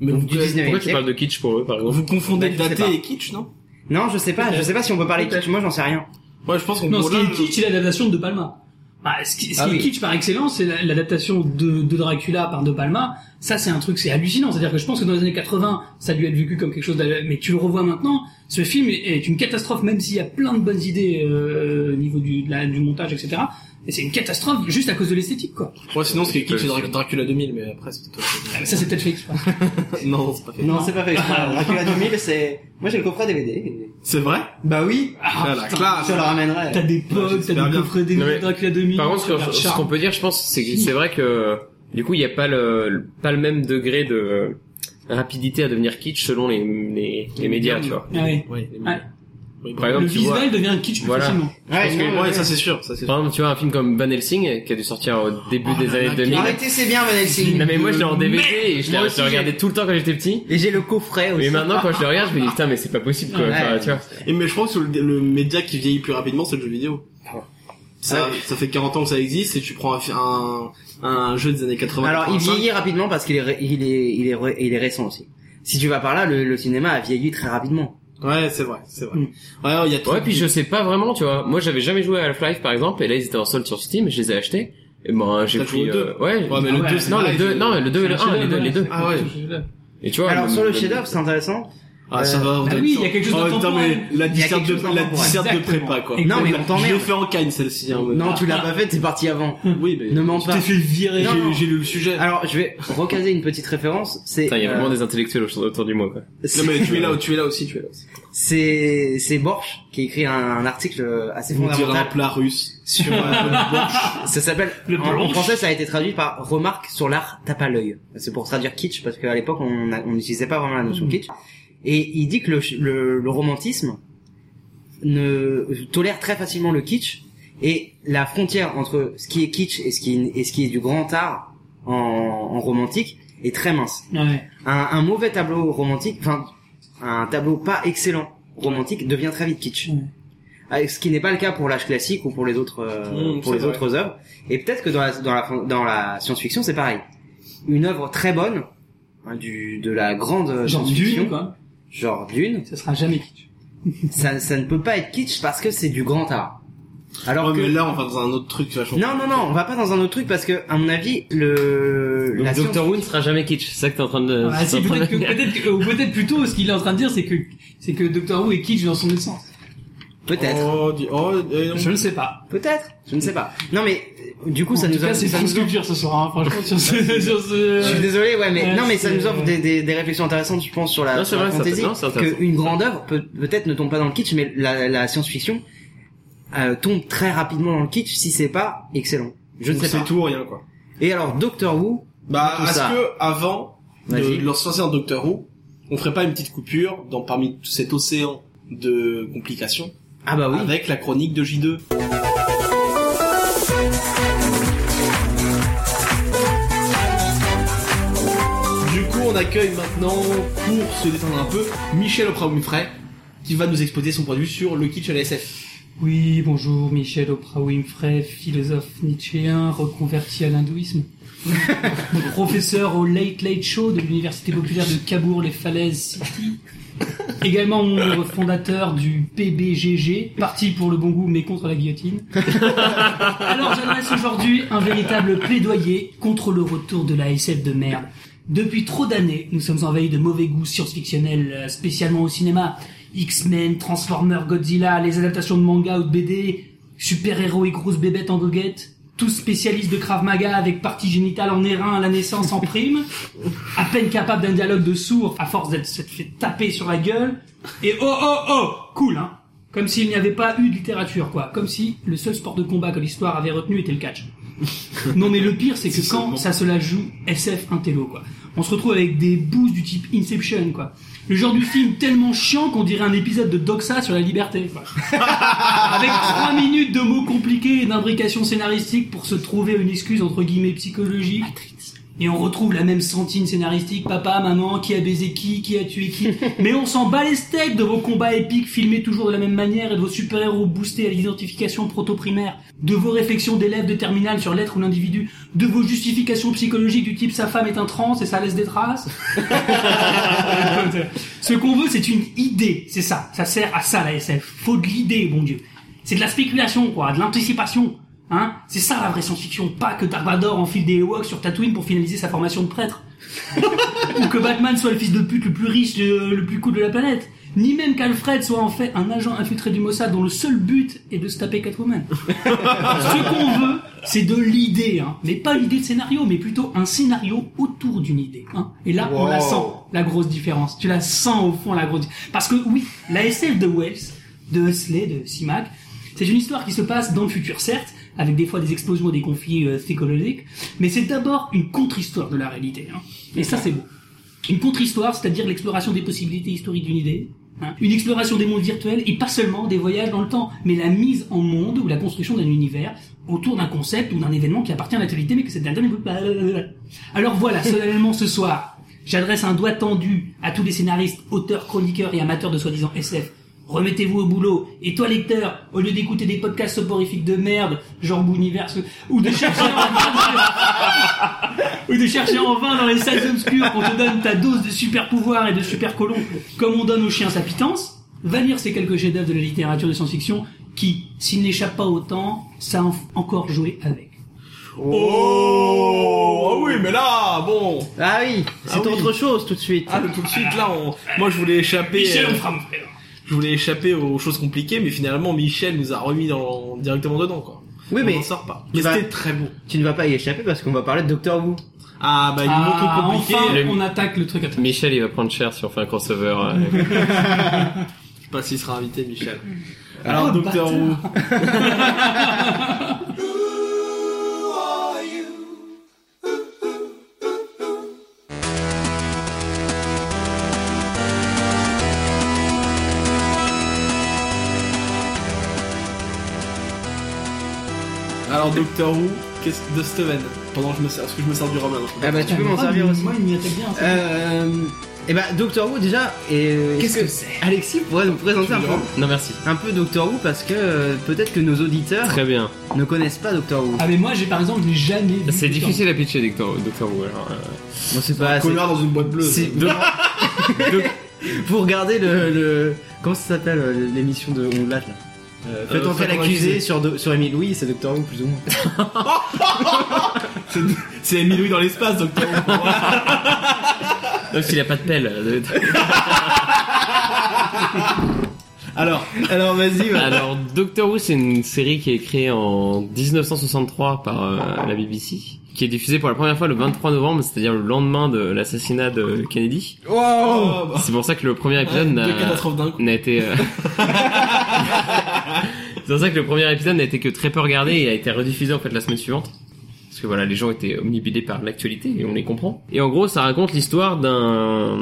Speaker 2: Mais
Speaker 3: Donc,
Speaker 2: vous, euh,
Speaker 3: du
Speaker 2: vous-
Speaker 3: 19e.
Speaker 4: Pourquoi tu parles de kitsch pour eux, par exemple
Speaker 2: vous confondez
Speaker 3: Bah, je sais
Speaker 2: daté
Speaker 3: pas.
Speaker 2: et kitsch, non
Speaker 3: Non, je sais pas, je sais pas si on peut parler
Speaker 5: Peut-être.
Speaker 3: kitsch. Moi, j'en sais rien.
Speaker 2: Ouais, je pense qu'on.
Speaker 5: Non, ce qui
Speaker 2: là,
Speaker 5: est kitsch, c'est l'adaptation de De Palma. Bah, ce qui, ce
Speaker 3: Ah
Speaker 5: qui est
Speaker 3: oui.
Speaker 5: kitsch par excellence, c'est la- l'adaptation de, de Dracula par De Palma. Ça, c'est un truc, c'est hallucinant. C'est-à-dire que je pense que dans les années 80, ça a dû être vécu comme quelque chose d'al- Mais tu le revois maintenant, ce film est- est une catastrophe, même s'il y a plein de bonnes idées euh, au niveau du, de la- du montage, etc. Et c'est une catastrophe juste à cause de l'esthétique, quoi.
Speaker 2: le- Ouais, sinon ce qui est kitsch, c'est Dra- Dracula 2000, mais après c'est toi.
Speaker 5: Ah, mais Ça, c'est peut-être fait exprès.
Speaker 2: non, c'est pas fait.
Speaker 3: Non, c'est pas fait. Dracula 2000, c'est. Moi, j'ai le coffret DVD.
Speaker 2: C'est vrai
Speaker 3: Bah oui.
Speaker 5: Ah,
Speaker 2: Ah, la
Speaker 5: putain,
Speaker 2: classe.
Speaker 3: Je le ramènerai.
Speaker 5: T'as des potes, t'as
Speaker 2: J'espère
Speaker 5: des
Speaker 2: bien.
Speaker 5: coffrets des
Speaker 4: Non, mais-
Speaker 5: Dracula 2000.
Speaker 4: Par contre, ce
Speaker 5: Charles.
Speaker 4: que- ce qu'on peut dire, je pense, c'est que c'est vrai que du coup, il n'y a pas le pas le même degré de euh, rapidité à devenir kitsch selon les les, les médias, tu vois.
Speaker 5: Ah ouais.
Speaker 2: Oui.
Speaker 5: Ouais.
Speaker 2: Oui,
Speaker 4: Par
Speaker 5: Le
Speaker 4: exemple, tu vois,
Speaker 5: visuel devient kitsch plus
Speaker 4: Voilà.
Speaker 5: facilement.
Speaker 3: Ouais,
Speaker 2: parce que-
Speaker 3: non,
Speaker 2: ouais,
Speaker 3: ouais.
Speaker 2: ça c'est sûr, ça c'est sûr.
Speaker 4: par exemple, tu vois un film comme Van Helsing qui a dû sortir au début
Speaker 2: Oh
Speaker 4: des
Speaker 2: là là,
Speaker 4: années 2000.
Speaker 3: Arrêtez, c'est bien, Van Helsing.
Speaker 4: Non mais moi je l'ai en DVD et je l'ai
Speaker 2: Moi
Speaker 4: je l'ai
Speaker 2: aussi,
Speaker 4: regardé tout le temps quand j'étais petit.
Speaker 3: Et j'ai le coffret aussi. Ah.
Speaker 4: Mais maintenant quand je le regarde, je me dis putain mais c'est pas possible quoi.
Speaker 3: Ouais.
Speaker 4: Enfin, tu vois.
Speaker 2: Et mais je pense que le, le média qui vieillit plus rapidement, c'est le jeu vidéo. Ça,
Speaker 3: Ah ouais.
Speaker 2: ça fait 40 ans que ça existe et tu prends un, fi- un, un jeu des années 80.
Speaker 3: Alors, il
Speaker 2: 85,
Speaker 3: vieillit rapidement parce qu'il est, ré- il est, il est, ré- il est récent aussi. Si tu vas par là, le, le cinéma a vieilli très rapidement.
Speaker 2: Ouais, c'est vrai, c'est vrai.
Speaker 5: Mm.
Speaker 2: Ouais, il y a trop
Speaker 4: Ouais,
Speaker 2: de-
Speaker 4: puis je sais pas vraiment, tu vois. Moi j'avais jamais joué à Half-Life par exemple et là ils étaient en solde sur Steam et je les ai achetés. Et ben j'ai
Speaker 2: T'as
Speaker 4: pris
Speaker 2: joué au
Speaker 4: euh, ouais,
Speaker 2: Ouais, mais
Speaker 5: Ah
Speaker 2: le euh,
Speaker 5: ouais,
Speaker 2: 2, c'est
Speaker 4: non, le
Speaker 2: pareil,
Speaker 4: 2,
Speaker 2: c'est-
Speaker 4: non, le 2 et le
Speaker 5: C'est un
Speaker 4: 1, les deux,
Speaker 5: chef-d'œuvre,
Speaker 4: les deux.
Speaker 2: Ah ouais.
Speaker 4: Et tu vois,
Speaker 3: Alors,
Speaker 4: même-
Speaker 3: sur le
Speaker 4: même-
Speaker 3: chef-d'œuvre, c'est intéressant.
Speaker 2: Ah, ça va, on
Speaker 5: Ah
Speaker 2: donne le
Speaker 5: oui, il y a
Speaker 2: temps.
Speaker 5: quelque chose
Speaker 2: Oh, putain,
Speaker 5: d'intemporel.
Speaker 2: mais la
Speaker 3: Il y a
Speaker 2: disserte
Speaker 3: quelque
Speaker 2: de,
Speaker 3: chose
Speaker 2: la
Speaker 3: d'intemporel.
Speaker 2: disserte de
Speaker 5: Exactement.
Speaker 2: prépa, quoi.
Speaker 5: Exactement.
Speaker 3: Non, mais on
Speaker 2: Je l'ai
Speaker 3: t'emmerde.
Speaker 2: fait en cagne, celle-ci. hein, mais-
Speaker 3: Non, tu l'as pas fait, t'es parti avant.
Speaker 2: Oui, mais.
Speaker 3: Ne mens
Speaker 2: je
Speaker 3: pas.
Speaker 2: t'ai fait virer.
Speaker 3: Non, Ah, non.
Speaker 2: J'ai j'ai lu le sujet.
Speaker 3: Alors, je vais recaser une petite référence. C'est,
Speaker 4: Putain, il y a
Speaker 3: euh,
Speaker 4: vraiment des intellectuels autour, autour du moi, quoi.
Speaker 2: Non, mais tu es là, tu es là aussi, tu es là aussi.
Speaker 3: c'est, c'est Borch qui écrit un, un article assez
Speaker 2: On dirait un
Speaker 3: fondamental. euh,
Speaker 2: plat russe. Sur un
Speaker 3: Ça s'appelle,
Speaker 5: Le
Speaker 3: en, en
Speaker 5: Borch.
Speaker 3: français, ça a été traduit par remarque sur l'art tape à l'œil. C'est pour traduire kitsch parce qu'à l'époque, on a- on n'utilisait pas vraiment la notion
Speaker 5: Mm.
Speaker 3: kitsch. Et il dit que le, ch- le, le romantisme ne tolère très facilement le kitsch et la frontière entre ce qui est kitsch et ce qui, et ce qui est du grand art en, en romantique est très mince.
Speaker 5: Ah Ouais.
Speaker 3: Un, un mauvais tableau romantique, enfin un tableau pas excellent romantique devient très vite kitsch.
Speaker 5: Ouais.
Speaker 3: Ah, Ce qui n'est pas le cas pour l'âge classique ou pour les autres euh,
Speaker 2: Mmh,
Speaker 3: pour
Speaker 2: c'est
Speaker 3: les
Speaker 2: vrai.
Speaker 3: autres œuvres. Et peut-être que dans la dans la dans la science-fiction c'est pareil. Une œuvre très bonne hein, du de la grande
Speaker 5: Genre
Speaker 3: science-fiction,
Speaker 5: Dune, quoi.
Speaker 3: genre Dune,
Speaker 5: Ça sera jamais kitsch.
Speaker 3: ça ça ne peut pas être kitsch parce que c'est du grand art. Alors
Speaker 5: Oh,
Speaker 2: Ouais,
Speaker 3: que
Speaker 2: mais là, on va dans un autre truc vachement.
Speaker 3: non non non, on va pas dans un autre truc parce que à mon avis le
Speaker 6: Donc
Speaker 3: science-
Speaker 6: Doctor Who ne sera jamais kitsch, c'est ça que t'es en train
Speaker 4: Euh,
Speaker 6: de...
Speaker 5: Ah, si,
Speaker 6: t'es en train
Speaker 5: peut-être que,
Speaker 6: de-
Speaker 5: peut-être que- ou peut-être plutôt, ce qu'il est en train de dire, c'est que, c'est que Doctor Who est kitsch dans son essence.
Speaker 3: peut-être
Speaker 2: Oh, dis- oh, eh, non.
Speaker 5: Je ne sais pas.
Speaker 3: peut-être je ne sais pas. Non mais euh, du coup ça
Speaker 5: en
Speaker 3: nous
Speaker 5: tout cas,
Speaker 3: offre-
Speaker 5: c'est
Speaker 3: ça
Speaker 5: une
Speaker 3: nous offre-
Speaker 5: sculpture ce soir, hein, franchement, sur ce, sur ce-
Speaker 3: Je suis désolé, ouais, mais
Speaker 5: Ouais,
Speaker 3: non, mais ça
Speaker 5: c'est-
Speaker 3: nous offre des, des, des réflexions intéressantes, je pense, sur la,
Speaker 6: Non, c'est
Speaker 3: sur la
Speaker 6: vrai, ça-
Speaker 3: fantaisie.
Speaker 6: non, c'est intéressant.
Speaker 3: Qu'une grande œuvre peut peut-être ne tombe pas dans le kitsch, mais la, la science-fiction euh, tombe très rapidement dans le kitsch si c'est pas excellent. Je ne
Speaker 2: Donc,
Speaker 3: sais
Speaker 2: c'est
Speaker 3: pas.
Speaker 2: tout ou rien, quoi.
Speaker 3: Et alors, Doctor Who,
Speaker 2: Bah,
Speaker 3: Tout
Speaker 2: est-ce
Speaker 3: ça.
Speaker 2: que, avant de,
Speaker 3: Vas-y.
Speaker 2: de se lancer dans Doctor Who, on ferait pas une petite coupure dans parmi tout cet océan de complications
Speaker 3: ah bah oui,
Speaker 2: avec la chronique de J2 Du coup, on accueille maintenant, pour se détendre un peu, Michel Oprah Winfrey, qui va nous exposer son point de vue sur le kitsch à la SF.
Speaker 5: Oui, bonjour, Michel Oprah Winfrey, philosophe nietzschéen, reconverti à l'hindouisme. professeur au Late Late Show de l'Université populaire de Cabourg-les-Falaises City. Également membre fondateur du PBGG, parti pour le bon goût mais contre la guillotine. Alors j'adresse aujourd'hui un véritable plaidoyer contre le retour de la SF de merde. Depuis trop d'années, nous sommes envahis de mauvais goûts science-fictionnels, euh, spécialement au cinéma. X-Men, Transformers, Godzilla, les adaptations de manga ou de BD, super-héros et grosses bébêtes en goguette, tous spécialistes de Krav Maga avec partie génitale en airain à la naissance en prime, à peine capable d'un dialogue de sourd à force d'être s'être fait taper sur la gueule, et oh oh oh, cool hein Comme s'il n'y avait pas eu de littérature quoi, comme si le seul sport de combat que l'histoire avait retenu était le catch. Non mais le pire c'est que quand ça se la joue SF intello quoi. On se retrouve avec des boosts du type Inception quoi. Le genre du film tellement chiant qu'on dirait un épisode de Doxa sur la liberté quoi. Avec trois minutes de mots compliqués et d'imbrications scénaristiques pour se trouver une excuse entre guillemets psychologique. Et on retrouve la même sentine scénaristique, papa, maman, qui a baisé qui, qui a tué qui. Mais on s'en bat les steaks de vos combats épiques filmés toujours de la même manière et de vos super-héros boostés à l'identification proto-primaire, de vos réflexions d'élèves de terminale sur l'être ou l'individu, de vos justifications psychologiques du type sa femme est un trans et ça laisse des traces. Ce qu'on veut, c'est une idée, c'est ça. Ça sert à ça, la SF. Faut de l'idée, bon Dieu. C'est de la spéculation, quoi, de l'anticipation. Hein c'est ça la vraie science-fiction, pas que Dark Vador enfile des Ewoks sur Tatooine pour finaliser sa formation de prêtre. Ou que Batman soit le fils de pute le plus riche, euh, le plus cool de la planète. Ni même qu'Alfred soit en fait un agent infiltré du Mossad dont le seul but est de se taper Catwoman. Ce qu'on veut, c'est de l'idée, hein. mais pas l'idée de scénario, mais plutôt un scénario autour d'une idée. Hein. Et là, on la
Speaker 2: Wow.
Speaker 5: sent, la grosse différence. Tu la sens au fond, la grosse Parce que oui, la SF de Wells, de Huxley, de Simac, c'est une histoire qui se passe dans le futur, certes, avec des fois des explosions et des conflits euh, psychologiques, mais c'est d'abord une contre-histoire de la réalité. hein. Et ça, c'est beau. Une contre-histoire, c'est-à-dire l'exploration des possibilités historiques d'une idée, hein, une exploration des mondes virtuels et pas seulement des voyages dans le temps, mais la mise en monde ou la construction d'un univers autour d'un concept ou d'un événement qui appartient à l'actualité mais que cette dernière... Alors voilà, solennellement ce soir, j'adresse un doigt tendu à tous les scénaristes, auteurs, chroniqueurs et amateurs de soi-disant SF. Remettez-vous au boulot. Et toi, lecteur, au lieu d'écouter des podcasts soporifiques de merde, genre Bouniverse, ou de chercher ou de chercher en vain dans les salles obscures qu'on te donne ta dose de super pouvoir et de super colons, comme on donne aux chiens sa pitance, va lire ces quelques chefs-d'œuvre de la littérature de science-fiction qui, s'ils n'échappent pas au temps, savent encore jouer avec.
Speaker 2: Oh, ah oui, mais là, bon.
Speaker 3: ah oui, c'est
Speaker 2: Ah oui.
Speaker 3: autre chose tout de suite.
Speaker 2: Ah, donc tout de suite, là, on... moi je voulais échapper.
Speaker 5: Michel,
Speaker 2: euh,
Speaker 5: on fera mon frère.
Speaker 2: je voulais échapper aux choses compliquées, mais finalement Michel nous a remis dans... directement dedans, quoi.
Speaker 3: oui,
Speaker 2: on
Speaker 3: mais
Speaker 2: n'en sort pas.
Speaker 3: Tu
Speaker 2: Mais
Speaker 3: vas-
Speaker 2: c'était très beau.
Speaker 3: tu ne vas pas y échapper parce qu'on va parler de Doctor Who.
Speaker 2: Ah, bah, il
Speaker 5: Ah,
Speaker 2: montre compliqué.
Speaker 5: enfin,
Speaker 6: le-
Speaker 5: on attaque le truc à toi.
Speaker 6: Michel, il va prendre cher si on fait un crossover. euh,
Speaker 2: Je sais pas s'il sera invité, Michel.
Speaker 5: Oh,
Speaker 2: Alors,
Speaker 5: le
Speaker 2: Docteur Who. Alors, Doctor Who, qu'est-ce de Steven Pendant que je me sers, est-ce que je me sers du hein. Romain
Speaker 3: Ah bah tu peux m'en
Speaker 5: Ah,
Speaker 3: servir
Speaker 5: mais
Speaker 3: aussi.
Speaker 5: Moi, il m'y attaque bien. ça.
Speaker 3: Euh, et bah Doctor Who déjà. Et
Speaker 2: Qu'est-ce que
Speaker 3: c'est Alexis pourrait nous présenter un peu,
Speaker 4: Non, merci.
Speaker 3: un peu Doctor Who parce que euh, peut-être que nos auditeurs
Speaker 4: Très bien.
Speaker 3: ne connaissent pas Doctor Who.
Speaker 5: Ah, mais moi, j'ai par exemple, je l'ai jamais vu.
Speaker 4: C'est
Speaker 5: Putain.
Speaker 4: difficile à pitcher, Doctor, Doctor Who. alors, euh,
Speaker 3: Bon, c'est pas Bah, c'est-
Speaker 2: Connard dans une boîte bleue.
Speaker 3: c'est- Vous regardez le, le- comment ça s'appelle euh, l'émission de On Lâche là euh, Fait entrer
Speaker 4: Faites-en
Speaker 3: l'accusé sur Do- sur Émile Louis, c'est Doctor Who plus ou moins.
Speaker 2: C'est- C'est Emile Louis dans l'espace, Doctor Who. Voilà.
Speaker 4: Même s'il a pas de pelle. le-
Speaker 2: Alors, alors vas-y.
Speaker 3: bah.
Speaker 2: va.
Speaker 4: Alors, Doctor Who, c'est une série qui est créée en 1963 par euh, la BBC, qui est diffusée pour la première fois le 23 novembre, c'est-à-dire le lendemain de l'assassinat de Kennedy.
Speaker 2: Oh, bah.
Speaker 4: C'est pour ça que le premier
Speaker 2: Ouais,
Speaker 4: épisode n'a-
Speaker 3: Euh,
Speaker 2: Deux catastrophes d'un coup.
Speaker 4: n'a été. euh, c'est pour ça que le premier épisode n'a été que très peu regardé et a été rediffusé en fait la semaine suivante. Parce que voilà, les gens étaient omnibulés par l'actualité et on les comprend. Et en gros, ça raconte l'histoire d'un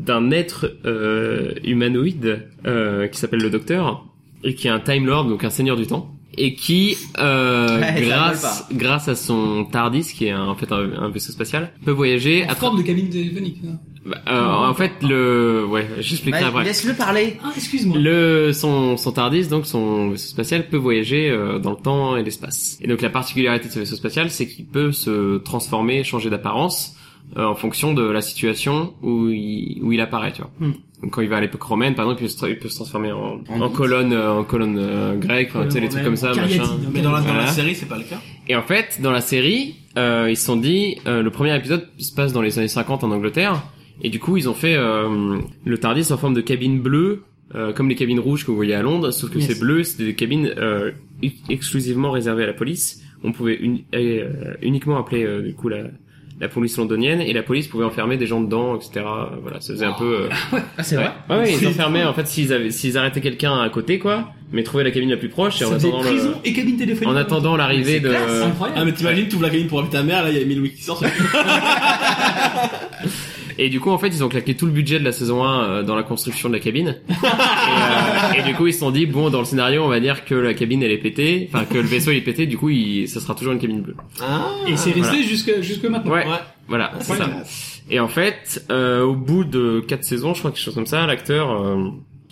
Speaker 4: d'un être euh, humanoïde euh, qui s'appelle le Docteur et qui est un Time Lord, donc un Seigneur du Temps, et qui euh,
Speaker 3: Ouais, ça
Speaker 4: grâce grâce à son Tardis, qui est un- en fait un, un vaisseau spatial, peut voyager à
Speaker 5: La
Speaker 4: travers.
Speaker 5: forme de cabine téléphonique. ça.
Speaker 4: en fait, le ouais, j'expliquerai
Speaker 3: Bah,
Speaker 4: après.
Speaker 3: Laisse-le parler.
Speaker 5: Ah, excuse-moi.
Speaker 4: Le son, son Tardis, donc son vaisseau spatial, peut voyager euh, dans le temps et l'espace. Et donc la particularité de ce vaisseau spatial, c'est qu'il peut se transformer, changer d'apparence euh, en fonction de la situation où il, où il apparaît, tu vois.
Speaker 5: Hmm.
Speaker 4: Donc quand il va à l'époque romaine, par exemple, il peut se, tra- il peut se transformer en,
Speaker 3: En
Speaker 4: en
Speaker 3: bite.
Speaker 4: colonne, euh, en colonne euh, grecque, enfin, tu sais, les trucs comme ça,
Speaker 5: Cariatide,
Speaker 4: machin.
Speaker 5: hein,
Speaker 2: Mais dans la, dans la
Speaker 4: Voilà.
Speaker 2: série, c'est pas le cas.
Speaker 4: Et en fait, dans la série, euh, ils se sont dit, euh, le premier épisode se passe dans les années 50 en Angleterre, et du coup, ils ont fait euh, le Tardis en forme de cabine bleue, euh, comme les cabines rouges que vous voyez à Londres, sauf que
Speaker 5: Yes.
Speaker 4: c'est bleu, c'est des cabines euh, u- exclusivement réservées à la police. On pouvait uni- euh, uniquement appeler euh, du coup la, la police londonienne, et la police pouvait enfermer des gens dedans, etc. Voilà, ça faisait un peu... euh,
Speaker 3: Ah c'est
Speaker 4: Ouais, ouais, ouais, ils enfermaient, en fait, s'ils avaient, s'ils arrêtaient quelqu'un à côté, quoi, mais trouvaient la cabine la plus proche, et en
Speaker 5: Ça faisait
Speaker 4: attendant, le-
Speaker 5: prison et cabine téléphonique.
Speaker 4: en attendant euh, l'arrivée de...
Speaker 5: C'est
Speaker 2: Ah,
Speaker 5: incroyable.
Speaker 2: mais t'imagines, t'ouvres la cabine pour appeler ta mère, là, il y a Emile Louis qui sort.
Speaker 4: Et du coup, en fait, ils ont claqué tout le budget de la saison 1 euh, dans la construction de la cabine. et, euh, et du coup, ils se sont dit, bon, dans le scénario, on va dire que la cabine, elle est pétée, enfin, que le vaisseau, il est pété, du coup, il, ça sera toujours une cabine bleue.
Speaker 2: Ah,
Speaker 5: Et c'est resté jusque jusque maintenant.
Speaker 4: Ouais, voilà, c'est ça. Et en fait, euh, au bout de quatre saisons, je crois, quelque chose comme ça, l'acteur... euh,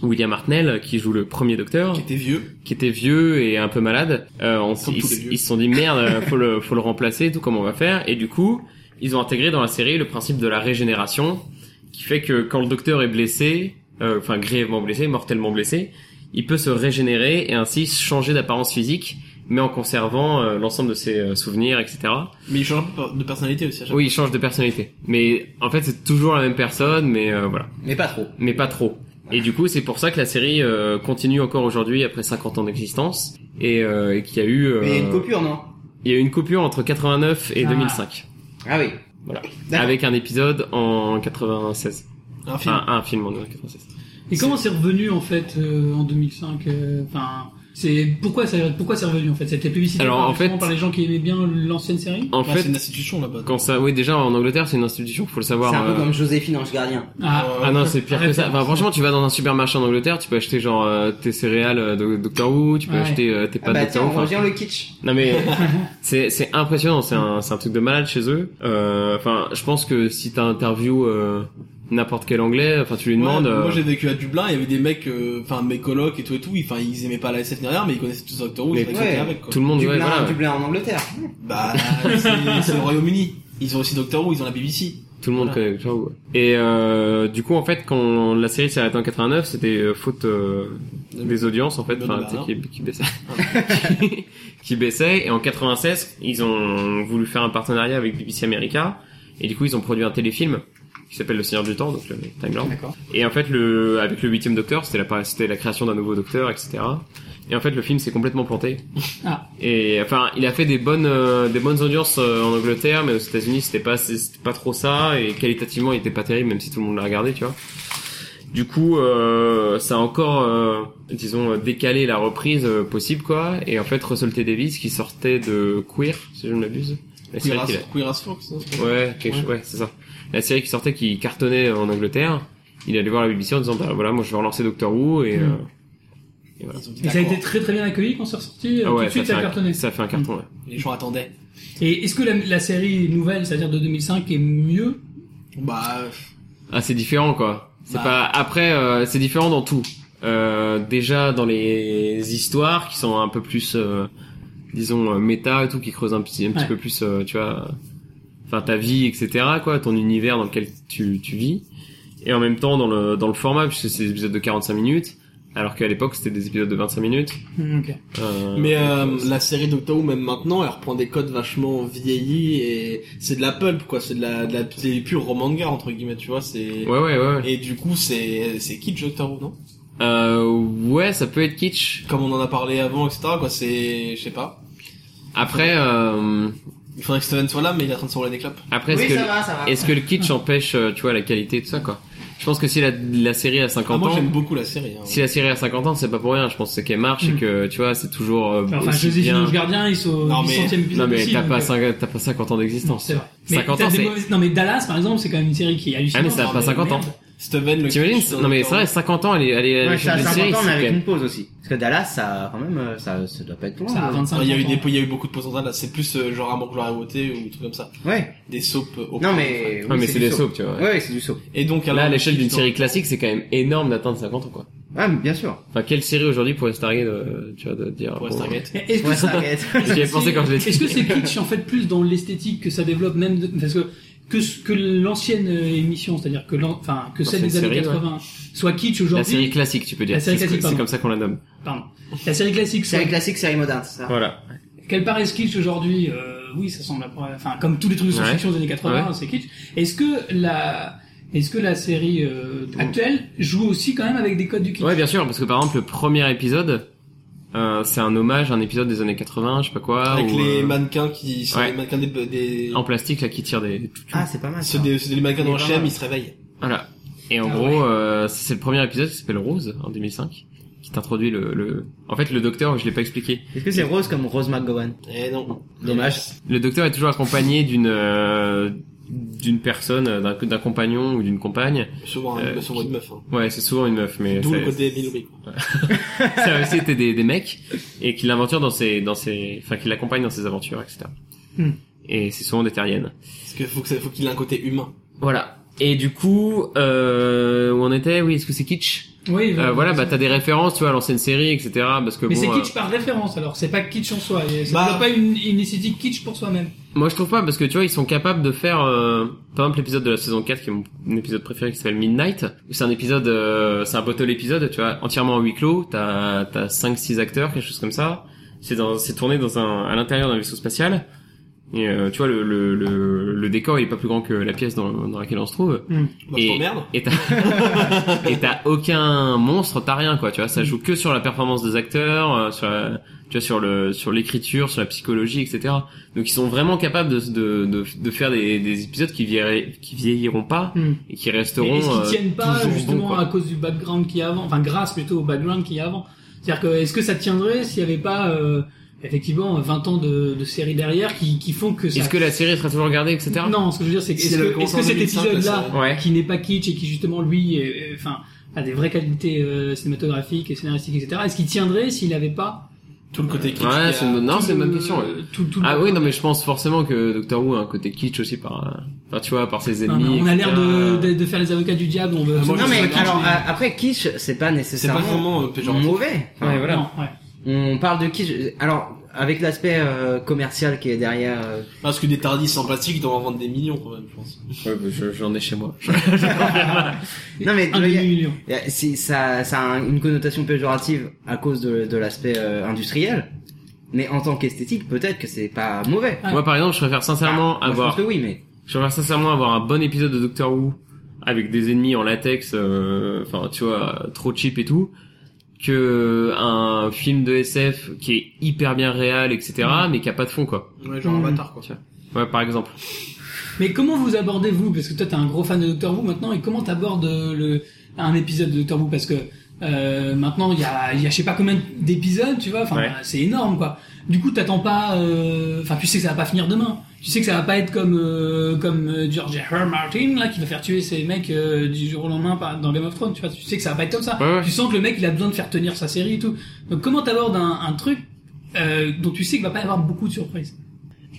Speaker 4: William Hartnell, qui joue le premier docteur,
Speaker 2: Qui était vieux.
Speaker 4: qui était vieux et un peu malade, euh, on s-
Speaker 2: Comme
Speaker 4: ils,
Speaker 2: tous les vieux.
Speaker 4: ils se sont dit merde, euh, faut le, faut le remplacer, et tout comment on va faire. Et du coup, ils ont intégré dans la série le principe de la régénération, qui fait que quand le docteur est blessé, euh, enfin grièvement blessé, mortellement blessé, il peut se régénérer et ainsi changer d'apparence physique, mais en conservant euh, l'ensemble de ses euh, souvenirs, etc.
Speaker 2: Mais il change un peu de personnalité aussi à chaque
Speaker 4: Oui, il change de personnalité. Mais en fait, c'est toujours la même personne, mais euh, voilà
Speaker 3: Mais pas trop.
Speaker 4: mais pas trop. Et du coup, c'est pour ça que la série euh, continue encore aujourd'hui après 50 ans d'existence et, euh, et qu'il y a eu euh,
Speaker 3: Mais une coupure non
Speaker 4: il y a eu une coupure entre 89 et
Speaker 5: Ah.
Speaker 4: 2005
Speaker 3: Ah oui.
Speaker 4: Voilà.
Speaker 3: D'accord.
Speaker 4: avec un épisode en 96.
Speaker 2: fois. Un film.
Speaker 4: Enfin, un film en 96.
Speaker 5: Et comment c'est revenu en fait euh, en 2005 euh, Enfin, c'est pourquoi ça pourquoi c'est revenu en fait C'était publicité
Speaker 4: Alors,
Speaker 5: par,
Speaker 4: en
Speaker 5: justement
Speaker 4: fait-
Speaker 5: par les gens qui aimaient bien l'ancienne série.
Speaker 4: En
Speaker 2: Ah,
Speaker 4: fait,
Speaker 2: c'est une institution là-bas.
Speaker 4: quand ça, oui, déjà en Angleterre, c'est une institution, faut le
Speaker 3: C'est
Speaker 4: savoir.
Speaker 3: un peu
Speaker 4: euh,
Speaker 3: comme Joséphine Ange Gardien.
Speaker 5: Ah,
Speaker 4: Ah non, c'est pire que ça.
Speaker 5: Référence.
Speaker 4: Enfin, franchement, tu vas dans un supermarché en Angleterre, tu peux acheter genre euh, tes céréales euh, de Doctor Who, tu peux
Speaker 5: Ouais.
Speaker 4: acheter euh, tes
Speaker 3: Ah
Speaker 4: pâtes
Speaker 3: bah
Speaker 4: Doctor
Speaker 3: tiens,
Speaker 4: Who.
Speaker 3: on
Speaker 4: enfin,
Speaker 3: revient le kitsch.
Speaker 4: Non mais c'est c'est impressionnant, c'est un c'est un truc de malade chez eux. Euh, Enfin, je pense que si t'interviews euh, n'importe quel anglais, enfin tu lui
Speaker 2: Ouais,
Speaker 4: demandes.
Speaker 2: Moi
Speaker 4: euh,
Speaker 2: j'ai vécu à Dublin, il y avait des mecs, euh, enfin mes colocs et tout et tout, ils- enfin ils aimaient pas la SF ni rien, mais ils connaissaient tous Doctor Who,
Speaker 4: Mais
Speaker 2: ils
Speaker 3: ouais,
Speaker 2: étaient avec quoi.
Speaker 4: euh, tout le monde, ouais,
Speaker 3: Dublin,
Speaker 4: voilà.
Speaker 3: Dublin en Angleterre.
Speaker 2: Bah c'est c'est le Royaume-Uni, ils ont aussi Doctor Who, ils ont la BBC.
Speaker 4: Tout le monde
Speaker 2: Voilà.
Speaker 4: connaît. Genre, ouais. Et euh, du coup, en fait, quand la série s'est arrêtée en 89, c'était euh, faute euh, des audiences en fait,
Speaker 2: De
Speaker 4: enfin,
Speaker 2: Bernard.
Speaker 4: tu sais, qui, qui baissaient, qui baissaient. Et en 96, ils ont voulu faire un partenariat avec BBC America, et du coup, ils ont produit un téléfilm qui s'appelle Le Seigneur du Temps, donc le Time Lord.
Speaker 5: d'accord.
Speaker 4: Et en fait, le, avec le huitième Docteur, c'était la, c'était la création d'un nouveau Docteur, etc. Et en fait, le film s'est complètement planté.
Speaker 5: Ah.
Speaker 4: Et enfin, il a fait des bonnes, euh, des bonnes audiences euh, en Angleterre, mais aux États-Unis, c'était pas, c'était pas trop ça. Et qualitativement, il était pas terrible, même si tout le monde l'a regardé, tu vois. Du coup, euh, ça a encore, euh, disons, euh, décalé la reprise euh, possible, quoi. Et en fait, Russell T. Davis, qui sortait de Queer, si je ne m'abuse. La série
Speaker 2: Queer as,
Speaker 4: qu'il a-
Speaker 2: Queer as Folk, ça, c'est-
Speaker 4: Ouais, quelque
Speaker 2: Ouais.
Speaker 4: chose- ouais, c'est ça. La série qui sortait, qui cartonnait en Angleterre, il allait voir la BBC en disant, bah voilà, moi je vais relancer Doctor Who et,
Speaker 5: Mm.
Speaker 4: euh, Et voilà.
Speaker 5: Et ça a été très très bien accueilli quand c'est ressorti. euh,
Speaker 4: Ah ouais,
Speaker 5: tout de suite, ça
Speaker 4: ça,
Speaker 5: a
Speaker 4: fait un,
Speaker 5: cartonné. Mm.
Speaker 4: ça fait un carton. ouais.
Speaker 2: Les gens attendaient.
Speaker 5: Et est-ce que la, la série nouvelle, c'est-à-dire de 2005, est mieux
Speaker 2: Bah, euh,
Speaker 4: Ah, c'est différent quoi. C'est
Speaker 5: Bah.
Speaker 4: pas après euh, c'est différent dans tout. Euh, déjà dans les histoires qui sont un peu plus euh, disons euh, méta et tout qui creusent un petit un petit
Speaker 5: Ouais.
Speaker 4: peu plus euh, tu vois enfin ta vie etc quoi ton univers dans lequel tu tu vis et en même temps dans le dans le format puisque c'est des épisodes de 45 minutes alors qu'à l'époque c'était des épisodes de 25 minutes.
Speaker 5: Hmm, ok.
Speaker 4: Euh,
Speaker 2: mais euh,
Speaker 4: donc,
Speaker 2: la série Doctor Who même maintenant, elle reprend des codes vachement vieillis et c'est de la pulp quoi, c'est de la, de la c'est du pur roman de guerre entre guillemets, tu vois, c'est
Speaker 4: euh, ouais ouais ouais.
Speaker 2: et du coup c'est c'est kitsch Doctor Who non
Speaker 4: Euh, ouais, ça peut être kitsch.
Speaker 2: Comme on en a parlé avant etc quoi, c'est je sais pas.
Speaker 4: Après euh,
Speaker 2: Il faudrait que Steven soit là mais il est en train de s'envoler des clopes.
Speaker 4: après est-ce
Speaker 3: Oui,
Speaker 4: que
Speaker 3: ça va, ça va.
Speaker 4: Est-ce que le kitsch empêche, euh, tu vois, la qualité et tout ça, quoi Je pense que si la, la série a
Speaker 2: Ah,
Speaker 4: 50
Speaker 2: moi
Speaker 4: ans,
Speaker 2: j'aime beaucoup la série. hein.
Speaker 4: si la série a 50 ans, c'est pas pour rien. Je pense que qu'elle marche
Speaker 5: Mm.
Speaker 4: et que, tu vois, c'est toujours euh,
Speaker 5: Enfin,
Speaker 4: aussi
Speaker 5: Joséphine
Speaker 4: bien.
Speaker 5: Ange Gardien, ils sont au
Speaker 2: Non, mais-
Speaker 5: 800e épisode.
Speaker 4: Non mais
Speaker 5: aussi,
Speaker 4: t'as
Speaker 5: donc,
Speaker 4: pas,
Speaker 5: euh,
Speaker 4: 50 t'as pas 50 ans d'existence.
Speaker 5: C'est vrai. Mais
Speaker 4: 50
Speaker 5: t'as
Speaker 4: ans,
Speaker 5: des
Speaker 4: c'est-
Speaker 5: mauvaises- Non, mais Dallas, par exemple, c'est quand même une série qui est hallucinante.
Speaker 4: Ah, mais ça a
Speaker 5: Non,
Speaker 4: pas 50 ans.
Speaker 5: merde.
Speaker 2: Steven le euh,
Speaker 4: T'imagines
Speaker 2: kitsch dans
Speaker 4: Non mais c'est
Speaker 2: Doctor Who.
Speaker 4: vrai, 50 ans, elle est, elle est, elle est
Speaker 3: Ouais,
Speaker 4: chef
Speaker 3: ça a
Speaker 4: de série.
Speaker 3: 50 ans,
Speaker 4: c'est
Speaker 3: mais avec
Speaker 4: quand même-
Speaker 3: une pause aussi. Parce que Dallas, ça, quand même, euh, ça, ça doit pas être loin.
Speaker 5: Ça a
Speaker 3: euh.
Speaker 5: 25
Speaker 2: Ouais, Il y a eu
Speaker 5: ans.
Speaker 2: des il y a eu beaucoup de potentiel là, c'est plus euh, genre un manque j'aurais voté ou des trucs comme ça.
Speaker 3: Ouais.
Speaker 2: Des soaps au
Speaker 3: Non, mais.
Speaker 4: Ah,
Speaker 3: oui,
Speaker 4: mais c'est
Speaker 3: du
Speaker 4: des
Speaker 3: soap.
Speaker 4: soaps, tu vois.
Speaker 3: Ouais, ouais, c'est du soap.
Speaker 2: Et donc alors
Speaker 4: Là, à l'échelle d'une
Speaker 2: Kitsch,
Speaker 4: série classique, c'est quand même énorme d'atteindre 50 ans, quoi.
Speaker 3: Ah, mais bien sûr.
Speaker 4: Enfin, quelle série aujourd'hui pourrait Stargate, euh, tu vois, de dire...
Speaker 2: pour
Speaker 4: bon,
Speaker 2: Stargate.
Speaker 5: Mais Est-ce que
Speaker 3: Ouais,
Speaker 5: ça-
Speaker 3: ça arrête.
Speaker 4: J'y ai pensé quand je l'ai dit.
Speaker 5: Est-ce que c'est kitsch en fait plus dans l'esthétique que ça développe même de- parce que que, ce- que l'ancienne euh, émission, c'est-à-dire que l'an- enfin que celle
Speaker 4: L'ancienne
Speaker 5: des années
Speaker 4: série, ouais.
Speaker 5: 80 soit kitsch
Speaker 4: La
Speaker 5: aujourd'hui.
Speaker 4: série classique, tu peux dire.
Speaker 5: La série
Speaker 4: C'est ce que-
Speaker 5: classique,
Speaker 4: C'est
Speaker 5: pardon.
Speaker 4: comme ça qu'on la nomme.
Speaker 5: Pardon. La série classique, soit-
Speaker 3: Série classique, série moderne, c'est
Speaker 5: Ah.
Speaker 3: ça.
Speaker 4: Voilà.
Speaker 5: qu'elle paraisse kitsch aujourd'hui, euh, oui, ça semble appro- enfin comme tous les trucs de science-fiction des années 80,
Speaker 4: Ouais.
Speaker 5: c'est kitsch. Est-ce que la est-ce que la série euh, actuelle joue aussi quand même avec des codes du kitsch
Speaker 4: Ouais, bien sûr, parce que par exemple, le premier épisode, euh, c'est un hommage à un épisode des années 80, je sais pas quoi,
Speaker 2: Avec
Speaker 4: ou,
Speaker 2: les
Speaker 4: euh,
Speaker 2: mannequins qui sont
Speaker 4: ouais.
Speaker 2: les mannequins des, des-
Speaker 4: en plastique là qui tirent des. des toutous.
Speaker 3: Ah, c'est pas mal.
Speaker 2: ceux
Speaker 3: ça.
Speaker 2: des, ceux des mannequins
Speaker 3: Il est
Speaker 2: dans
Speaker 3: pas
Speaker 2: HM,
Speaker 3: mal.
Speaker 2: ils se réveillent.
Speaker 4: Voilà. Et en
Speaker 5: Ah
Speaker 4: gros,
Speaker 5: ouais.
Speaker 4: euh, c'est le premier épisode qui s'appelle Rose en 2005, qui t'introduit le, le. En fait, le docteur, je l'ai pas expliqué.
Speaker 3: Est-ce que c'est rose comme Rose McGowan
Speaker 2: Eh non.
Speaker 3: Dommage.
Speaker 4: Le docteur est toujours accompagné d'une euh, d'une personne, euh, d'un d'un compagnon ou d'une compagne.
Speaker 2: Souvent,
Speaker 4: Euh,
Speaker 2: euh, souvent
Speaker 4: qui-
Speaker 2: une meuf. Hein.
Speaker 4: Ouais, c'est souvent une meuf, mais
Speaker 2: D'où
Speaker 4: ça-
Speaker 2: le côté Bill Louis.
Speaker 4: ça aussi c'était des, des mecs et qui l'aventure dans ses dans ses, enfin qui l'accompagne dans ses aventures, etc.
Speaker 5: Hmm.
Speaker 4: Et c'est souvent des terriennes.
Speaker 2: Parce que faut que ça- faut qu'il ait un côté humain.
Speaker 4: Voilà. Et du coup, euh, où on était Oui, est-ce que c'est kitsch
Speaker 5: Oui,
Speaker 4: Euh, Voilà, bah t'as des références, tu vois, à l'ancienne série, etc. Parce que
Speaker 5: Mais
Speaker 4: bon,
Speaker 5: c'est
Speaker 4: euh,
Speaker 5: kitsch par référence, alors c'est pas kitsch en soi. et Ça
Speaker 2: Bah-
Speaker 5: développe pas une, une esthétique kitsch pour soi-même.
Speaker 4: moi je trouve pas parce que tu vois, ils sont capables de faire, euh, par exemple, l'épisode de la saison 4 qui est mon mon épisode préféré qui s'appelle Midnight. où C'est un épisode, euh, c'est un bottle épisode, tu vois, entièrement en huis clos. T'as t'as cinq, six acteurs, quelque chose comme ça. C'est dans, c'est tourné dans un, à l'intérieur d'un vaisseau spatial. Et euh, tu vois, le, le, le, le décor il est pas plus grand que la pièce dans, dans laquelle on se trouve.
Speaker 2: Bah,
Speaker 4: Et-
Speaker 2: je t'emmerde.
Speaker 4: Et t'as et t'as aucun monstre, t'as rien quoi, tu vois. Ça joue que sur la performance des acteurs, euh, sur la- tu vois, sur le sur l'écriture, sur la psychologie, etc. Donc ils sont vraiment capables de de de, de faire des, des épisodes qui vieilliront qui vieilliront pas et qui
Speaker 5: Et
Speaker 4: resteront.
Speaker 5: Est-ce qu'ils
Speaker 4: euh,
Speaker 5: tiennent pas
Speaker 4: toujours bons,
Speaker 5: justement
Speaker 4: quoi.
Speaker 5: à cause du background qu'il y a avant, enfin grâce plutôt au background qu'il y a avant. C'est-à-dire que est-ce que ça tiendrait s'il n'y avait pas euh, effectivement 20 ans de, de séries derrière qui, qui font que ça.
Speaker 4: Est-ce que la série sera toujours regardée, etc.
Speaker 5: Non, ce que je veux dire c'est que
Speaker 2: Si
Speaker 5: est-ce
Speaker 2: elle avait
Speaker 5: que, est-ce
Speaker 2: commencé en
Speaker 5: que cet
Speaker 2: 2005, la
Speaker 5: épisode-là
Speaker 2: série.
Speaker 4: Ouais.
Speaker 5: qui n'est pas kitsch et qui justement lui, est- est- enfin a des vraies qualités euh, cinématographiques et scénaristiques, etc. Est-ce qu'il tiendrait s'il n'avait pas euh,
Speaker 2: Tout le côté kitsch.
Speaker 4: Ouais,
Speaker 2: qu'il y
Speaker 4: c'est
Speaker 2: a.
Speaker 4: une bonne, non,
Speaker 5: tout
Speaker 4: c'est une
Speaker 5: le- euh,
Speaker 4: bonne question. ouais.
Speaker 5: tout, tout le-
Speaker 4: Ah oui, non, mais je pense forcément que Doctor Who a un côté kitsch aussi par, euh, par tu vois, par ses
Speaker 5: Non,
Speaker 4: ennemis.
Speaker 5: mais on a l'air
Speaker 4: etc.
Speaker 5: de, de, de faire les avocats du diable. On
Speaker 4: Ah,
Speaker 5: veut
Speaker 2: Moi,
Speaker 3: non
Speaker 2: je
Speaker 5: absolument
Speaker 2: sais
Speaker 3: mais
Speaker 5: pas kitsch,
Speaker 3: alors
Speaker 5: mais-
Speaker 3: a- après kitsch c'est pas
Speaker 2: C'est pas
Speaker 3: nécessairement
Speaker 2: vraiment euh, péjoratif.
Speaker 3: mauvais. Enfin,
Speaker 4: Ouais, voilà.
Speaker 5: Non, ouais.
Speaker 3: On parle de kitsch. Alors avec l'aspect euh, commercial qui est derrière. euh,
Speaker 2: Parce que des tardis sans plastique, ils doivent en vendre des millions quand même, je pense.
Speaker 4: Ouais, bah, je- j'en ai chez moi.
Speaker 3: Non, mais
Speaker 5: un
Speaker 3: le-
Speaker 5: demi-million.
Speaker 3: Euh, c'est- ça, ça a un- une connotation péjorative à cause de, de l'aspect euh, industriel, mais en tant qu'esthétique, peut-être que c'est pas mauvais.
Speaker 5: Ah.
Speaker 4: Moi, par exemple, je préfère sincèrement
Speaker 3: Moi,
Speaker 4: avoir
Speaker 3: Je pense que oui, mais
Speaker 4: Je préfère sincèrement avoir un bon épisode de Doctor Who avec des ennemis en latex, euh, enfin tu vois, trop cheap et tout, que un film de SF qui est hyper bien réel, etc., mais qui a pas de fond quoi.
Speaker 2: Ouais, genre
Speaker 5: Hmm.
Speaker 2: Avatar quoi.
Speaker 4: Ouais, par exemple.
Speaker 5: Mais comment vous abordez vous Parce que toi, t'es un gros fan de Doctor Who maintenant, et comment t'abordes euh, le un épisode de Doctor Who Parce que Euh, maintenant, il y a, il y a je sais pas combien d'épisodes, tu vois. Enfin,
Speaker 4: Ouais.
Speaker 5: c'est énorme, quoi. Du coup, t'attends pas. euh, Enfin, tu sais que ça va pas finir demain. Tu sais que ça va pas être comme euh, comme euh, George R. R. Martin là qui va faire tuer ces mecs euh, du jour au lendemain par- dans Game of Thrones. Tu vois, tu sais que ça va pas être comme ça.
Speaker 4: Ouais, ouais.
Speaker 5: Tu sens que le mec, il a besoin de faire tenir sa série et tout. Donc, comment t'abordes un, un truc euh, dont tu sais qu'il va pas y avoir beaucoup de surprises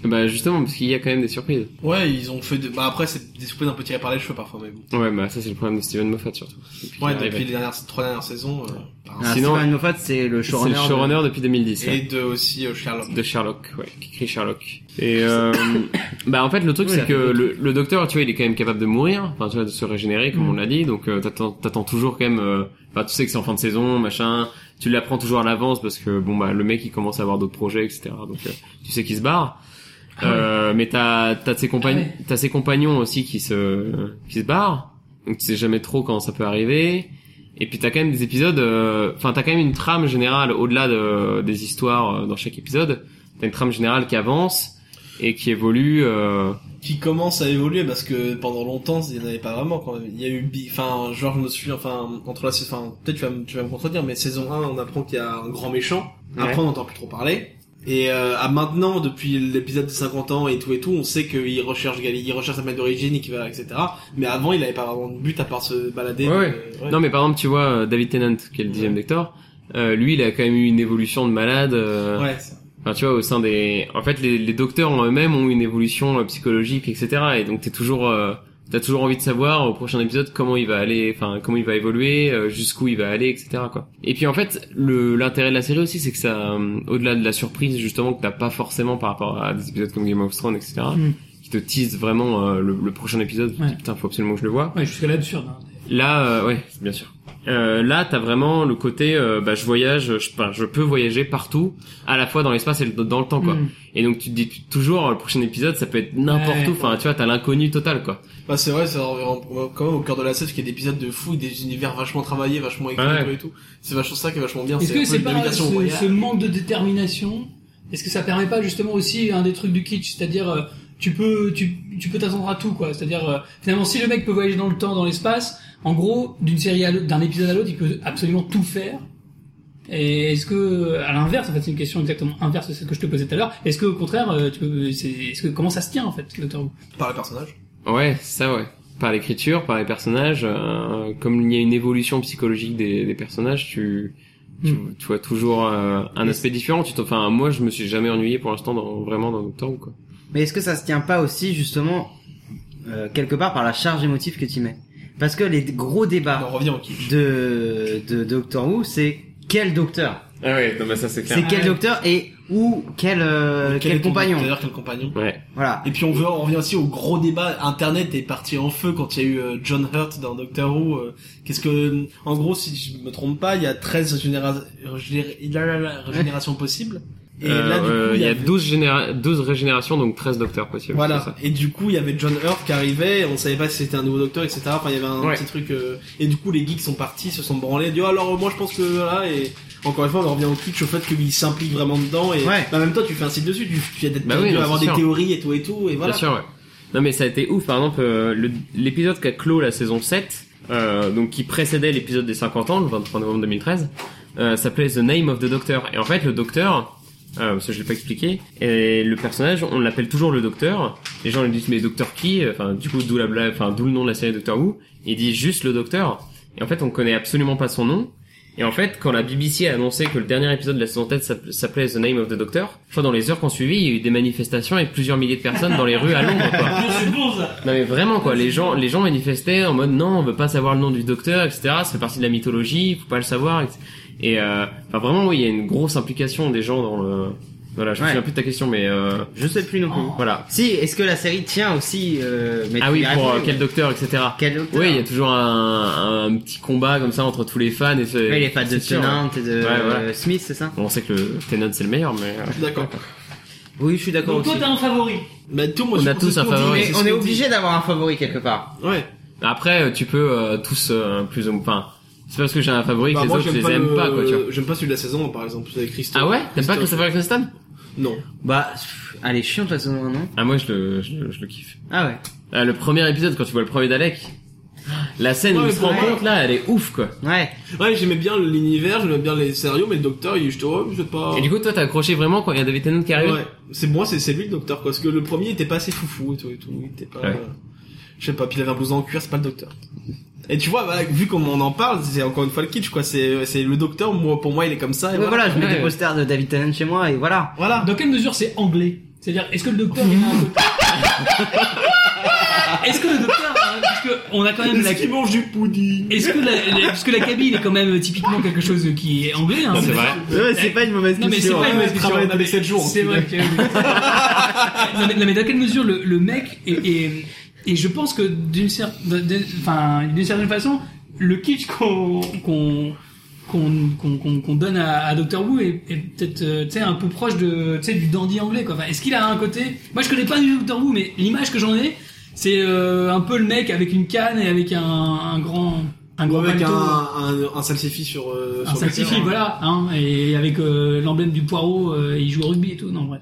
Speaker 4: Bah justement, parce qu'il y a quand même des surprises.
Speaker 2: Ouais, ils ont fait. De... Bah après, c'est des surprises un peu tirées par les cheveux parfois, mais bon.
Speaker 4: Ouais, bah ça c'est le problème de Steven Moffat surtout. Depuis
Speaker 2: Ouais,
Speaker 4: qu'il est
Speaker 2: depuis
Speaker 4: arrivé.
Speaker 2: les dernières, trois dernières saisons. euh, par un-
Speaker 4: Ah, Sinon-
Speaker 3: Steven Moffat, c'est le
Speaker 4: c'est
Speaker 3: showrunner.
Speaker 4: le showrunner depuis 2010. ouais.
Speaker 2: Et de aussi euh, Sherlock.
Speaker 4: de Sherlock, ouais, qui écrit Sherlock. Et euh, bah en fait le truc
Speaker 3: Oui,
Speaker 4: c'est
Speaker 3: la
Speaker 4: que
Speaker 3: petite.
Speaker 4: le, le docteur, tu vois, il est quand même capable de mourir, enfin tu vois, de se régénérer comme
Speaker 5: Mm.
Speaker 4: on l'a dit. Donc euh, t'attends, t'attends toujours quand même. euh, Enfin tu sais que c'est en fin de saison, machin. Tu l'apprends toujours à l'avance parce que bon bah le mec il commence à avoir d'autres projets, etc. Donc euh, tu sais qu'il se barre.
Speaker 3: Ah
Speaker 4: Euh, Mais t'as t'as ses compagnons,
Speaker 5: Ah
Speaker 4: t'as ses compagnons aussi qui se qui se barrent. Donc tu sais jamais trop quand ça peut arriver. Et puis t'as quand même des épisodes, euh, enfin t'as quand même une trame générale au-delà de, des histoires euh, dans chaque épisode. T'as une trame générale qui avance et qui évolue. euh,
Speaker 2: qui commence à évoluer parce que pendant longtemps il n'y en avait pas vraiment quand même. Il y a eu bi- enfin genre je me souviens enfin entre la saison enfin peut-être tu vas me tu vas me contredire mais saison 1 on apprend qu'il y a un grand méchant. Après on n'entend plus trop parler. Et euh, à maintenant depuis l'épisode de 50 ans et tout et tout, on sait qu'il recherche Gali, il recherche sa mère d'origine et qu'il va etc. Mais avant il n'avait pas vraiment de but à part se balader.
Speaker 4: Ouais,
Speaker 2: donc,
Speaker 4: ouais.
Speaker 2: euh, ouais.
Speaker 4: Non mais par exemple tu vois euh, David Tennant qui est le dixième docteur. euh, lui il a quand même eu une évolution de malade. euh,
Speaker 2: Ouais, ça.
Speaker 4: Enfin, tu vois, au sein des, en fait, les, les docteurs en eux-mêmes ont une évolution euh, psychologique, etc. Et donc, t'es toujours, euh, t'as toujours envie de savoir au prochain épisode comment il va aller, enfin, comment il va évoluer, euh, jusqu'où il va aller, etc. Quoi. Et puis, en fait, le l'intérêt de la série aussi, c'est que ça, euh, au-delà de la surprise justement que t'as pas forcément par rapport à des épisodes comme Game of Thrones, etc.
Speaker 5: Mm.
Speaker 4: Qui te tease vraiment euh, le, le prochain épisode. tu te dis,
Speaker 5: Ouais.
Speaker 4: Putain, faut absolument que je le vois.
Speaker 5: Ouais, jusqu'à l'absurde. hein.
Speaker 4: Là, euh, ouais, bien sûr. Euh, là, t'as vraiment le côté, euh, bah, je voyage, je, enfin, je peux voyager partout, à la fois dans l'espace et le- dans le temps, quoi.
Speaker 5: Mm.
Speaker 4: Et donc tu te dis tu- toujours le prochain épisode ça peut être n'importe
Speaker 5: Ouais.
Speaker 4: où enfin tu vois t'as l'inconnu total quoi.
Speaker 2: Bah c'est vrai, c'est en- en- quand même au cœur de la série, parce qu'il y a des épisodes de fou, des univers vachement travaillés, vachement écrits
Speaker 4: Ouais.
Speaker 2: et tout. C'est vachement ça qui est vachement bien.
Speaker 5: Est-ce que
Speaker 2: un peu
Speaker 5: c'est
Speaker 2: une
Speaker 5: pas
Speaker 2: domination
Speaker 5: ce,
Speaker 2: royale.
Speaker 5: ce manque de détermination Est-ce que ça permet pas justement aussi un des trucs du kitsch, c'est-à-dire euh, tu peux tu, tu peux t'attendre à tout quoi, c'est-à-dire euh, finalement si le mec peut voyager dans le temps, dans l'espace, en gros d'une série à l'autre, d'un épisode à l'autre, il peut absolument tout faire. Et est-ce que à l'inverse, en fait, c'est une question exactement inverse de celle que je te posais tout à l'heure. Est-ce que au contraire, euh, tu peux, c'est, est-ce que comment ça se tient en fait, Doctor Who
Speaker 2: Par les personnages.
Speaker 4: Ouais ça ouais. Par l'écriture, par les personnages, euh, comme il y a une évolution psychologique des, des personnages, tu, tu, tu vois toujours euh, un aspect différent. Tu t'en- enfin moi je me suis jamais ennuyé pour l'instant dans, vraiment dans Doctor Who quoi.
Speaker 3: Mais est-ce que ça se tient pas aussi justement euh, quelque part par la charge émotive que tu mets Parce que les gros
Speaker 2: Ah, On
Speaker 3: débats
Speaker 2: revient au kitsch.
Speaker 3: de de Doctor Who, c'est quel docteur
Speaker 4: Ah ouais non mais ça c'est
Speaker 3: C'est quel
Speaker 5: Ouais.
Speaker 3: docteur et où quel euh, quel,
Speaker 2: est ton-
Speaker 3: compagnon
Speaker 2: D'ailleurs, quel compagnon.
Speaker 4: Ouais.
Speaker 3: Voilà.
Speaker 2: Et puis on, veut, on revient aussi au gros débat. Internet est parti en feu quand il y a eu euh, John Hurt dans Doctor Who. euh, Qu'est-ce que, en gros, si je me trompe pas, il y a 13 généra- régé- là, là, là, régénérations possibles. Et
Speaker 4: Euh,
Speaker 2: là, du coup,
Speaker 4: euh, il y a
Speaker 2: avait-
Speaker 4: 12, généra- 12 régénérations donc 13 docteurs possibles. c'est
Speaker 2: Voilà.
Speaker 4: ça.
Speaker 2: Et du coup, il y avait John Hurt qui arrivait. On savait pas si c'était un nouveau Docteur, etc. Enfin, il y avait un
Speaker 4: Ouais.
Speaker 2: petit truc. euh, Et du coup, les geeks sont partis, se sont branlés. Dit, Ah, alors moi, je pense que voilà. Et encore une fois, on en revient au kitsch au fait qu'il s'implique vraiment dedans. Et
Speaker 3: Ouais.
Speaker 2: bah, en même temps, tu fais un site dessus. Tu, tu as d'être
Speaker 4: Bah
Speaker 2: tendu
Speaker 4: oui, non,
Speaker 2: à avoir
Speaker 4: c'est
Speaker 2: des
Speaker 4: sûr.
Speaker 2: théories et tout et tout. Et voilà.
Speaker 4: Bien sûr, ouais. Non, mais ça a été ouf. Par exemple, euh, le- l'épisode qui a clos la saison 7, euh, donc qui précédait l'épisode des 50 ans, le 23 novembre 2013, euh, s'appelait The Name of the Doctor. Et en fait, le docteur, euh, parce que je l'ai pas expliqué, et le personnage, on l'appelle toujours le docteur. Les gens lui disent, mais docteur qui Enfin, du coup, d'où la blague, enfin, d'où le nom de la série Doctor Who. Il dit juste le docteur. Et en fait, on connaît absolument pas son nom. Et en fait, quand la BBC a annoncé que le dernier épisode de la saison 7 s'app- s'appelait The Name of the Doctor, je crois dans les heures qui ont suivi, il y a eu des manifestations et plusieurs milliers de personnes dans les rues à Londres, quoi.
Speaker 5: Ah, C'est bon ça.
Speaker 4: Non mais vraiment quoi, les gens, les gens manifestaient en mode non, on veut pas savoir le nom du docteur, etc. Ça fait partie de la mythologie, faut pas le savoir. etc. Et euh, enfin vraiment, oui, il y a une grosse implication des gens dans le. Voilà, je me
Speaker 3: Ouais.
Speaker 4: souviens plus de ta question, mais euh,
Speaker 3: Je sais plus non plus.
Speaker 4: voilà.
Speaker 3: Si, est-ce que la série tient aussi euh, mais
Speaker 4: Ah
Speaker 3: tu
Speaker 4: oui,
Speaker 3: l'as
Speaker 4: pour euh,
Speaker 3: répondu,
Speaker 4: quel docteur, etc.
Speaker 3: quel docteur
Speaker 4: Oui, il y a toujours un, un petit combat comme ça entre tous les fans et. ce-
Speaker 3: Oui, les fans de
Speaker 4: c'est sûr,
Speaker 3: Tennant et de
Speaker 4: Ouais, voilà.
Speaker 3: euh, Smith, c'est ça
Speaker 4: Bon, on sait que le Tennant c'est le meilleur, mais. euh,
Speaker 2: D'accord.
Speaker 3: Oui, je suis d'accord
Speaker 5: Donc
Speaker 3: aussi.
Speaker 5: toi t'as un favori.
Speaker 2: Mais tout, moi,
Speaker 4: On
Speaker 2: je
Speaker 4: a
Speaker 2: pense que
Speaker 4: tous
Speaker 2: tout
Speaker 4: un
Speaker 2: le monde dit, mais
Speaker 4: favori.
Speaker 3: Mais
Speaker 2: c'est ce
Speaker 3: on est
Speaker 2: qu'on
Speaker 3: obligé d'avoir un favori quelque part.
Speaker 2: dit. Ouais.
Speaker 4: Après, euh, tu peux euh, tous euh, plus ou moins. Enfin, c'est parce que j'ai un favori que
Speaker 2: Bah,
Speaker 4: les
Speaker 2: moi,
Speaker 4: autres, je
Speaker 2: j'aime
Speaker 4: les
Speaker 2: pas,
Speaker 4: aime
Speaker 2: le-
Speaker 4: pas, quoi, tu vois.
Speaker 2: J'aime pas celui de la saison, par exemple, celui avec Christophe.
Speaker 4: Ah ouais T'aimes pas
Speaker 2: Christophe-
Speaker 4: Christopher Eccleston
Speaker 2: Non.
Speaker 3: Bah, pff, elle est chiante la saison 1, non
Speaker 4: Ah moi je le, je, le- je le kiffe.
Speaker 3: Ah ouais.
Speaker 4: Ah, le premier épisode quand tu vois le premier d'Alec. La scène
Speaker 2: Ouais,
Speaker 4: où il
Speaker 2: mais
Speaker 4: se rend
Speaker 2: pour moi-
Speaker 4: compte là, elle est ouf quoi.
Speaker 3: Ouais.
Speaker 2: Ouais, j'aimais bien l'univers, j'aimais bien les scénarios, mais le docteur, il, je te oh, je sais pas.
Speaker 4: Et du coup, toi, t'as accroché vraiment quand il y a David Tennant
Speaker 5: Ah
Speaker 4: qui arrive.
Speaker 2: Ouais, c'est moi, c'est c'est lui le docteur, quoi. Parce que le premier il était pas assez foufou et tout, et tout. Il était pas.
Speaker 4: Ouais.
Speaker 2: euh, je sais pas, puis il avait un blouson en cuir, c'est pas le docteur. Et tu vois, voilà, vu qu'on en parle, c'est encore une fois le kitsch, quoi. C'est c'est le docteur, moi, pour moi, il est comme ça. Et
Speaker 3: Ouais, voilà, je mets
Speaker 4: Ouais.
Speaker 3: des posters de David Tennant chez moi et voilà.
Speaker 2: Voilà.
Speaker 5: Dans quelle mesure c'est anglais C'est-à-dire, est-ce que le docteur il a un côté- Est-ce que le docteur, hein, parce que on a quand même la,
Speaker 2: Est-ce qu'il mange du pudding
Speaker 5: est-ce que la, la- parce que la cabine est quand même typiquement quelque chose qui est anglais. Hein,
Speaker 4: C'est vrai.
Speaker 3: Ouais, c'est pas une mauvaise
Speaker 5: Non mais c'est
Speaker 3: question,
Speaker 5: pas
Speaker 3: hein.
Speaker 5: une mauvaise
Speaker 2: ouais,
Speaker 5: question.
Speaker 2: travailler
Speaker 5: Non,
Speaker 2: tous les
Speaker 5: mais
Speaker 2: sept jours, hein.
Speaker 5: C'est vrai que. non, mais, non, mais dans quelle mesure le, le mec est, est- et je pense que d'une certaine, enfin d'une certaine façon, le kitsch qu'on qu'on qu'on qu'on- qu'on- qu'on donne à, à Doctor Who est, est peut-être euh, tu sais un peu proche de tu sais du dandy anglais quoi. Enfin, Est-ce qu'il a un côté Moi je connais pas du Doctor Who mais l'image que j'en ai c'est euh, un peu le mec avec une canne et avec un, un grand un
Speaker 2: Ou
Speaker 5: grand
Speaker 2: avec un,
Speaker 5: paletot.
Speaker 2: un, un salsifis sur. euh,
Speaker 5: Un
Speaker 2: sur le
Speaker 5: sacrifice,
Speaker 2: cœur.
Speaker 5: voilà, hein, et avec euh, l'emblème du poireau, euh, il joue au rugby et tout, non, bref.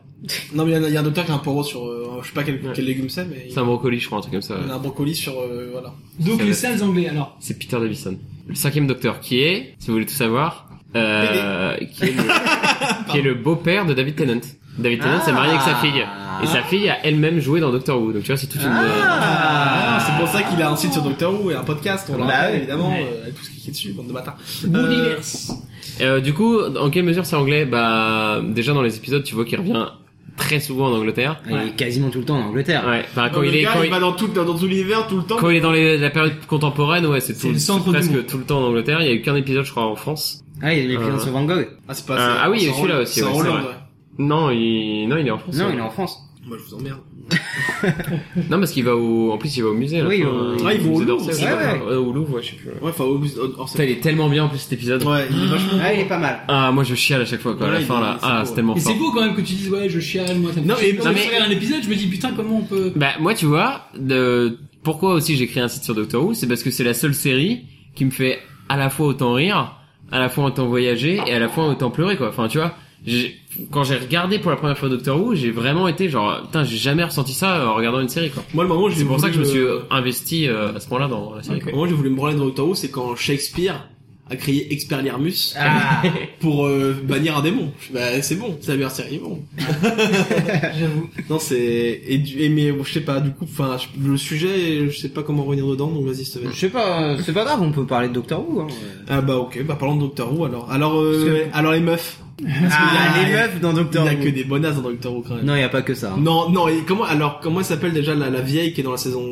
Speaker 2: Non, mais il y, en a- il y a un docteur qui a un poireau sur. euh, je sais pas quel,
Speaker 4: Ouais.
Speaker 2: quel légume c'est, mais.
Speaker 4: C'est un brocoli, je crois, un truc comme ça.
Speaker 2: Il y a un brocoli sur. euh, voilà.
Speaker 5: Donc
Speaker 4: Ça
Speaker 5: les
Speaker 4: va.
Speaker 5: sales anglais, alors.
Speaker 4: C'est Peter Davison. Le cinquième docteur, qui est, si vous voulez tout savoir, euh, qui est le, qui est le beau-père de David Tennant. David Tennant s'est marié avec
Speaker 2: Ah.
Speaker 4: sa fille. Et sa fille a elle-même joué dans Doctor Who. Donc tu vois, c'est toute une... euh,
Speaker 2: Ah, c'est pour ça qu'il a un site sur Doctor Who et un podcast, on l'a
Speaker 3: Bah
Speaker 2: rappelle,
Speaker 3: ouais.
Speaker 2: évidemment,
Speaker 5: Ouais.
Speaker 2: euh, avec tout ce qui est dessus, bande de bâtards.
Speaker 5: Boulivers.
Speaker 4: Euh, du coup, en quelle mesure c'est anglais Bah, déjà dans les épisodes, tu vois qu'il revient très souvent en Angleterre.
Speaker 3: Il est quasiment tout le temps en Angleterre.
Speaker 4: Ouais. Enfin, quand
Speaker 2: le
Speaker 4: il est
Speaker 2: gars,
Speaker 4: quand
Speaker 2: il,
Speaker 4: il,
Speaker 2: va dans tout, dans, dans tout l'univers tout le temps.
Speaker 4: quand il est dans les- la période contemporaine, ouais, c'est
Speaker 5: C'est
Speaker 4: tout
Speaker 5: le centre
Speaker 4: c'est
Speaker 5: du
Speaker 4: presque
Speaker 5: monde.
Speaker 4: tout le temps en Angleterre. Il y a eu qu'un épisode, je crois, en France.
Speaker 3: Ah, il y a des présence
Speaker 4: Euh.
Speaker 3: sur Van Gogh.
Speaker 2: Ah, c'est pas
Speaker 4: Euh,
Speaker 2: c'est-
Speaker 4: ah oui,
Speaker 2: c'est
Speaker 4: il y a
Speaker 2: en-
Speaker 4: celui-là aussi,
Speaker 2: C'est
Speaker 4: ouais,
Speaker 2: en
Speaker 4: c'est
Speaker 2: Hollande,
Speaker 4: vrai. Non, il non, il est en France.
Speaker 3: Non,
Speaker 4: ouais.
Speaker 3: il est en France.
Speaker 2: ouais. Moi, je vous emmerde.
Speaker 4: Non, parce qu'il va au en plus il va au musée. là,
Speaker 3: Oui,
Speaker 4: quoi.
Speaker 3: au-
Speaker 2: Ah, ils vont au
Speaker 4: musée
Speaker 2: Louvre,
Speaker 4: d'Orsay,
Speaker 2: ouais,
Speaker 4: je sais pas.
Speaker 3: ouais.
Speaker 4: Ouais, au Louvre, ouais, je sais plus. ouais.
Speaker 2: Ouais, enfin, au au- hors
Speaker 4: Putain, il est tellement bien en plus cet épisode.
Speaker 2: Ouais, il est vachement.
Speaker 3: Ah, il est pas mal.
Speaker 4: Ah, moi je chiale à chaque fois quoi. à la
Speaker 2: Ouais,
Speaker 4: fin
Speaker 2: il est-
Speaker 4: là,
Speaker 2: c'est
Speaker 4: ah,
Speaker 2: beau,
Speaker 4: c'est
Speaker 2: ouais.
Speaker 4: tellement
Speaker 5: Et
Speaker 4: fort.
Speaker 5: c'est beau quand même que tu dises, ouais, je chiale, moi, ça me
Speaker 2: Non,
Speaker 5: fait
Speaker 2: mais-
Speaker 5: chier.
Speaker 4: non,
Speaker 5: Quand je
Speaker 4: mais-
Speaker 5: regarde un épisode, je me dis, putain, comment on peut...
Speaker 4: Bah moi tu vois, de... pourquoi aussi j'ai créé un site sur Doctor Who, c'est parce que c'est la seule série qui me fait à la fois autant rire, à la fois autant voyager et à la fois autant pleurer quoi. Enfin tu vois, j'ai- quand j'ai regardé pour la première fois Doctor Who, j'ai vraiment été genre putain j'ai jamais ressenti ça en regardant une série quoi.
Speaker 2: Moi, le moment où j'ai
Speaker 4: C'est pour ça que je me suis
Speaker 2: voulu,
Speaker 4: euh,
Speaker 2: euh,
Speaker 4: investi euh, à ce point-là dans la série.
Speaker 2: Le
Speaker 4: quoi.
Speaker 2: moment où j'ai voulu me branler dans Doctor Who, c'est quand Shakespeare a créé Expelliarmus
Speaker 3: Ah,
Speaker 2: pour euh, bannir un démon. Je fais, Bah, c'est bon, c'est la meilleure série, bon.
Speaker 5: J'avoue.
Speaker 2: Non, c'est. Et, du- et mais bon, je sais pas, du coup, enfin, je- le sujet, je sais pas comment revenir dedans, donc vas-y, Steven.
Speaker 3: je sais pas, euh, c'est pas grave, on peut parler de Doctor Who. Hein.
Speaker 2: Ah bah ok, bah parlons de Doctor Who alors. Alors euh, alors les meufs,
Speaker 3: Ah,
Speaker 2: qu'il y a-
Speaker 3: les meufs dans
Speaker 2: il
Speaker 3: Doctor
Speaker 2: n'y a
Speaker 3: Who.
Speaker 2: que des bonasses dans Doctor Who quand même.
Speaker 3: Non, il y a pas que ça. hein.
Speaker 2: Non, non, et comment alors comment elle s'appelle déjà la, la vieille qui est dans la saison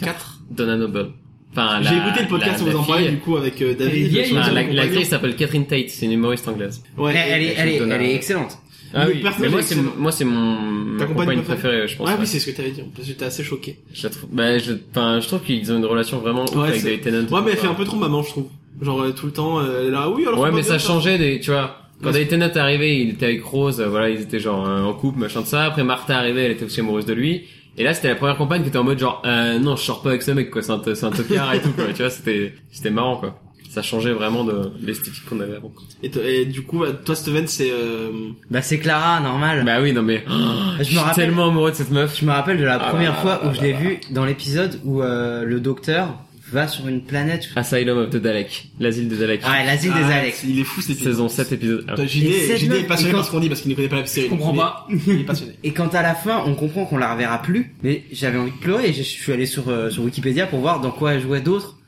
Speaker 2: 4
Speaker 4: Donna Noble. Enfin,
Speaker 2: J'ai
Speaker 4: Ah, la-
Speaker 2: écouté le podcast
Speaker 4: la-
Speaker 2: où vous
Speaker 4: la
Speaker 2: en parlez
Speaker 4: fille-
Speaker 2: du coup avec euh,
Speaker 5: Elle est
Speaker 2: David.
Speaker 5: vieille,
Speaker 2: son-
Speaker 4: enfin,
Speaker 2: son
Speaker 4: la-
Speaker 2: compagnon.
Speaker 4: L'actrice s'appelle Catherine Tate, c'est une humoriste anglaise.
Speaker 2: Ouais,
Speaker 3: Elle, elle
Speaker 2: et-
Speaker 3: est, elle, est,
Speaker 4: Donna-
Speaker 3: elle est excellente.
Speaker 4: Ah
Speaker 2: Le
Speaker 4: oui,
Speaker 2: personnage
Speaker 4: mais moi
Speaker 2: est
Speaker 4: c'est
Speaker 2: excellent.
Speaker 4: moi c'est mon ma
Speaker 2: Ta compagne
Speaker 4: compagne
Speaker 2: préférée
Speaker 4: préférée, je pense.
Speaker 2: Ah
Speaker 4: ouais.
Speaker 2: oui, c'est ce que t'avais dit. En plus, j'étais assez choqué.
Speaker 4: Je la trouve, bah, je, enfin, je trouve qu'ils ont une relation vraiment ouf
Speaker 2: Ouais,
Speaker 4: avec
Speaker 2: c'est-
Speaker 4: David Tennant.
Speaker 2: Ouais, mais elle fait un peu trop maman, je trouve. Genre euh, tout le temps, euh, elle a oui alors.
Speaker 4: Ouais,
Speaker 2: faut
Speaker 4: mais
Speaker 2: pas
Speaker 4: ça
Speaker 2: dire
Speaker 4: changeait des, tu vois. Quand
Speaker 2: Ouais.
Speaker 4: David Tennant est arrivé, il était avec Rose, euh, voilà, ils étaient genre euh, en couple, machin de ça. Après Martha arrivait, elle était aussi amoureuse de lui. Et là, c'était la première compagne qui était en mode genre, euh, non, je sors pas avec ce mec, quoi, c'est un, t- c'est un tocard et tout, quoi. Tu vois, c'était, c'était marrant, quoi. Ça changeait vraiment de l'esthétique qu'on avait avant. quoi.
Speaker 2: Et, t- et du coup, bah, toi Steven, c'est euh,
Speaker 3: Bah, c'est Clara, normal.
Speaker 4: Bah oui, non mais,
Speaker 3: Je me
Speaker 4: je suis
Speaker 3: rappelle-
Speaker 4: tellement amoureux de cette meuf.
Speaker 3: Je me rappelle de la
Speaker 4: Ah
Speaker 3: première
Speaker 4: là
Speaker 3: fois
Speaker 4: là
Speaker 3: où je l'ai vue dans l'épisode où euh, le docteur va sur une planète.
Speaker 4: Asylum of the Dalek. L'asile des Daleks.
Speaker 3: Ouais, l'asile des
Speaker 2: ah,
Speaker 3: Alex.
Speaker 2: Il est fou cet épisode.
Speaker 4: Saison 7, épisode 1.
Speaker 2: Putain,
Speaker 3: Et
Speaker 2: JD
Speaker 3: cette
Speaker 2: JD
Speaker 3: meuf,
Speaker 2: est passionné
Speaker 3: et quand-
Speaker 2: par ce qu'on dit parce qu'il ne connaît pas la série.
Speaker 5: Je comprends
Speaker 2: Il est-
Speaker 5: pas.
Speaker 2: Il est passionné.
Speaker 3: Et quand à la fin, on comprend qu'on la reverra plus, mais j'avais envie de pleurer et je suis allé sur, euh, sur Wikipédia pour voir dans quoi elle jouait d'autres.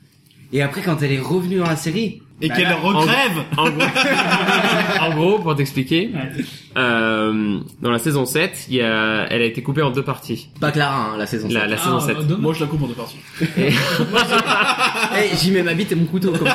Speaker 3: Et après, quand elle est revenue dans la série,
Speaker 2: Et
Speaker 3: Bah
Speaker 2: qu'elle
Speaker 3: là,
Speaker 2: regrève
Speaker 4: En gros, en gros, pour t'expliquer,
Speaker 5: Ouais.
Speaker 4: euh, dans la saison 7, il y a, elle a été coupée en deux parties.
Speaker 3: pas Clara, hein, la saison.
Speaker 4: La, la saison
Speaker 5: Ah,
Speaker 4: 7.
Speaker 5: dommage.
Speaker 2: Moi je la coupe en deux parties.
Speaker 3: Eh, j'y mets ma bite et mon couteau. Comme...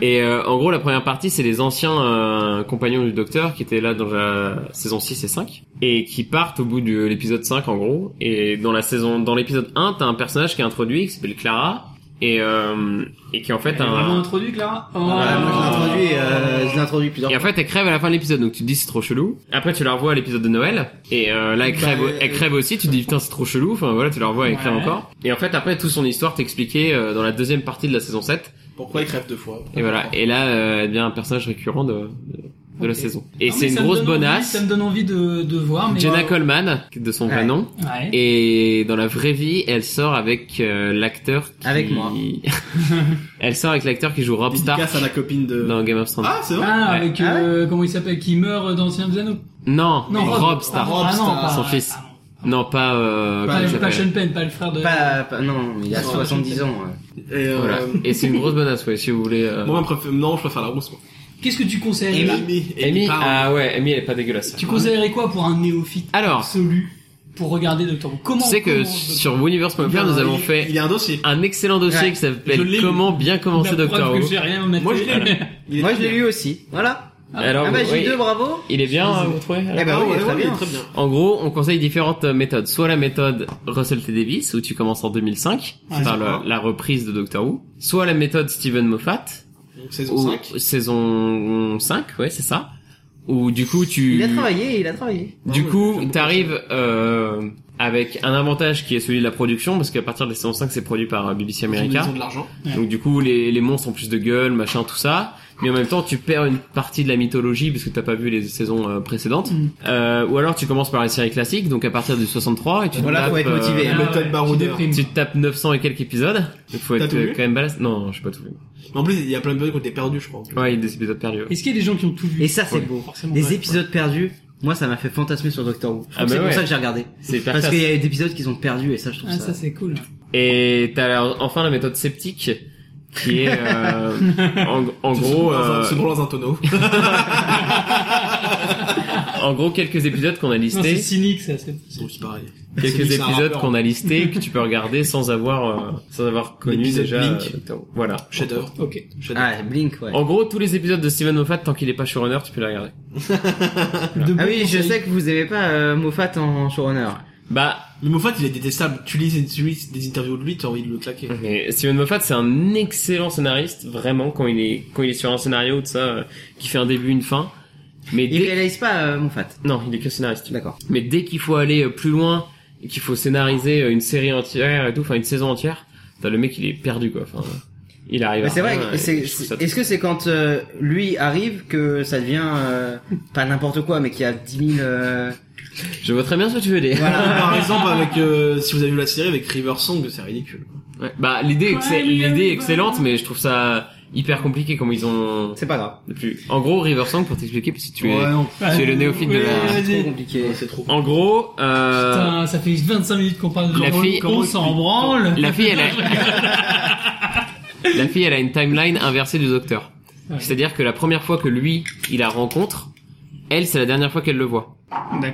Speaker 4: Et euh, en gros, la première partie, c'est les anciens euh, compagnons du docteur qui étaient là dans la saison 6 et 5 et qui partent au bout de l'épisode 5 en gros. Et dans la saison, dans l'épisode 1, t'as un personnage qui est introduit qui s'appelle Clara et euh, et qui en fait
Speaker 5: Elle est vraiment
Speaker 4: un
Speaker 5: introduit, Clara Oh.
Speaker 3: Voilà, moi, je l'ai introduit, euh, je l'ai introduit plusieurs
Speaker 4: et en fait, elle crève à la fin de l'épisode, donc tu te dis c'est trop chelou. Après, tu la revois à l'épisode de Noël, et euh, là, elle crève,
Speaker 2: Bah, euh,
Speaker 4: elle crève aussi, tu te dis putain c'est trop chelou, enfin voilà, tu la revois, elle crève
Speaker 5: Ouais.
Speaker 4: encore. Et en fait, après, toute son histoire t'expliquait euh, dans la deuxième partie de la saison 7,
Speaker 2: Pourquoi il crève deux fois
Speaker 4: et voilà. Et là, euh, elle devient un personnage récurrent de, de- de la
Speaker 5: Ok.
Speaker 4: saison.
Speaker 5: Non,
Speaker 4: Et
Speaker 5: mais
Speaker 4: c'est une
Speaker 5: ça me
Speaker 4: grosse
Speaker 5: donne envie,
Speaker 4: bonasse.
Speaker 5: Ça me donne envie de, de voir. Mais...
Speaker 4: Jenna Coleman, de son vrai
Speaker 3: Ouais.
Speaker 4: nom.
Speaker 5: Ouais.
Speaker 4: Et dans la vraie vie, elle sort avec euh, l'acteur qui...
Speaker 3: Avec moi.
Speaker 4: elle sort avec l'acteur qui joue Rob Stark
Speaker 2: Dédicace à la copine de...
Speaker 4: dans Game of Thrones.
Speaker 2: Ah, c'est vrai
Speaker 5: Ah,
Speaker 4: Ouais.
Speaker 5: avec euh, comment il s'appelle qui meurt dans Seigneur des Anneaux.
Speaker 4: Non,
Speaker 5: Non,
Speaker 4: Rob
Speaker 5: Ah,
Speaker 4: Stark.
Speaker 2: Rob
Speaker 5: ah, non,
Speaker 2: Stark,
Speaker 5: pas-
Speaker 4: son fils.
Speaker 5: ah,
Speaker 4: Non, pas... Euh,
Speaker 5: Pas,
Speaker 4: comment il
Speaker 5: pas,
Speaker 4: s'appelle
Speaker 5: Sean Penn, pas le frère de.
Speaker 3: Pas, pas- non, il a 70 ans. ouais.
Speaker 2: Et, euh,
Speaker 4: Voilà. Et c'est une grosse bonasse, ouais, si vous voulez. euh,
Speaker 2: Moi, je préfère... non, je préfère la rousse, moi.
Speaker 5: Qu'est-ce que tu conseillerais
Speaker 4: Amy.
Speaker 2: Amy,
Speaker 4: Amy,
Speaker 2: pardon.
Speaker 4: ah ouais, Amy, elle est pas dégueulasse.
Speaker 5: Tu conseillerais quoi pour un néophyte
Speaker 4: Alors,
Speaker 5: absolu pour regarder Doctor Who Comment
Speaker 4: tu sais que
Speaker 5: comment-
Speaker 4: sur Wooniverse.fr, nous avons
Speaker 2: Bah, Il-
Speaker 4: fait
Speaker 2: Il y a un dossier.
Speaker 4: un excellent dossier
Speaker 3: Ouais.
Speaker 4: qui
Speaker 2: Je
Speaker 4: s'appelle
Speaker 2: l'ai lu.
Speaker 4: Comment bien commencer
Speaker 5: La preuve
Speaker 4: Doctor
Speaker 5: que
Speaker 4: Who.
Speaker 5: j'ai rien à mettre.
Speaker 2: Moi, je l'ai lu. Il est
Speaker 3: Moi, je
Speaker 2: très
Speaker 3: l'ai
Speaker 2: bien.
Speaker 3: lu aussi. Voilà.
Speaker 4: Alors,
Speaker 3: ah bah, j'ai
Speaker 4: oui,
Speaker 3: eu deux, bravo.
Speaker 4: il est bien, euh, vous trouvez
Speaker 3: Eh bah
Speaker 2: Ah
Speaker 3: oui,
Speaker 2: ouais,
Speaker 3: très
Speaker 2: ouais, il
Speaker 3: bien.
Speaker 2: est très bien.
Speaker 4: En gros, on conseille différentes euh, méthodes. Soit la méthode Russell T. Davis, où tu commences en 2005,
Speaker 5: Ouais.
Speaker 4: par la, la reprise de Doctor Who. Soit la méthode Steven Moffat,
Speaker 2: Donc, saison
Speaker 4: ou
Speaker 2: 5.
Speaker 4: saison 5, ouais, c'est ça. Où du coup, tu...
Speaker 3: Il a travaillé, il a travaillé.
Speaker 4: Du
Speaker 2: Ouais,
Speaker 4: coup,
Speaker 2: c'est bon.
Speaker 4: t'arrives euh, avec un avantage qui est celui de la production, parce qu'à partir des saisons 5, c'est produit par euh, BBC America.
Speaker 2: Ils ont de l'argent.
Speaker 4: Donc du coup, les, les monstres ont plus de gueule, machin, tout ça. Mais en même temps, tu perds une partie de la mythologie parce que t'as pas vu les saisons euh, précédentes.
Speaker 5: Mm.
Speaker 4: Euh, ou alors tu commences par les séries classiques, donc à partir du 63, et tu te
Speaker 3: Voilà,
Speaker 4: tapes, euh,
Speaker 3: faut être motivé.
Speaker 5: Ah,
Speaker 2: La méthode
Speaker 5: ouais, tu
Speaker 2: baroudeur.
Speaker 5: déprimes.
Speaker 4: tu te tapes 900 et quelques épisodes. Il faut
Speaker 2: T'as
Speaker 4: être
Speaker 2: tout
Speaker 4: euh,
Speaker 2: vu
Speaker 4: quand même balèze. Non, je sais pas tout vu.
Speaker 2: Mais en plus, il y a plein de trucs qui ont été perdus, je crois.
Speaker 4: Ouais, il y a des épisodes perdus.
Speaker 5: Est-ce qu'il y a des gens qui ont tout vu
Speaker 3: Et ça, c'est
Speaker 5: Ouais.
Speaker 3: beau.
Speaker 5: Forcément,
Speaker 3: Les
Speaker 5: ouais.
Speaker 3: épisodes perdus, moi, ça m'a fait fantasmer sur Doctor Who. Je
Speaker 4: Ah
Speaker 3: crois que
Speaker 4: bah
Speaker 3: c'est pour
Speaker 4: ouais.
Speaker 3: ça que j'ai regardé.
Speaker 4: C'est hyper
Speaker 3: Parce
Speaker 4: classe.
Speaker 3: qu'il y a des épisodes qu'ils ont perdus et ça, je trouve
Speaker 5: Ah,
Speaker 3: ça.
Speaker 5: ça c'est cool.
Speaker 4: Et t'as la- enfin la méthode sceptique, qui est euh, en, en
Speaker 2: Tu
Speaker 4: gros, euh,
Speaker 2: Se branles dans un tonneau.
Speaker 4: en gros quelques épisodes qu'on a
Speaker 5: Non, c'est
Speaker 4: listés,
Speaker 5: cynique ça. c'est-
Speaker 2: C'est aussi pareil. C'est
Speaker 4: quelques
Speaker 2: lui, c'est un
Speaker 4: épisodes
Speaker 2: rappeur,
Speaker 4: qu'on a listés que tu peux regarder sans avoir euh, sans avoir connu
Speaker 2: L'épisode
Speaker 4: déjà.
Speaker 2: Blink.
Speaker 4: euh, Doctor Who. voilà.
Speaker 2: Chef-d'œuvre.
Speaker 5: Ok.
Speaker 2: Chef-d'œuvre.
Speaker 3: Ah, Blink, ouais.
Speaker 4: En gros, tous les épisodes de Steven Moffat, tant qu'il est pas showrunner, tu peux les regarder.
Speaker 5: De
Speaker 3: Ah
Speaker 5: bons
Speaker 3: oui, je
Speaker 5: conseils.
Speaker 3: sais que vous aimez pas euh, Moffat en showrunner.
Speaker 4: Bah,
Speaker 2: Mais Moffat, il est détestable. Tu lis tu lis des interviews de lui, t'as envie de le claquer.
Speaker 4: mais Steven Moffat, c'est un excellent scénariste, vraiment quand il est quand il est sur un scénario, tout ça, euh, qui fait un début, une fin. Mais
Speaker 3: Il
Speaker 4: dès...
Speaker 3: réalise pas euh, Moffat.
Speaker 4: non, il est que scénariste.
Speaker 3: D'accord.
Speaker 4: Mais dès qu'il faut aller euh, plus loin et qu'il faut scénariser euh, une série entière et tout, enfin une saison entière, t'as le mec il est perdu quoi. Enfin, il arrive.
Speaker 3: Mais
Speaker 4: à
Speaker 3: c'est vrai.
Speaker 4: rien,
Speaker 3: que
Speaker 4: et
Speaker 3: c'est-
Speaker 4: Ah, je trouve ça
Speaker 3: c'est- Est-ce que c'est quand euh, lui arrive que ça devient euh, pas n'importe quoi, mais qu'il y a 10 000 euh,
Speaker 4: Je vois très bien ce que tu veux dire.
Speaker 2: Par exemple, avec, euh, si vous avez vu la série avec River Song, c'est ridicule.
Speaker 4: Ouais. Bah l'idée est excell- l'idée est excellente, mais je trouve ça hyper compliqué comment ils ont.
Speaker 3: C'est pas grave.
Speaker 4: depuis- En gros, River Song pour t'expliquer parce que tu es.
Speaker 2: non.
Speaker 4: Tu es le néophyte de la-
Speaker 5: Ouais,
Speaker 3: Trop
Speaker 5: vas-y.
Speaker 3: compliqué.
Speaker 2: C'est trop.
Speaker 4: En gros, euh,
Speaker 5: Putain, ça fait 25 minutes qu'on parle de
Speaker 4: La
Speaker 5: Jean-Paul,
Speaker 4: fille-
Speaker 5: on s'en branle.
Speaker 4: la fille elle a. la fille elle a une timeline inversée du docteur.
Speaker 5: Ouais.
Speaker 4: C'est-à-dire que la première fois que lui il la rencontre, elle c'est la dernière fois qu'elle le voit.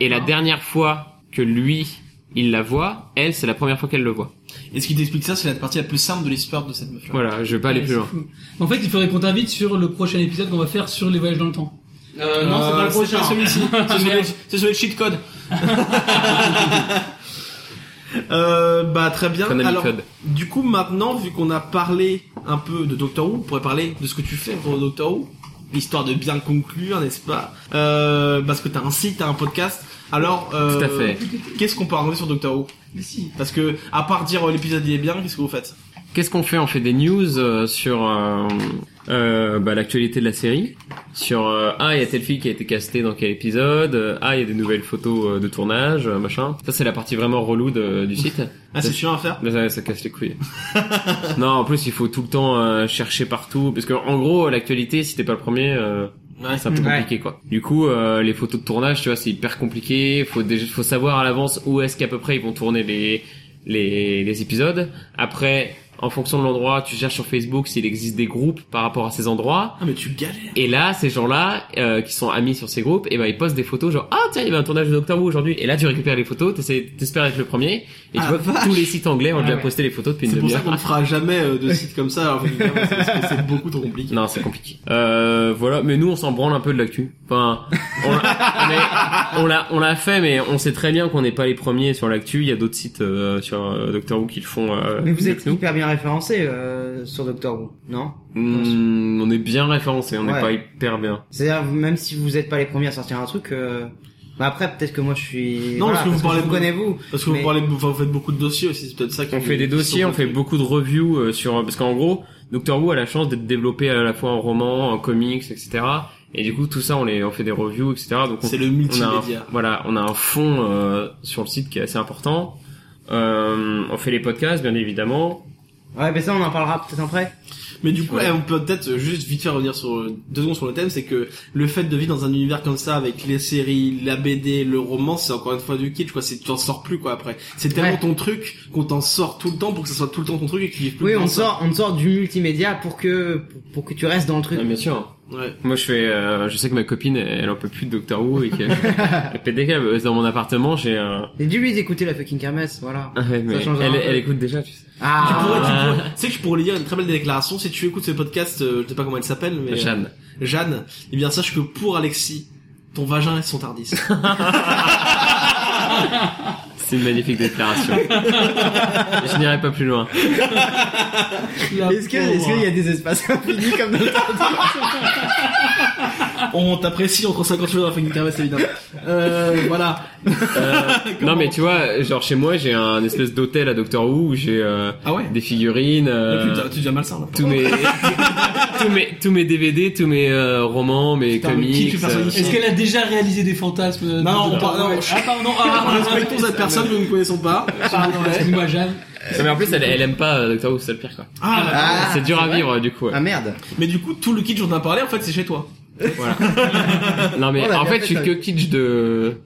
Speaker 4: Et la dernière fois que lui, il la voit, elle, c'est la première fois qu'elle le voit.
Speaker 2: Et ce qui t'explique ça, c'est la partie la plus simple de l'histoire de cette meuf-là.
Speaker 4: Voilà, je vais pas aller
Speaker 5: Ouais,
Speaker 4: plus
Speaker 5: c'est
Speaker 4: loin.
Speaker 5: fou. En fait, il faudrait qu'on t'invite sur le prochain épisode qu'on va faire sur les voyages dans le temps.
Speaker 2: non, Euh, c'est pas
Speaker 4: Euh,
Speaker 2: le prochain. celui-ci. C'est
Speaker 5: Merde.
Speaker 2: celui- C'est celui le cheat code. Euh, bah très bien.
Speaker 4: Konami
Speaker 2: Alors,
Speaker 4: code.
Speaker 2: du coup, maintenant, vu qu'on a parlé un peu de Doctor Who, on pourrait parler de ce que tu fais pour Doctor Who, histoire de bien conclure, n'est-ce pas euh, Parce que t'as un site, t'as un podcast. Alors, euh,
Speaker 4: Tout à fait.
Speaker 2: Qu'est-ce qu'on peut raconter sur Doctor Who Parce que, à part dire euh, l'épisode il est bien, qu'est-ce que vous faites
Speaker 4: Qu'est-ce qu'on fait On fait des news euh, sur euh, euh, bah, l'actualité de la série. Sur euh, ah il y a telle fille qui a été castée dans quel épisode. euh, ah il y a des nouvelles photos euh, de tournage, euh, machin. Ça c'est la partie vraiment relou de- du site.
Speaker 2: Ah, c'est chiant à faire.
Speaker 4: Mais ça, ça casse les couilles. non en plus il faut tout le temps euh, chercher partout parce que en gros l'actualité si t'es pas le premier euh,
Speaker 2: Ouais,
Speaker 4: c'est un peu
Speaker 3: Ouais.
Speaker 4: compliqué quoi. Du coup, euh, les photos de tournage, tu vois, c'est hyper compliqué. Faut déjà, faut savoir à l'avance où est-ce qu'à peu près ils vont tourner les les, les épisodes. Après, en fonction de l'endroit, tu cherches sur Facebook s'il existe des groupes par rapport à ces endroits.
Speaker 2: Ah, mais tu galères.
Speaker 4: Et là, ces gens-là, euh, qui sont amis sur ces groupes, et ben ils postent des photos genre ah tiens il y avait un tournage de Doctor Who aujourd'hui. Et là, tu récupères les photos, t'essaies- t'espères être le premier. Et tu
Speaker 2: Ah,
Speaker 4: vois que tous les sites anglais ont
Speaker 5: Ah,
Speaker 4: déjà
Speaker 5: ouais.
Speaker 4: posté les photos depuis une
Speaker 2: C'est pour ça
Speaker 4: demi-heure.
Speaker 2: qu'on ne fera jamais euh, de site comme ça. Alors, vous dites, ah, ouais, c'est- c'est c'est beaucoup trop compliqué.
Speaker 4: Non, c'est compliqué. Euh, voilà, mais nous on s'en branle un peu de l'actu. Enfin, on l'a- mais on l'a on l'a fait, mais on sait très bien qu'on n'est pas les premiers sur l'actu. Il y a d'autres sites euh, sur euh, Doctor Who qui le font. euh,
Speaker 3: Mais vous
Speaker 4: mieux
Speaker 3: êtes
Speaker 4: que nous.
Speaker 3: hyper bien référencé euh, sur Doctor Who, non
Speaker 4: Hmm, on est bien référencés, on n'est
Speaker 3: Ouais.
Speaker 4: pas hyper bien.
Speaker 3: C'est-à-dire vous- même si vous êtes pas les premiers à sortir un truc. euh, Bah après peut-être que moi je suis.
Speaker 2: Non, parce que vous parlez
Speaker 3: je
Speaker 2: de-
Speaker 3: connais vous.
Speaker 2: Parce que
Speaker 3: Mais-
Speaker 2: vous parlez, enfin, vous faites beaucoup de dossiers aussi, c'est peut-être ça qui
Speaker 4: On fait des
Speaker 2: qui
Speaker 4: dossiers,
Speaker 2: sont
Speaker 4: on fait
Speaker 2: votre-
Speaker 4: beaucoup de reviews euh, sur parce qu'en gros, Doctor Who a la chance d'être développé à la fois en roman, en comics, etc. Et du coup, tout ça, on les, on fait des reviews, etc. Donc, on,
Speaker 2: C'est le
Speaker 4: on a un-
Speaker 2: multimédia.
Speaker 4: voilà, on a un fond euh, sur le site qui est assez important. Euh, on fait les podcasts, bien évidemment.
Speaker 3: Ouais, mais ça, on en parlera peut-être après.
Speaker 2: Mais du coup,
Speaker 4: Ouais.
Speaker 2: eh, on peut peut-être juste vite faire revenir sur euh, deux secondes sur le thème, c'est que le fait de vivre dans un univers comme ça avec les séries, la BD, le roman, c'est encore une fois du kitsch, quoi. C'est tu t'en sors plus, quoi. Après, c'est tellement
Speaker 3: Ouais.
Speaker 2: ton truc qu'on t'en sort tout le temps pour que ça soit tout le temps ton truc et que tu vives plus.
Speaker 3: Oui,
Speaker 2: dans
Speaker 3: on
Speaker 2: ça.
Speaker 3: sort, on sort du multimédia pour que, pour que tu restes dans le truc.
Speaker 4: Ah, bien sûr.
Speaker 2: Ouais.
Speaker 4: Moi, je fais, euh, je sais que ma copine, elle, elle en peut plus de Doctor Who et qu'elle elle pète des câbles. Dans mon appartement, j'ai un.
Speaker 3: Et dis-lui d'écouter la fucking kermesse, voilà.
Speaker 4: Ah ouais, mais
Speaker 3: changera
Speaker 4: elle,
Speaker 3: un peu.
Speaker 4: elle écoute déjà, tu
Speaker 2: Tu
Speaker 4: sais.
Speaker 2: pourrais, tu
Speaker 3: Ah,
Speaker 2: pourrais- tu sais que je pourrais lui dire une très belle déclaration si tu écoutes ce podcast, euh, je sais pas comment elle s'appelle, mais euh,
Speaker 4: Jeanne.
Speaker 2: Jeanne, eh bien sache que pour Alexis, ton vagin est son tardis.
Speaker 4: C'est une magnifique déclaration. je n'irai pas plus loin.
Speaker 2: Ah,
Speaker 3: est-ce que, est-ce
Speaker 5: euh,
Speaker 3: qu'il y a des espaces infinis comme dans le
Speaker 2: on t'apprécie entre 50 jours dans la fin d'une kermesse, évidemment. Euh, voilà.
Speaker 4: Non, mais tu vois, genre chez moi, j'ai un espèce d'hôtel à Doctor Who où j'ai euh,
Speaker 2: Ah ouais.
Speaker 4: des figurines. euh,
Speaker 2: Mais putain, tu deviens malsain là.
Speaker 4: tous mes tous mes tous mes DVD, tous mes euh, romans, mes
Speaker 2: Putain, mais qui
Speaker 4: comics.
Speaker 2: tu personnifies
Speaker 5: Est-ce qu'elle a déjà réalisé des fantasmes euh,
Speaker 2: Non,
Speaker 5: de-
Speaker 2: on
Speaker 5: de-
Speaker 2: parle- non,
Speaker 5: ouais.
Speaker 2: je-
Speaker 5: Ah, pardon.
Speaker 2: Ah,
Speaker 5: Ah,
Speaker 2: respectons cette personne, nous ne connaissons pas.
Speaker 5: Pardon, excuse-moi, Jeanne.
Speaker 4: euh, Non, mais en plus, elle, elle aime pas euh, Doctor Who, c'est le pire quoi.
Speaker 2: Ah,
Speaker 3: Ah,
Speaker 4: c'est dur à
Speaker 3: vrai
Speaker 4: vivre euh, du coup. ouais.
Speaker 3: Ah merde.
Speaker 2: mais du coup, tout le kit dont on a parlé, en fait, c'est chez toi.
Speaker 4: Non mais
Speaker 3: On Oh l'a
Speaker 4: en
Speaker 3: bien
Speaker 4: fait,
Speaker 3: fait,
Speaker 4: je suis
Speaker 3: ça.
Speaker 4: que kitsch de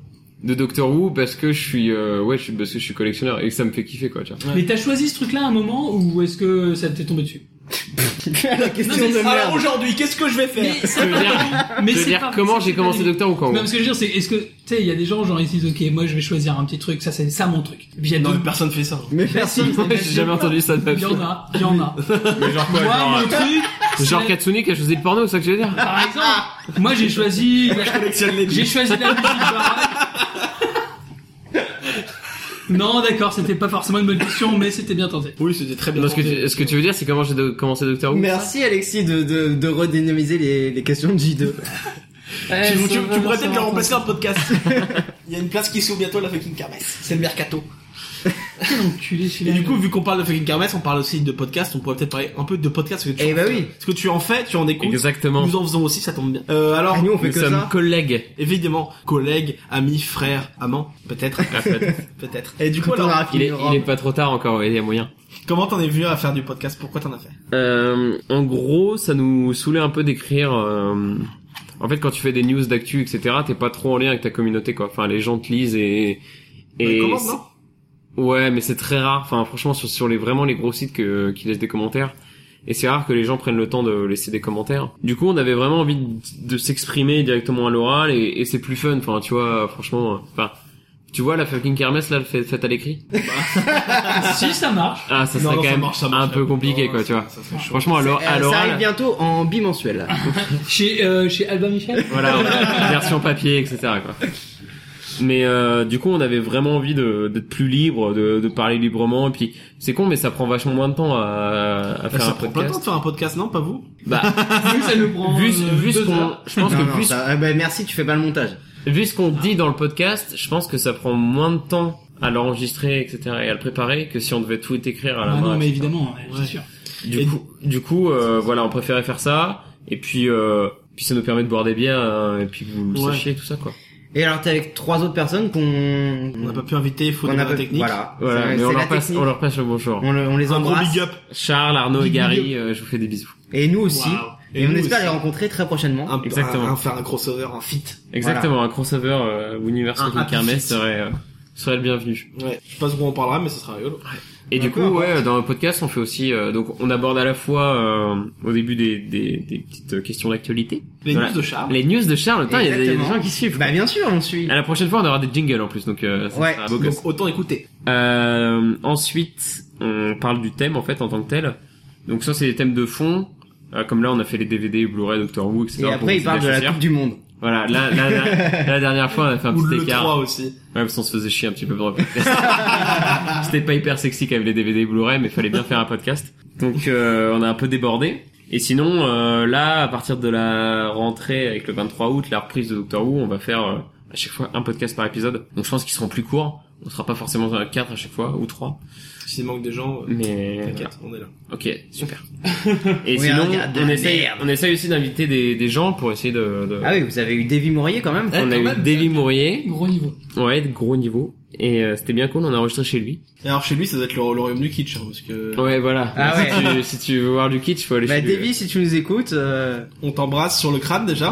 Speaker 4: de Doctor Who parce que je suis euh, ouais, je suis parce que je suis collectionneur et que ça me fait kiffer quoi. Tu vois.
Speaker 5: Mais t'as choisi ce truc-là à un moment ou est-ce que ça t'est tombé dessus
Speaker 3: la question de
Speaker 2: Alors
Speaker 3: merde.
Speaker 2: aujourd'hui, qu'est-ce que je vais faire
Speaker 4: Je veux dire,
Speaker 5: Mais
Speaker 4: je veux
Speaker 5: c'est
Speaker 4: dire
Speaker 5: pas-
Speaker 4: comment
Speaker 5: c'est
Speaker 4: j'ai
Speaker 5: pas
Speaker 4: commencé
Speaker 5: des-
Speaker 4: Doctor Who quoi.
Speaker 5: Non, mais ce que je veux dire, c'est est-ce que tu sais, il y a des gens genre ils se disent ok, moi je vais choisir un petit truc, ça c'est ça mon truc. Et puis il y a
Speaker 2: Non,
Speaker 5: d'autres
Speaker 2: mais personne fait ça.
Speaker 3: Mais
Speaker 5: personnes.
Speaker 4: J'ai jamais entendu ça de ma
Speaker 5: Il y
Speaker 4: vie.
Speaker 5: en a, il y en a.
Speaker 4: Mais genre
Speaker 5: Moi, mon truc, c'est-
Speaker 4: Genre Katsuni qui a choisi le porno, c'est ça que je veux dire
Speaker 5: par exemple, moi j'ai choisi,
Speaker 2: Collectionne les
Speaker 5: j'ai
Speaker 2: disques.
Speaker 5: choisi la musique. Non, d'accord, c'était pas forcément une bonne question, mais c'était bien tenté.
Speaker 2: Oui, c'était très bien.
Speaker 4: Non, ce que
Speaker 2: tenté.
Speaker 4: tu, ce que tu veux dire, c'est comment j'ai do- commencé Doctor Who
Speaker 3: Merci Alexis de, de, de redynamiser les, les questions de
Speaker 2: Tu,
Speaker 3: J2.
Speaker 2: tu- tu pourrais peut-être le remplacer en podcast. Il y a une place qui s'ouvre bientôt à la fucking kermesse. C'est le mercato.
Speaker 5: Enculé, celui-là.
Speaker 2: Et du coup, vu qu'on parle de fucking kermesse, on parle aussi de podcast. On pourrait peut-être parler un peu de podcast. parce que tu-
Speaker 3: Eh bah oui.
Speaker 2: Ce que tu en fais, tu en écoutes.
Speaker 4: Exactement.
Speaker 2: Nous en faisons aussi, ça tombe bien. Euh, alors,
Speaker 3: Ah, nous, on fait
Speaker 4: Nous
Speaker 3: que
Speaker 4: sommes
Speaker 3: ça.
Speaker 4: collègues.
Speaker 2: évidemment, collègues, amis, frères, amants, peut-être,
Speaker 4: En fait,
Speaker 2: peut-être. Et du coup,
Speaker 3: Quand on
Speaker 2: alors,
Speaker 3: aura
Speaker 4: il
Speaker 3: fini
Speaker 4: est,
Speaker 3: le
Speaker 4: il est
Speaker 3: round.
Speaker 4: pas trop tard encore, il y a moyen.
Speaker 2: comment t'en es venu à faire du podcast Pourquoi t'en as fait
Speaker 4: Euh, en gros, ça nous saoulait un peu d'écrire. euh, En fait, quand tu fais des news d'actu, etc., t'es pas trop en lien avec ta communauté, quoi. Enfin, les gens te lisent et et
Speaker 2: Euh, Comment non
Speaker 4: ouais, mais c'est très rare. Enfin, franchement, sur, sur les vraiment les gros sites que, qui laissent des commentaires. Et c'est rare que les gens prennent le temps de laisser des commentaires. Du coup, on avait vraiment envie de, de s'exprimer directement à l'oral et, et c'est plus fun. Enfin, tu vois, franchement, euh, enfin, tu vois la fucking kermesse là, le fait- faite à l'écrit.
Speaker 5: si ça marche,
Speaker 4: Ah, ça
Speaker 2: Non,
Speaker 4: serait
Speaker 2: non,
Speaker 4: quand même
Speaker 2: marche,
Speaker 4: un
Speaker 2: marche.
Speaker 4: peu compliqué,
Speaker 2: Non,
Speaker 4: quoi,
Speaker 2: ça-
Speaker 4: tu vois.
Speaker 2: ça serait chaud.
Speaker 4: Franchement, à l'or-
Speaker 3: Euh,
Speaker 4: à
Speaker 3: ça
Speaker 4: l'oral.
Speaker 3: arrive bientôt en bimensuel.
Speaker 5: chez euh, chez Albin Michel.
Speaker 4: voilà, version papier, etc. Quoi. Mais euh, du coup, on avait vraiment envie de- d'être plus libre, de, de parler librement. Et puis, c'est con, mais ça prend vachement moins de temps à, à
Speaker 2: Bah,
Speaker 4: faire
Speaker 2: ça
Speaker 4: un
Speaker 2: prend plein de temps
Speaker 4: podcast.
Speaker 2: de faire un podcast, non Pas vous
Speaker 4: Bah,
Speaker 5: Vu que ça nous prend.
Speaker 4: vu,
Speaker 5: euh,
Speaker 4: vu ce
Speaker 5: deux
Speaker 4: qu'on,
Speaker 5: heures.
Speaker 4: je pense que
Speaker 3: Non, non,
Speaker 4: plus,
Speaker 3: ça- ah bah, merci, tu fais pas le montage.
Speaker 4: vu ce qu'on dit dans le podcast, je pense que ça prend moins de temps à l'enregistrer, etc. Et à le préparer que si on devait tout écrire à la
Speaker 5: Ah
Speaker 4: main.
Speaker 5: non, mais
Speaker 4: etc.
Speaker 5: évidemment, ouais, c'est
Speaker 2: Ouais.
Speaker 5: sûr.
Speaker 4: Du
Speaker 2: Et-
Speaker 4: coup, du coup, euh, voilà, on préférait faire ça. Et puis, euh, puis ça nous permet de boire des bières. euh, et puis vous le
Speaker 2: Ouais.
Speaker 4: sachiez tout ça, quoi.
Speaker 3: Et alors t'es avec trois autres personnes qu'on...
Speaker 2: On n'a pas pu inviter, faut
Speaker 3: qu'on
Speaker 2: de
Speaker 3: Mm. a
Speaker 2: la
Speaker 3: pas-
Speaker 2: technique.
Speaker 3: Voilà,
Speaker 4: Voilà,
Speaker 3: C'est-
Speaker 4: mais
Speaker 3: c'est
Speaker 4: on
Speaker 3: la
Speaker 4: leur, passe,
Speaker 3: technique.
Speaker 4: on leur passe le bonjour.
Speaker 3: On, le- on les
Speaker 2: Un gros
Speaker 3: embrasse.
Speaker 2: big up.
Speaker 4: Charles, Arnaud et
Speaker 5: Big
Speaker 4: Gary, euh, je vous fais des bisous.
Speaker 3: Et nous aussi.
Speaker 2: Waouh.
Speaker 3: Et, on
Speaker 2: nous
Speaker 3: espère les
Speaker 2: aussi.
Speaker 3: rencontrer très prochainement.
Speaker 2: un,
Speaker 4: Exactement.
Speaker 2: un- un- faire un crossover, un feat.
Speaker 4: Exactement, un crossover euh, univers
Speaker 2: Un
Speaker 4: Fucking
Speaker 2: happy
Speaker 4: Kermesse
Speaker 2: feet.
Speaker 4: serait, euh, serait le bienvenu.
Speaker 2: Ouais. Je sais pas où on parlera, mais ce sera rigolo.
Speaker 4: Et du coup,
Speaker 3: D'accord.
Speaker 4: ouais, dans le podcast, on fait aussi, euh, donc on aborde à la fois euh, au début des, des, des petites euh, questions d'actualité,
Speaker 2: Les
Speaker 4: Voilà.
Speaker 2: news de Charles.
Speaker 4: les news de Charles. Putain, il y a des- il y a des
Speaker 3: Exactement.
Speaker 4: gens qui suivent.
Speaker 3: Bah bien sûr, on
Speaker 2: Ah,
Speaker 3: suit.
Speaker 4: À la prochaine fois, on aura des jingles en plus, donc euh, ça
Speaker 3: Ouais.
Speaker 4: sera beau gosse.
Speaker 2: Donc autant écouter.
Speaker 4: Euh, ensuite, on parle du thème en fait en tant que tel. Donc ça, c'est des thèmes de fond. Euh, comme là, on a fait les DVD, Blu-ray, Doctor Who, etc.
Speaker 3: Et
Speaker 4: pour
Speaker 3: après, il
Speaker 4: essayer
Speaker 3: parle de la
Speaker 4: choisir.
Speaker 3: Coupe du Monde.
Speaker 4: Voilà, la, la, la, la dernière fois, on a fait un
Speaker 2: Ou
Speaker 4: petit
Speaker 2: le
Speaker 4: écart.
Speaker 2: 3 aussi.
Speaker 4: Ouais, parce qu'on se faisait chier un petit peu pendant le podcast. C'était pas hyper sexy quand même les DVD et Blu-ray, mais fallait bien faire un podcast. Donc euh, on a un peu débordé. Et sinon, euh, là, à partir de la rentrée avec le 23 août, la reprise de Doctor Who, on va faire euh, à chaque fois un podcast par épisode. Donc je pense qu'ils seront plus courts. On sera pas forcément à 4 à chaque fois, ou 3.
Speaker 2: S'il manque des gens, euh,
Speaker 4: Mais
Speaker 2: t'inquiète, on est là.
Speaker 4: Ok, super. Et
Speaker 3: Oui,
Speaker 4: sinon,
Speaker 3: un gars de
Speaker 4: on essaye,
Speaker 3: merde.
Speaker 4: on essaye aussi d'inviter des, des gens pour essayer de. de-
Speaker 3: Ah oui, vous avez eu Davy Mourier quand même.
Speaker 2: Ouais,
Speaker 4: on a
Speaker 2: Eh, quand
Speaker 4: eu
Speaker 2: même.
Speaker 4: Davy Mourier,
Speaker 5: Gros niveau.
Speaker 4: ouais, de gros niveau, et euh, c'était bien cool. On a enregistré chez lui.
Speaker 2: Et alors chez lui, ça doit être le, le royaume du kitsch, hein, parce que
Speaker 4: Ouais, voilà.
Speaker 3: Ah
Speaker 4: si,
Speaker 3: ouais.
Speaker 4: tu, si tu veux voir du kitsch, faut aller
Speaker 3: Bah
Speaker 4: chez lui.
Speaker 3: Davy, si tu nous écoutes, euh,
Speaker 2: on t'embrasse sur le crâne déjà.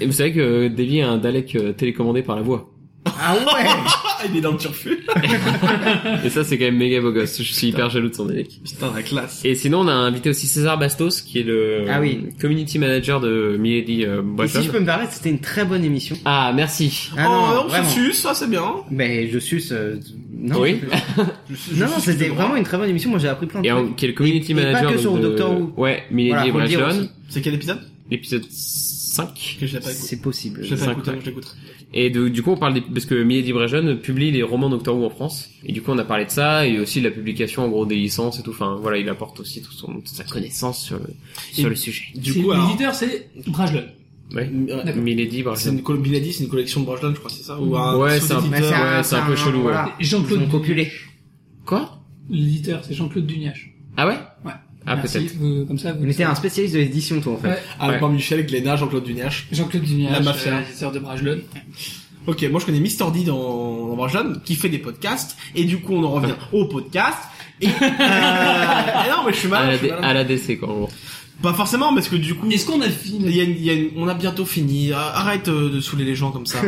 Speaker 4: Et vous savez que Davy a un Dalek euh, télécommandé par la voix.
Speaker 3: ah ouais,
Speaker 2: Ah, il est dans le turfu.
Speaker 4: Et ça, c'est quand même méga beau gosse. Je suis hyper jaloux de son Dalek.
Speaker 2: Putain, la classe.
Speaker 4: Et sinon, on a invité aussi César Bastos, qui est le euh,
Speaker 3: Ah oui.
Speaker 4: community manager de Milady euh,
Speaker 3: Et
Speaker 4: Boyton.
Speaker 3: si je peux me permettre, c'était une très bonne émission.
Speaker 4: Ah, merci.
Speaker 3: Ah
Speaker 2: oh, on
Speaker 3: vraiment.
Speaker 2: se suce, ça c'est bien.
Speaker 3: Mais je suce. euh, non,
Speaker 4: Oui.
Speaker 3: je-
Speaker 2: Je- je-
Speaker 3: Non,
Speaker 2: je
Speaker 3: non,
Speaker 2: suce
Speaker 3: c'était
Speaker 2: de droit.
Speaker 3: vraiment une très bonne émission. Moi, j'ai appris plein de
Speaker 4: Et en-
Speaker 3: trucs.
Speaker 4: qui est le community
Speaker 3: Et- et pas
Speaker 4: manager
Speaker 3: que sur
Speaker 4: de...
Speaker 3: Doctor Who.
Speaker 4: Ouais, Milady
Speaker 3: Voilà, faut le dire
Speaker 4: Boyton,
Speaker 3: aussi.
Speaker 2: C'est quel épisode
Speaker 4: épisode 5.
Speaker 2: Que je l'ai pas écouté.
Speaker 3: C'est possible.
Speaker 2: Je l'ai pas
Speaker 4: cinq,
Speaker 2: écouté,
Speaker 4: ouais.
Speaker 2: donc je l'écouterai.
Speaker 4: Et de- du coup, on parle des- parce que Milady Boyton publie les romans Doctor Who en France. Et du coup, on a parlé de ça et aussi de la publication en gros des licences et tout. Enfin, voilà, il apporte aussi tout son, toute sa connaissance sur le, sur
Speaker 2: Et-
Speaker 4: le sujet.
Speaker 2: Du
Speaker 5: C'est-
Speaker 2: coup, alors,
Speaker 5: L'éditeur, c'est Brajlon.
Speaker 4: Ouais.
Speaker 2: euh,
Speaker 5: D'accord.
Speaker 4: Milady
Speaker 2: c'est
Speaker 4: Boyton.
Speaker 2: une col- Milady, c'est une collection de Brajlan, je crois, c'est ça Ou un
Speaker 4: Ouais, c'est un-
Speaker 3: Mais
Speaker 2: sous-éditeur.
Speaker 4: ouais, c'est un peu chelou, ouais.
Speaker 5: Jean-Claude
Speaker 3: Ah, Ils ont copulé.
Speaker 4: Quoi
Speaker 5: L'éditeur, c'est Jean-Claude Duniache.
Speaker 4: Ah ouais
Speaker 5: Ouais.
Speaker 4: Ah,
Speaker 5: Merci,
Speaker 4: peut-être.
Speaker 5: vous- Comme ça, vous.
Speaker 3: On était un spécialiste de l'édition, toi, en fait.
Speaker 5: Ouais.
Speaker 2: Albin Michel, Glénat, Jean-Claude Dunerche.
Speaker 5: Jean-Claude Duniache,
Speaker 2: La mafia.
Speaker 5: euh, l'éditeur de Brajlon.
Speaker 2: Ok, moi je connais Mister D dans, dans Brajlan, qui fait des podcasts, et du coup on en revient au podcast. Et, euh, et non, mais je suis
Speaker 4: à,
Speaker 2: malin,
Speaker 4: la
Speaker 2: Bah, je suis
Speaker 4: D-
Speaker 2: malin.
Speaker 4: à la DC, quoi, en gros.
Speaker 2: Pas forcément, parce que du coup,
Speaker 5: Est-ce qu'on a fini
Speaker 2: il y a une- il y a une- on a bientôt fini. Ah, Arrête euh, de saouler les gens comme ça.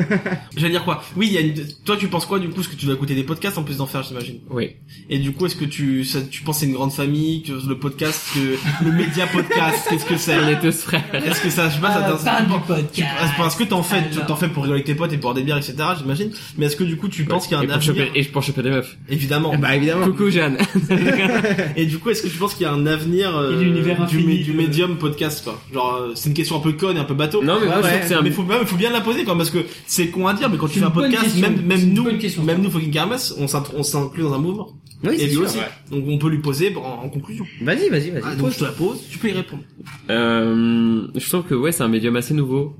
Speaker 2: J'allais dire quoi Oui, il y a une- toi tu penses quoi du coup Parce que tu dois écouter des podcasts en plus d'en faire, j'imagine.
Speaker 4: Oui.
Speaker 2: Et du coup, est-ce que tu, ça- tu penses que c'est une grande famille, que le podcast, que le média podcast, qu'est-ce que c'est
Speaker 4: On est tous frères.
Speaker 2: Est-ce que ça, je sais pas, ça
Speaker 5: Ah,
Speaker 2: t'inspire
Speaker 5: pas du
Speaker 2: Tu- ah,
Speaker 3: Ah,
Speaker 5: podcast.
Speaker 2: Parce que t'en fais, tu-
Speaker 5: Alors.
Speaker 2: t'en fais pour rigoler avec tes potes et pour boire des bières, etc. J'imagine. Mais est-ce que du coup tu penses qu'il y a
Speaker 4: et
Speaker 2: un
Speaker 4: pour
Speaker 2: avenir
Speaker 4: choper, ben. Et pour choper des meufs.
Speaker 2: Évidemment.
Speaker 4: Eh
Speaker 3: Bah, évidemment.
Speaker 4: Coucou Jeanne.
Speaker 2: Et du coup, est-ce que tu penses qu'il y a un avenir euh,
Speaker 5: Et l'univers
Speaker 2: du,
Speaker 5: infini
Speaker 2: mé- du
Speaker 5: de-
Speaker 2: médium podcast quoi Genre, euh, c'est une question un peu conne, et un peu bateau.
Speaker 4: Non, mais
Speaker 3: Ouais,
Speaker 4: moi, je
Speaker 3: ouais.
Speaker 4: trouve que c'est un
Speaker 2: Mais faut, mais faut bien l'imposer quand même, parce que c'est con à dire, mais quand tu
Speaker 5: C'est
Speaker 2: fais un
Speaker 5: une bonne
Speaker 2: podcast,
Speaker 5: question.
Speaker 2: même,
Speaker 5: C'est
Speaker 2: même
Speaker 5: une
Speaker 2: nous,
Speaker 5: bonne question.
Speaker 2: même nous fucking Kermesse, on s'int- on s'inclut dans un mouvement.
Speaker 3: Oui,
Speaker 2: et
Speaker 3: c'est
Speaker 2: lui
Speaker 3: sûr.
Speaker 2: aussi. Donc on peut lui poser en, en conclusion.
Speaker 3: Vas-y, vas-y, vas-y.
Speaker 2: Ah, donc je te la pose, tu peux y répondre.
Speaker 4: Euh, je trouve que ouais, c'est un médium assez nouveau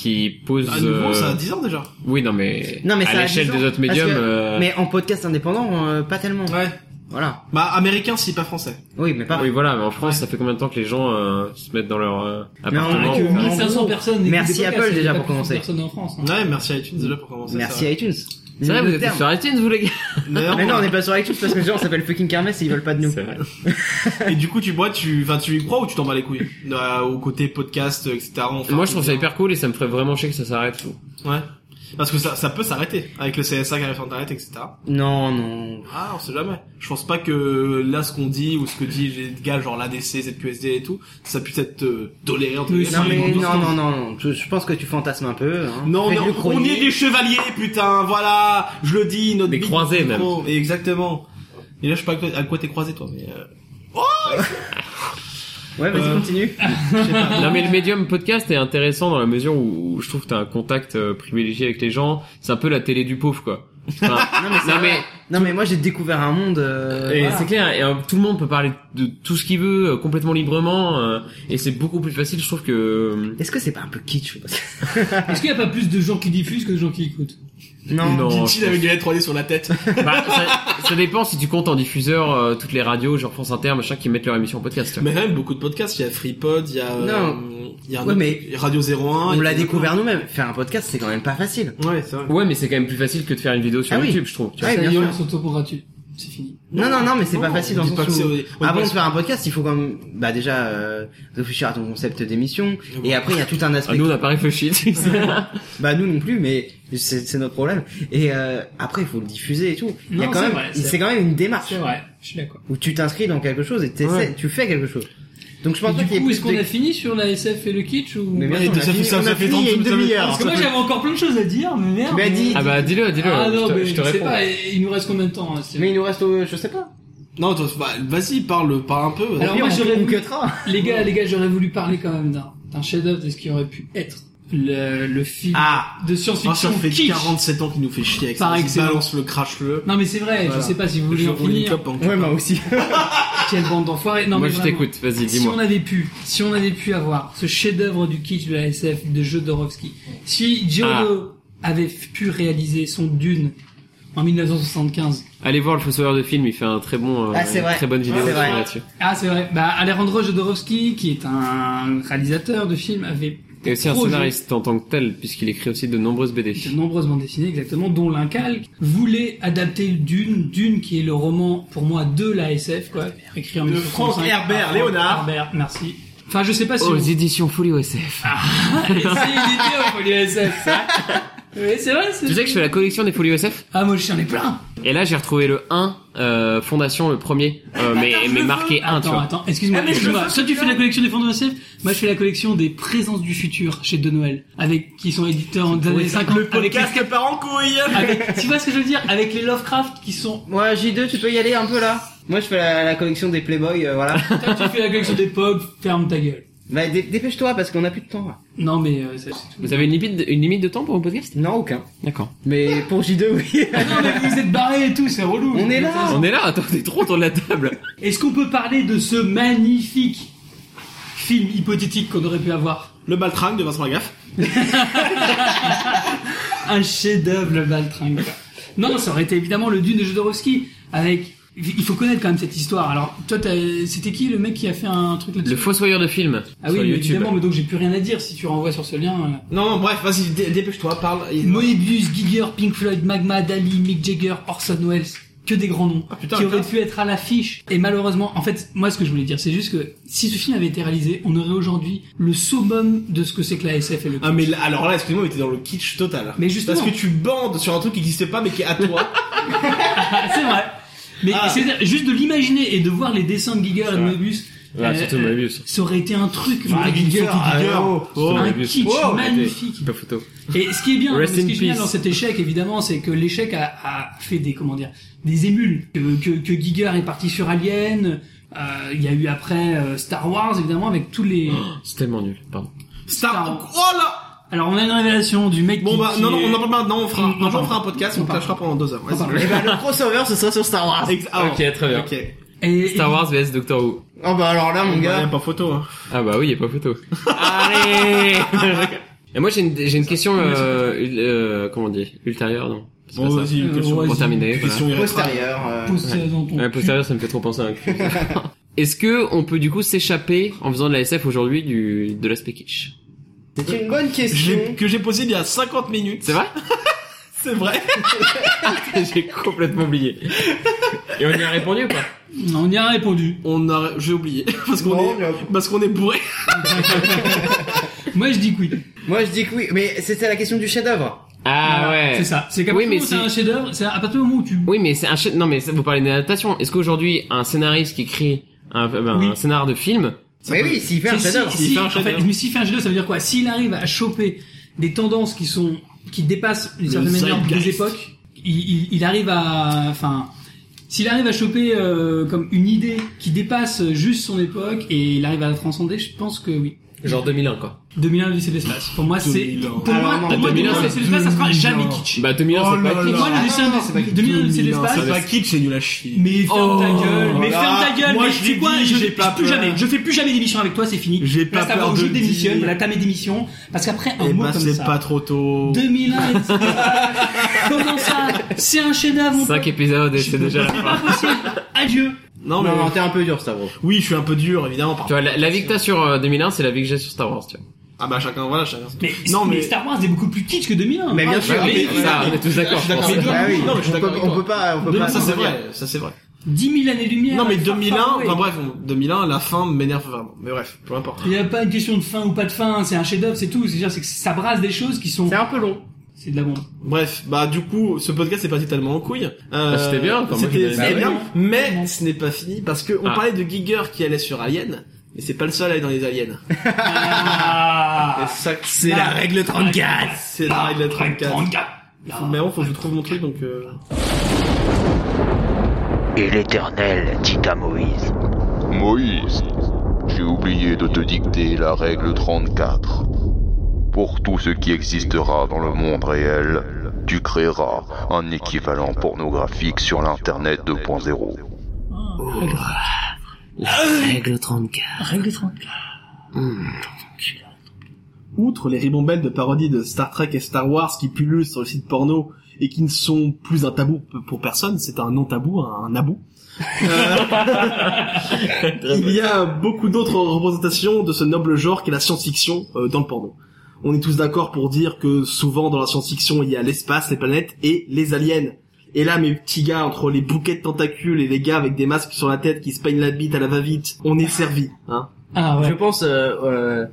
Speaker 4: qui pose.
Speaker 2: À Ah, nouveau,
Speaker 4: euh,
Speaker 2: ça a 10 ans déjà.
Speaker 4: Oui, non mais.
Speaker 3: Non, mais ça
Speaker 4: à
Speaker 3: a
Speaker 4: l'échelle
Speaker 3: 10 ans,
Speaker 4: des autres
Speaker 3: parce
Speaker 4: médiums.
Speaker 3: que-
Speaker 4: euh,
Speaker 3: Mais en podcast indépendant, euh, pas tellement.
Speaker 2: Ouais.
Speaker 3: Voilà.
Speaker 2: Bah, américain, si pas français.
Speaker 3: Oui, mais pas.
Speaker 4: Oui, voilà. Mais en France, ça fait combien de temps que les gens euh, se mettent dans leur euh,
Speaker 5: Ah,
Speaker 4: appartement
Speaker 3: que-
Speaker 4: ou-
Speaker 3: en
Speaker 5: 1500
Speaker 3: gros,
Speaker 5: personnes. écoutent
Speaker 3: merci
Speaker 5: des podcasts,
Speaker 3: Apple,
Speaker 5: il y a
Speaker 3: déjà,
Speaker 5: pas
Speaker 3: pour
Speaker 5: plus de
Speaker 3: commencer.
Speaker 5: Personne en France. hein.
Speaker 2: Ouais, merci à iTunes déjà pour commencer.
Speaker 3: Merci
Speaker 2: ça.
Speaker 3: à iTunes.
Speaker 4: C'est vrai,
Speaker 3: Le
Speaker 4: vous êtes
Speaker 3: terme.
Speaker 4: sur iTunes, vous les gars.
Speaker 2: D'ailleurs,
Speaker 3: Mais non, on n'est pas sur iTunes parce que les gens s'appellent fucking Kermesse et ils veulent pas de nous.
Speaker 4: C'est vrai.
Speaker 2: Et du coup, tu bois, tu, enfin, tu y crois ou tu t'en bats les couilles Euh, Au côté podcast, euh, etc. Enfin,
Speaker 4: Moi, je trouve ça hyper cool et ça me ferait vraiment chier que ça s'arrête. tout.
Speaker 2: Ouais. Parce que ça, ça peut s'arrêter avec le CSA qui arrive sur Internet, etc.
Speaker 3: Non, non.
Speaker 2: Ah, on sait jamais. Je pense pas que là, ce qu'on dit ou ce que dit les gars genre l'ADC, ZQSD et tout, ça puisse être euh, toléré. entre
Speaker 5: Mais
Speaker 2: guillemets.
Speaker 5: si,
Speaker 3: Non, mais
Speaker 5: bon,
Speaker 3: non,
Speaker 5: bon,
Speaker 3: non, non, non. Je, je pense que tu fantasmes un peu. Hein.
Speaker 2: Non,
Speaker 3: Fais
Speaker 2: non,
Speaker 3: du
Speaker 2: on
Speaker 3: chronique.
Speaker 2: est des chevaliers, putain. Voilà, je le dis. Notre
Speaker 4: Des
Speaker 2: big
Speaker 4: croisés,
Speaker 2: micro. Et Exactement. Et là, je sais pas à quoi- à quoi t'es croisé, toi. Mais euh,
Speaker 3: Ouais, vas-y,
Speaker 2: Euh,
Speaker 3: continue.
Speaker 2: je sais pas.
Speaker 4: Non mais le médium podcast est intéressant dans la mesure où, où je trouve que t'as un contact euh, privilégié avec les gens. C'est un peu la télé du pauvre quoi. Enfin,
Speaker 3: Non, mais, c'est
Speaker 4: non,
Speaker 3: vrai.
Speaker 4: mais-
Speaker 3: non, mais moi j'ai découvert un monde. euh,
Speaker 4: Et
Speaker 3: voilà.
Speaker 4: c'est clair, et, euh, tout le monde peut parler de tout ce qu'il veut euh, complètement librement, euh, et c'est beaucoup plus facile, je trouve que. euh,
Speaker 3: Est-ce que c'est pas un peu kitsch parce que-
Speaker 5: Est-ce qu'il n'y a pas plus de gens qui diffusent que de gens qui écoutent
Speaker 3: Non.
Speaker 4: non,
Speaker 2: Titi avec des lettres 3D sur la tête.
Speaker 4: bah, ça, ça dépend si tu comptes en diffuseur euh, toutes les radios, genre France Inter, machin, qui mettent leur émission en podcast. tu vois.
Speaker 2: Mais quand même beaucoup de podcasts, il y a FreePod, il y a
Speaker 3: Non.
Speaker 2: euh, il y a un
Speaker 3: Ouais,
Speaker 2: autre-
Speaker 3: mais-
Speaker 2: Radio 01,
Speaker 3: On
Speaker 2: il y a-
Speaker 3: l'a découvert nous-mêmes. Faire un podcast, c'est quand même pas facile.
Speaker 2: Ouais, c'est vrai.
Speaker 4: Ouais, mais c'est quand même plus facile que de faire une vidéo sur
Speaker 3: Ah oui.
Speaker 4: YouTube, je trouve. tu vois.
Speaker 3: Ouais,
Speaker 5: Ça
Speaker 3: bien
Speaker 5: y est,
Speaker 3: sûr.
Speaker 5: on s'auto-congratule. C'est fini.
Speaker 3: Non, non, non, mais c'est
Speaker 2: Non,
Speaker 3: pas
Speaker 2: non,
Speaker 3: facile
Speaker 2: on
Speaker 3: dans
Speaker 2: dit
Speaker 3: le
Speaker 2: pas que
Speaker 3: sens où-
Speaker 2: c'est- on
Speaker 3: Avant de
Speaker 2: pense-
Speaker 3: faire un podcast, il faut quand même, bah déjà, euh, réfléchir à ton concept d'émission.
Speaker 2: bon.
Speaker 3: Et après, il y a tout un
Speaker 4: Ah,
Speaker 3: aspect.
Speaker 4: nous, on n'a pas réfléchi. tu sais.
Speaker 3: Bah nous non plus, mais c'est c'est notre problème. Et euh, après, il faut le diffuser et tout. Il y a
Speaker 5: Non,
Speaker 3: quand
Speaker 5: c'est
Speaker 3: même,
Speaker 5: vrai, c'est
Speaker 3: c'est quand même une démarche
Speaker 5: C'est vrai, je suis d'accord.
Speaker 3: où tu t'inscris dans quelque chose et t'essaies,
Speaker 4: Ouais.
Speaker 3: tu fais quelque chose. Donc je pense
Speaker 5: Et
Speaker 3: pas
Speaker 5: Du
Speaker 3: qu'il y ait
Speaker 5: coup,
Speaker 3: plus
Speaker 5: est-ce qu'on
Speaker 3: de-
Speaker 5: a fini sur la SF et le kitsch ou
Speaker 3: Mais bien
Speaker 2: Ouais,
Speaker 3: sûr, on a
Speaker 2: ça fait-
Speaker 3: fini-
Speaker 2: ça-
Speaker 3: on
Speaker 2: ça
Speaker 3: a
Speaker 2: fait
Speaker 3: fini il y a une
Speaker 2: 30, ça fait-
Speaker 3: demi-heure.
Speaker 5: Parce que moi j'avais encore plein de choses à dire, mais merde.
Speaker 3: Mais dis-
Speaker 4: ah bah dis-le, dis-le.
Speaker 5: Ah non,
Speaker 4: je, te-
Speaker 5: mais
Speaker 4: je te
Speaker 5: je sais
Speaker 4: réponds.
Speaker 5: pas, il nous reste combien de temps hein, c'est-
Speaker 3: Mais il nous reste, euh, je sais pas.
Speaker 2: Non, toi, bah, vas-y, parle, parle un peu.
Speaker 5: Alors,
Speaker 3: Au pire,
Speaker 5: moi,
Speaker 3: on-
Speaker 5: j'aurais
Speaker 3: on
Speaker 5: voulu-
Speaker 3: cuttera.
Speaker 5: Les gars, les gars, j'aurais voulu parler quand même d'un d'un chef-d'œuvre de ce qui aurait pu être le, le film
Speaker 3: Ah.
Speaker 5: de
Speaker 2: Ah, ça
Speaker 4: Oh,
Speaker 5: science-fiction
Speaker 2: fait
Speaker 5: kitsch.
Speaker 2: 47 ans qu'il nous fait chier avec
Speaker 5: Par
Speaker 2: ça. Il
Speaker 5: excellence.
Speaker 2: balance le crash le.
Speaker 5: Non mais c'est vrai,
Speaker 2: Voilà.
Speaker 5: je sais pas si vous voulez
Speaker 2: Je
Speaker 5: en
Speaker 2: roule une
Speaker 5: finir.
Speaker 2: clope en
Speaker 3: Ouais, moi aussi.
Speaker 5: Quelle bande d'enfoirés. Non
Speaker 4: Moi,
Speaker 5: mais
Speaker 4: je
Speaker 5: vraiment.
Speaker 4: t'écoute. Vas-y,
Speaker 5: Si on
Speaker 4: dis-moi.
Speaker 5: avait pu, si on avait pu avoir ce chef-d'œuvre du kitsch de la SF de Jodorowsky, si Giotto
Speaker 4: Ah.
Speaker 5: avait pu réaliser son Dune en 1975.
Speaker 4: Allez voir le fossoyeur de film, il fait un très bon, euh,
Speaker 3: Ah, c'est
Speaker 4: une
Speaker 3: vrai.
Speaker 4: très bonne vidéo
Speaker 3: Ouais, c'est vrai.
Speaker 4: là-dessus.
Speaker 5: Ah, c'est vrai. Bah, Alejandro Jodorowsky, qui est un réalisateur de films, avait
Speaker 4: Et aussi un
Speaker 5: Projet.
Speaker 4: scénariste en tant que tel, puisqu'il écrit aussi de nombreuses BD.
Speaker 5: de nombreuses bandes dessinées exactement, dont l'Incalque, voulait adapter Dune, Dune qui est le roman pour moi de la SF, quoi, écrit en
Speaker 2: De
Speaker 5: 1935
Speaker 2: Frank Herbert
Speaker 5: par
Speaker 2: Léonard.
Speaker 5: Herbert, merci. Enfin, je sais pas si
Speaker 4: Aux
Speaker 5: on-
Speaker 4: éditions Folie OSF.
Speaker 5: Ah, et si il était au Folie SF, ça. Oui, c'est vrai, c'est
Speaker 4: Tu sais que je fais la collection des Folies OSF
Speaker 5: Ah, moi, j'en ai plein.
Speaker 4: Et là, j'ai retrouvé le 1, euh, Fondation, le premier, euh, mais, mais marqué 1, tu
Speaker 5: Attends,
Speaker 4: vois.
Speaker 5: attends, excuse-moi,
Speaker 2: Ah, mais je
Speaker 5: excuse-moi.
Speaker 2: veux
Speaker 5: Soit tu fais la collection des fonds de SF, moi je fais la collection des présences du futur chez De Noël, avec, qui sont éditeurs en années 50,
Speaker 2: Le
Speaker 5: avec les
Speaker 2: podcast part en couille.
Speaker 5: avec- tu vois ce que je veux dire Avec les Lovecraft qui sont.
Speaker 3: Moi, J2, tu peux y aller un peu là. Moi, je fais la, la collection des Playboy, euh, voilà.
Speaker 5: Toi, tu fais la collection des pubs, ferme ta gueule.
Speaker 3: bah, dé- dépêche-toi parce qu'on a plus de temps. là.
Speaker 5: Non mais euh, ça, c'est tout.
Speaker 4: Vous avez une limite, de- une limite de temps pour mon podcast
Speaker 3: Non, aucun.
Speaker 4: D'accord.
Speaker 3: Mais pour J2, oui.
Speaker 5: Ah non mais vous êtes barrés et tout, c'est relou.
Speaker 3: On est là.
Speaker 4: On est là, attends, t'es trop autour de la table.
Speaker 5: Est-ce qu'on peut parler de ce magnifique film hypothétique qu'on aurait pu avoir
Speaker 2: Le Baltringue de Vincent Lagaffe.
Speaker 5: Un chef-d'œuvre, le Baltringue. quoi. Non, non, ça aurait été évidemment le Dune de Jodorowsky avec. Il faut connaître quand même cette histoire. Alors, toi, t'as- c'était qui le mec qui a fait un truc là-dessus
Speaker 4: Le fossoyeur de film.
Speaker 5: Ah oui,
Speaker 4: sur
Speaker 5: mais
Speaker 4: YouTube.
Speaker 5: évidemment, mais donc j'ai plus rien à dire si tu renvoies sur ce lien. euh.
Speaker 2: Non, non, bref, vas-y, dé- dépêche-toi, parle. Il-
Speaker 5: Moebius, Giger, Pink Floyd, Magma, Dali, Mick Jagger, Orson Welles, que des grands noms
Speaker 2: Ah, putain,
Speaker 5: qui auraient
Speaker 2: putain.
Speaker 5: pu être à l'affiche. Et malheureusement, en fait, moi ce que je voulais dire, c'est juste que si ce film avait été réalisé, on aurait aujourd'hui le summum de ce que c'est que la SF et le.
Speaker 2: Ah mais là- alors là, excuse-moi, mais t'es dans le kitsch total.
Speaker 5: Mais justement.
Speaker 2: Parce que tu bandes sur un truc qui n'existe pas mais qui est à toi.
Speaker 5: Ah, c'est vrai. Mais
Speaker 2: Ah.
Speaker 5: c'est-à-dire, juste de l'imaginer et de voir les dessins de Giger et de
Speaker 7: vrai.
Speaker 5: Moebius,
Speaker 7: Ouais,
Speaker 5: euh,
Speaker 7: surtout
Speaker 5: euh,
Speaker 7: Moebius.
Speaker 5: ça aurait été un truc.
Speaker 2: Ah,
Speaker 5: mais-
Speaker 2: Giger,
Speaker 5: surtout
Speaker 2: ah, oh, oh.
Speaker 5: un
Speaker 7: Moebius.
Speaker 5: kitsch
Speaker 2: Wow.
Speaker 5: magnifique.
Speaker 7: Pas photo.
Speaker 5: Et ce qui est bien,
Speaker 7: Rest
Speaker 5: ce qui
Speaker 7: in
Speaker 5: est bien
Speaker 7: peace.
Speaker 5: dans cet échec, évidemment, c'est que l'échec a, a fait des comment dire des émules. Que, que, que Giger est parti sur Alien. euh, Il y a eu après euh, Star Wars, évidemment, avec tous les.
Speaker 4: C'est tellement nul, pardon.
Speaker 2: Star. Oh là.
Speaker 5: Alors on a une révélation du mec.
Speaker 2: Bon
Speaker 5: qui,
Speaker 2: bah
Speaker 5: qui
Speaker 2: non, non,
Speaker 5: est-
Speaker 2: on en parle maintenant. On fera,
Speaker 5: On
Speaker 2: un jour,
Speaker 5: parle.
Speaker 2: on fera un podcast,
Speaker 5: On
Speaker 2: on
Speaker 5: parle.
Speaker 2: clashera pendant deux heures.
Speaker 5: On parle.
Speaker 3: Et bah, le crossover, ce sera sur Star Wars.
Speaker 2: Ex- ah,
Speaker 4: ok, très bien.
Speaker 2: Ok.
Speaker 5: Et,
Speaker 4: Star Wars vs Doctor Who.
Speaker 3: Oh bah alors là, mon
Speaker 2: On
Speaker 3: gars.
Speaker 2: a pas photo. Hein.
Speaker 4: Ah bah oui, y a pas photo. Allez Et moi j'ai une, j'ai une question, euh, ul- euh, comment on dit Ultérieure, non C'est
Speaker 2: Bon,
Speaker 4: pas ça.
Speaker 2: vas-y, une
Speaker 5: Euh,
Speaker 2: question.
Speaker 5: ouais,
Speaker 4: Pour terminer, voilà.
Speaker 2: Question, il restera.
Speaker 3: postérieur. euh,
Speaker 5: Pose ça dans ton
Speaker 4: Ouais,
Speaker 5: cul.
Speaker 4: postérieur, ça me fait trop penser à un cul. Est-ce que on peut du coup s'échapper en faisant de la SF aujourd'hui du de l'aspect kitsch
Speaker 3: C'est une bonne
Speaker 2: J'ai-
Speaker 3: question.
Speaker 2: que j'ai posé il y a 50 minutes.
Speaker 4: C'est vrai
Speaker 2: C'est vrai.
Speaker 4: J'ai complètement oublié. Et on y a répondu ou pas
Speaker 5: On y a répondu.
Speaker 2: On a, j'ai oublié parce qu'on
Speaker 3: Non,
Speaker 2: est,
Speaker 3: mais-
Speaker 2: parce qu'on est bourré.
Speaker 5: Moi je dis que oui.
Speaker 3: Moi, je dis que oui, mais c'était la question du chef-d'œuvre.
Speaker 4: Ah
Speaker 5: Voilà,
Speaker 4: ouais.
Speaker 5: C'est ça. C'est qu'à
Speaker 4: Oui,
Speaker 5: partir
Speaker 4: mais
Speaker 5: du moment où c'est
Speaker 4: c'est-
Speaker 5: un chef-d'œuvre, c'est à partir du moment où tu.
Speaker 4: Oui, mais c'est un chef- non, mais ça, vous parlez d'adaptation. Est-ce qu'aujourd'hui un scénariste qui écrit un,
Speaker 6: euh,
Speaker 4: ben,
Speaker 5: Oui.
Speaker 4: un scénar de film
Speaker 3: Mais oui, s'il fait
Speaker 5: Si,
Speaker 3: un
Speaker 5: si,
Speaker 3: chef-d'œuvre.
Speaker 5: si,
Speaker 2: S'il fait un
Speaker 5: en fait,
Speaker 2: chef-d'œuvre.
Speaker 5: mais s'il fait un chef-d'œuvre, ça veut dire quoi S'il arrive à choper des tendances qui sont qui dépassent d'une
Speaker 2: Le
Speaker 5: certaine manière
Speaker 2: zeitgeist.
Speaker 5: des époques, il, il- il arrive à, enfin, s'il arrive à choper euh, comme une idée qui dépasse juste son époque et il arrive à la transcender, je pense que oui.
Speaker 4: genre 2001 quoi
Speaker 5: 2001 l'Odyssée de l'espace. Pour moi, c'est
Speaker 2: 2001.
Speaker 5: pour moi,
Speaker 3: Alors, non,
Speaker 5: pour moi,
Speaker 4: 2001,
Speaker 5: 2001 l'Odyssée de l'espace, ça sera jamais kitsch.
Speaker 4: Bah 2001
Speaker 2: Oh
Speaker 4: c'est
Speaker 2: là
Speaker 4: pas kitsch.
Speaker 5: Pour moi, l'Odyssée de l'espace- 2001 l'Odyssée de l'espace,
Speaker 2: C'est pas kitsch, c'est nul à chier.
Speaker 5: mais ferme ta gueule, mais
Speaker 2: là,
Speaker 5: ferme ta gueule,
Speaker 2: Oh, moi,
Speaker 5: mais
Speaker 2: je
Speaker 5: tu
Speaker 2: l'ai
Speaker 5: sais quoi,
Speaker 2: dit,
Speaker 5: je
Speaker 2: j'ai
Speaker 5: fais
Speaker 2: pas
Speaker 5: plus
Speaker 2: peur.
Speaker 5: jamais, je fais plus jamais d'émission avec toi, c'est fini.
Speaker 2: J'ai pas
Speaker 5: Là, c'est
Speaker 2: peur
Speaker 5: avant,
Speaker 2: de
Speaker 5: je
Speaker 2: le dire.
Speaker 5: démissionne, voilà, t'as mes démissions, parce qu'après, un
Speaker 2: Eh
Speaker 5: mot
Speaker 2: ben,
Speaker 5: comme
Speaker 2: c'est
Speaker 5: ça.
Speaker 2: pas trop tôt.
Speaker 5: 2001 et- Comment ça C'est un chef-d'œuvre, mon
Speaker 4: 5
Speaker 5: pote.
Speaker 4: épisodes et c'est déjà la fin.
Speaker 5: Impossible. Adieu.
Speaker 2: Non,
Speaker 3: Non,
Speaker 2: mais
Speaker 3: non, t'es un peu dur, Stavro.
Speaker 2: oui, je suis un peu dur, évidemment. par-
Speaker 4: Tu vois, la, la victoire sur euh, 2001, c'est la vie que j'ai sur Star Wars, tu vois.
Speaker 2: Ah bah chacun, voilà, chacun.
Speaker 5: Mais,
Speaker 2: Non, mais-
Speaker 5: mais Star Wars est beaucoup plus kitsch que 2001.
Speaker 3: Mais bien
Speaker 5: Ah,
Speaker 3: sûr,
Speaker 2: bah
Speaker 5: mais-
Speaker 3: mais-
Speaker 4: ça, on est tous d'accord. je pense.
Speaker 2: Mais deux-
Speaker 3: Bah oui,
Speaker 2: non, mais je suis
Speaker 3: on
Speaker 2: d'accord
Speaker 3: peut-
Speaker 2: avec
Speaker 3: on
Speaker 2: toi.
Speaker 3: peut pas, on peut pas.
Speaker 2: Bah, ça c'est
Speaker 3: s'en revenir.
Speaker 2: vrai, ça c'est vrai.
Speaker 5: 10 000 années-lumière.
Speaker 2: Non mais
Speaker 5: far, far
Speaker 2: 2001,
Speaker 5: away.
Speaker 2: enfin bref, on- 2001, la fin m'énerve vraiment. Mais bref, peu importe.
Speaker 5: Il n'y a pas une question de fin ou pas de fin, c'est un chef-d'œuvre, c'est tout. C'est-à-dire c'est que ça brasse des choses qui sont.
Speaker 3: C'est un peu long.
Speaker 5: C'est de la bombe.
Speaker 2: Bref, bah du coup, ce podcast est parti tellement en couille. Euh,
Speaker 4: Ah, c'était bien, enfin, moi,
Speaker 2: c'était
Speaker 4: j'ai-
Speaker 2: c'était
Speaker 3: Bah
Speaker 2: bien,
Speaker 5: oui.
Speaker 2: mais ce n'est pas fini parce que on
Speaker 4: Ah.
Speaker 2: parlait de Giger qui allait sur Alien, mais c'est pas le seul à aller dans les aliens.
Speaker 5: Ah.
Speaker 2: Et ça,
Speaker 3: C'est la règle 34.
Speaker 2: c'est la
Speaker 5: Bah,
Speaker 2: règle 34.
Speaker 5: 34.
Speaker 2: Faut- Mais bon, faut que je trouve mon truc donc. euh,
Speaker 8: Et l'Éternel dit à Moïse,
Speaker 1: Moïse, j'ai oublié de te dicter la règle 34. Pour tout ce qui existera dans le monde réel, tu créeras un équivalent pornographique sur l'Internet 2.0.
Speaker 4: Règle 34.
Speaker 5: Règle 34.
Speaker 2: outre les ribambelles de parodies de Star Trek et Star Wars qui pullulent sur le site porno et qui ne sont plus un tabou p- pour personne, c'est un non-tabou, un un abou. Euh, il y a beaucoup d'autres représentations de ce noble genre qu'est la science-fiction euh, dans le porno. On est tous d'accord pour dire que souvent dans la science-fiction il y a l'espace, les planètes et les aliens. Et là, mes petits gars, entre les bouquets de tentacules et les gars avec des masques sur la tête qui se peignent la bite à la va-vite, on est servi, hein.
Speaker 5: Ah
Speaker 3: Je
Speaker 5: ouais.
Speaker 3: pense euh, euh,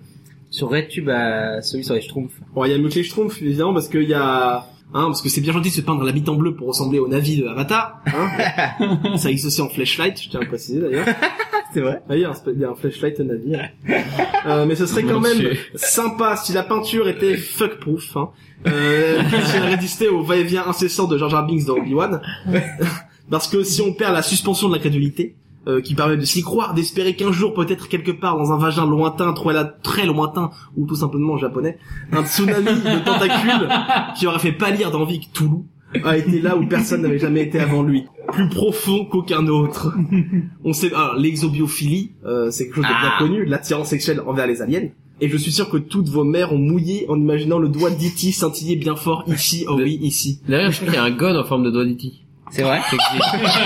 Speaker 3: sur RedTube à celui sur les Schtroumpfs.
Speaker 2: Bon, il y a mieux que les schtroumpfs, évidemment, parce qu'il y a... Hein, parce que c'est bien gentil de se peindre la bite en bleu pour ressembler au Navi de Avatar. Hein ça existe aussi en flashlight, je tiens à le préciser d'ailleurs.
Speaker 3: C'est vrai.
Speaker 2: Ah oui, il y a un sp- il y a un flashlight au Navi. hein. Euh, mais ce serait quand
Speaker 4: Mon
Speaker 2: même
Speaker 4: Dieu.
Speaker 2: sympa si la peinture était fuck-proof. Hein. Euh, si elle résistait au va-et-vient incessant de Jar Jar Binks dans Obi-Wan. parce que si on perd la suspension de la crédulité, euh, qui permet de s'y croire, d'espérer qu'un jour, peut-être quelque part dans un vagin lointain, trop là- très lointain, ou tout simplement japonais, un tsunami de tentacules qui aurait fait pâlir d'envie que Toulouse a été là où personne n'avait jamais été avant lui, plus profond qu'aucun autre. On sait, alors, l'exobiophilie, euh, c'est quelque chose de
Speaker 6: Ah.
Speaker 2: bien connu, l'attirance sexuelle envers les aliens. Et je suis sûr que toutes vos mères ont mouillé en imaginant le doigt d'E.T. scintiller bien fort ici, oh oui, ici.
Speaker 6: D'ailleurs, je crois qu'il y a un god en forme de doigt d'E.T.
Speaker 3: C'est vrai.
Speaker 6: Ça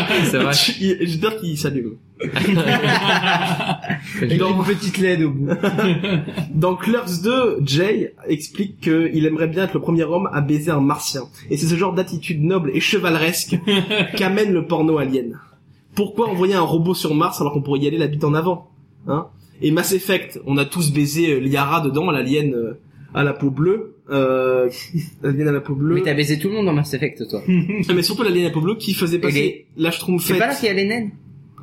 Speaker 6: existe. C'est vrai.
Speaker 2: Il- J'adore qu'il s'allume.
Speaker 3: Avec une petite LED au bout.
Speaker 2: Dans Clerks 2, Jay explique qu'il aimerait bien être le premier homme à baiser un martien. Et c'est ce genre d'attitude noble et chevaleresque qu'amène le porno alien. Pourquoi envoyer un robot sur Mars alors qu'on pourrait y aller la bite en avant hein Et Mass Effect, on a tous baisé euh, Liara dedans, l'alien euh, à la peau bleue. Euh, l'alien à la peau bleue.
Speaker 3: Mais t'as baisé tout le monde dans Mass Effect, toi.
Speaker 2: Ah, Mais surtout l'alien à la peau bleue qui faisait passer la
Speaker 3: C'est
Speaker 2: Schtroumpfette.
Speaker 3: pas là qu'il y a les naines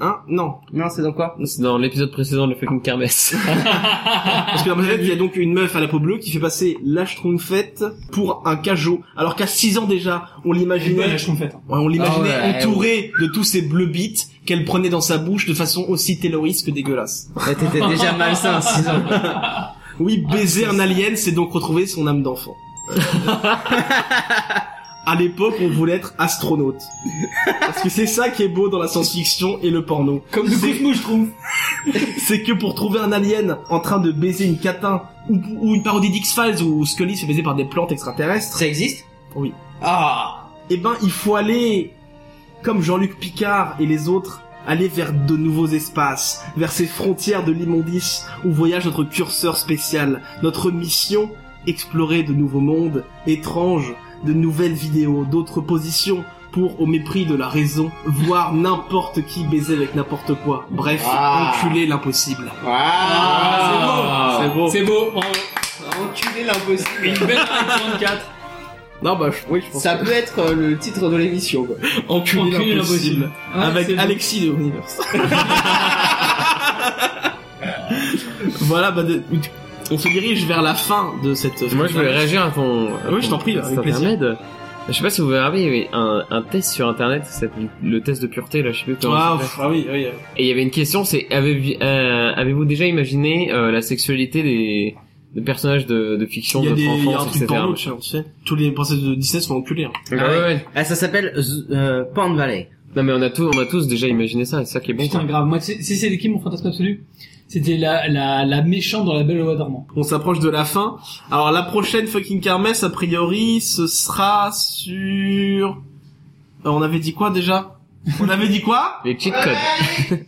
Speaker 2: Hein Non.
Speaker 3: Non, c'est dans quoi
Speaker 6: C'est dans l'épisode précédent de la fucking kermesse.
Speaker 2: Parce que dans ma tête, il y a donc une meuf à la peau bleue qui fait passer la Schtroumpfette pour un cajot. Alors qu'à 6 ans déjà, on
Speaker 5: Ouais,
Speaker 2: l'imaginait,
Speaker 5: la chouette, hein.
Speaker 2: ouais, on l'imaginait
Speaker 3: Eh Ah ouais,
Speaker 2: entourée de tous ces bleus bites qu'elle prenait dans sa bouche de façon aussi terroriste que dégueulasse.
Speaker 3: Bah, T'étais déjà malsain, sinon.
Speaker 2: Oui, baiser un alien, c'est donc retrouver son âme d'enfant. Euh, à l'époque, on voulait être astronaute. Parce que c'est ça qui est beau dans la science-fiction et le porno.
Speaker 5: Comme le
Speaker 2: C'est-
Speaker 5: coup je trouve.
Speaker 2: c'est que pour trouver un alien en train de baiser une catin ou, ou une parodie d'X-Files où Scully se fait baiser par des plantes extraterrestres,
Speaker 3: Ça existe
Speaker 2: Oui.
Speaker 3: Ah
Speaker 2: eh ben il faut aller, comme Jean-Luc Picard et les autres, aller vers de nouveaux espaces, vers ces frontières de l'immondice où voyage notre curseur spécial. Notre mission, explorer de nouveaux mondes, étranges, de nouvelles vidéos, d'autres positions, pour, au mépris de la raison, voir n'importe qui baiser avec n'importe quoi. Bref,
Speaker 3: Ah.
Speaker 2: enculer l'impossible.
Speaker 5: Ah,
Speaker 2: c'est beau.
Speaker 5: C'est beau. bravo.
Speaker 3: Enculé l'impossible.
Speaker 5: Une belle règle 34.
Speaker 2: Non bah je- oui je pense
Speaker 3: Ça peut être euh, le titre de l'émission, quoi.
Speaker 2: que- enculer
Speaker 5: Enculé
Speaker 2: l'impossible.
Speaker 5: l'impossible. Ouais,
Speaker 2: avec
Speaker 5: c'est beau.
Speaker 2: Alexis de Universe. voilà, bah, de- on se dirige vers la fin de cette.
Speaker 6: Moi, je voulais réagir à ton. à
Speaker 2: Oui,
Speaker 6: ton
Speaker 2: je t'en prie,
Speaker 6: test
Speaker 2: avec plaisir.
Speaker 6: intermède. Je sais pas si vous avez mais un, un test sur internet, ça s'appelle le test de pureté, là, je sais plus comment.
Speaker 2: Ah,
Speaker 6: ça s'appelle.
Speaker 2: pff, ah oui, oui. euh.
Speaker 6: Et il y avait une question, c'est avez, euh, avez-vous déjà imaginé euh, la sexualité des, des personnages de, de fiction,
Speaker 2: Il y
Speaker 6: de
Speaker 2: a des, il y a un
Speaker 6: enfance,
Speaker 2: truc
Speaker 6: etc.
Speaker 2: porno, tu sais, tu sais. Tous les princesses de Disney se font enculer. hein.
Speaker 6: Ah ouais, ouais.
Speaker 3: Ah, ça s'appelle Z- euh, Porn Valley.
Speaker 6: Non mais on a tous, on a tous déjà imaginé ça, et c'est ça qui est bon.
Speaker 5: Putain, grave. Moi, tu sais- si c'est qui mon fantasme absolu C'était la, la, la méchante dans la belle au bois dormant.
Speaker 2: On s'approche de la fin. Alors la prochaine fucking kermesse, a priori, ce sera sur. Euh, on avait dit quoi déjà On avait dit quoi
Speaker 6: Les cheat codes.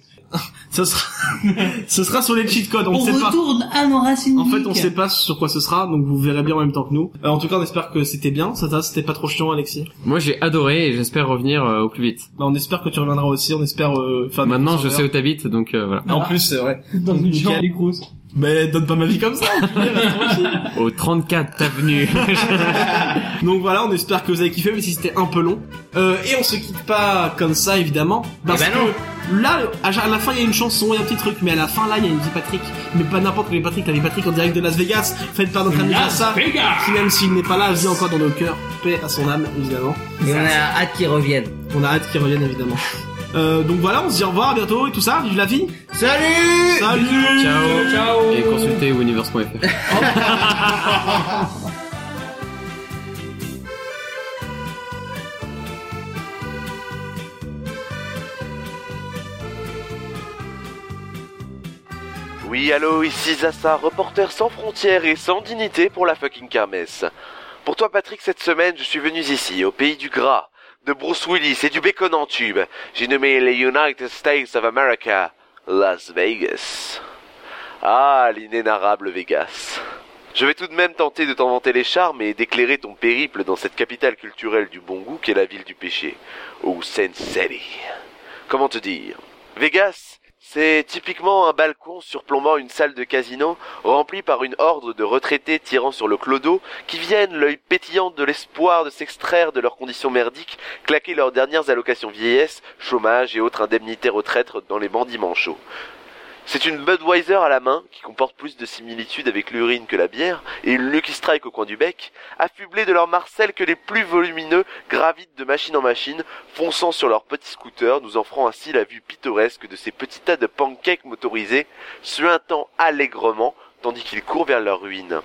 Speaker 2: Ce sera, ce sera sur les cheat codes. On,
Speaker 5: On,
Speaker 2: ne sait pas.
Speaker 5: retourne à nos racines.
Speaker 2: En fait, on
Speaker 5: geeks.
Speaker 2: sait pas sur quoi ce sera, donc vous verrez bien en même temps que nous. Euh, en tout cas, on espère que c'était bien. Ça, t'a- c'était pas trop chiant, Alexis.
Speaker 6: Moi j'ai adoré et j'espère revenir euh, au plus vite.
Speaker 2: Bah, on espère que tu reviendras aussi. On espère. euh, faire des
Speaker 6: Maintenant je
Speaker 2: concerts.
Speaker 6: sais où t'habites, donc euh, voilà.
Speaker 2: En plus, c'est vrai.
Speaker 5: dans une
Speaker 2: Nickel.
Speaker 5: chambre des grosses.
Speaker 2: Mais donne pas ma vie comme ça. reste tranquille.
Speaker 6: Au 34 avenue.
Speaker 2: donc voilà, on espère que vous avez kiffé, même si c'était un peu long. Euh, et on se quitte pas comme ça, évidemment, parce
Speaker 3: Eh ben non.
Speaker 2: que là, à à la fin, il y a une chanson, il y a un petit truc, mais à la fin, là, il y a une vie Patrick, mais pas n'importe quel Patrick, la vie Patrick en direct de Las Vegas. Faites part notre ami ça. qui même s'il n'est pas là, vit encore dans nos cœurs. Paix à son âme, évidemment.
Speaker 3: Et on a hâte qu'ils reviennent.
Speaker 2: On a hâte qu'ils reviennent évidemment. Euh, donc voilà, on se dit au revoir à bientôt et tout ça, vive la vie
Speaker 3: Salut
Speaker 2: Salut
Speaker 6: Ciao.
Speaker 5: Ciao.
Speaker 6: Et consultez universe.fr.
Speaker 9: Oui, allô, ici Zassa, reporter sans frontières et sans dignité pour la fucking kermesse. Pour toi, Patrick, cette semaine, je suis venu ici, au pays du gras, de Bruce Willis et du bacon en tube. J'ai nommé les United States of America, Las Vegas. Ah, l'inénarrable Vegas. Je vais tout de même tenter de t'inventer les charmes et d'éclairer ton périple dans cette capitale culturelle du bon goût qu'est la ville du péché, ou Sin City. Comment te dire Vegas, c'est typiquement un balcon surplombant une salle de casino remplie par une horde de retraités tirant sur le clodo qui viennent, l'œil pétillant de l'espoir de s'extraire de leurs conditions merdiques, claquer leurs dernières allocations vieillesse, chômage et autres indemnités retraites dans les bandits manchots. C'est une Budweiser à la main, qui comporte plus de similitudes avec l'urine que la bière, et une Lucky Strike au coin du bec, affublés de leur marcel que les plus volumineux gravitent de machine en machine, fonçant sur leurs petits scooters, nous offrant ainsi la vue pittoresque de ces petits tas de pancakes motorisés, suintant allègrement, tandis qu'ils courent vers leur ruine.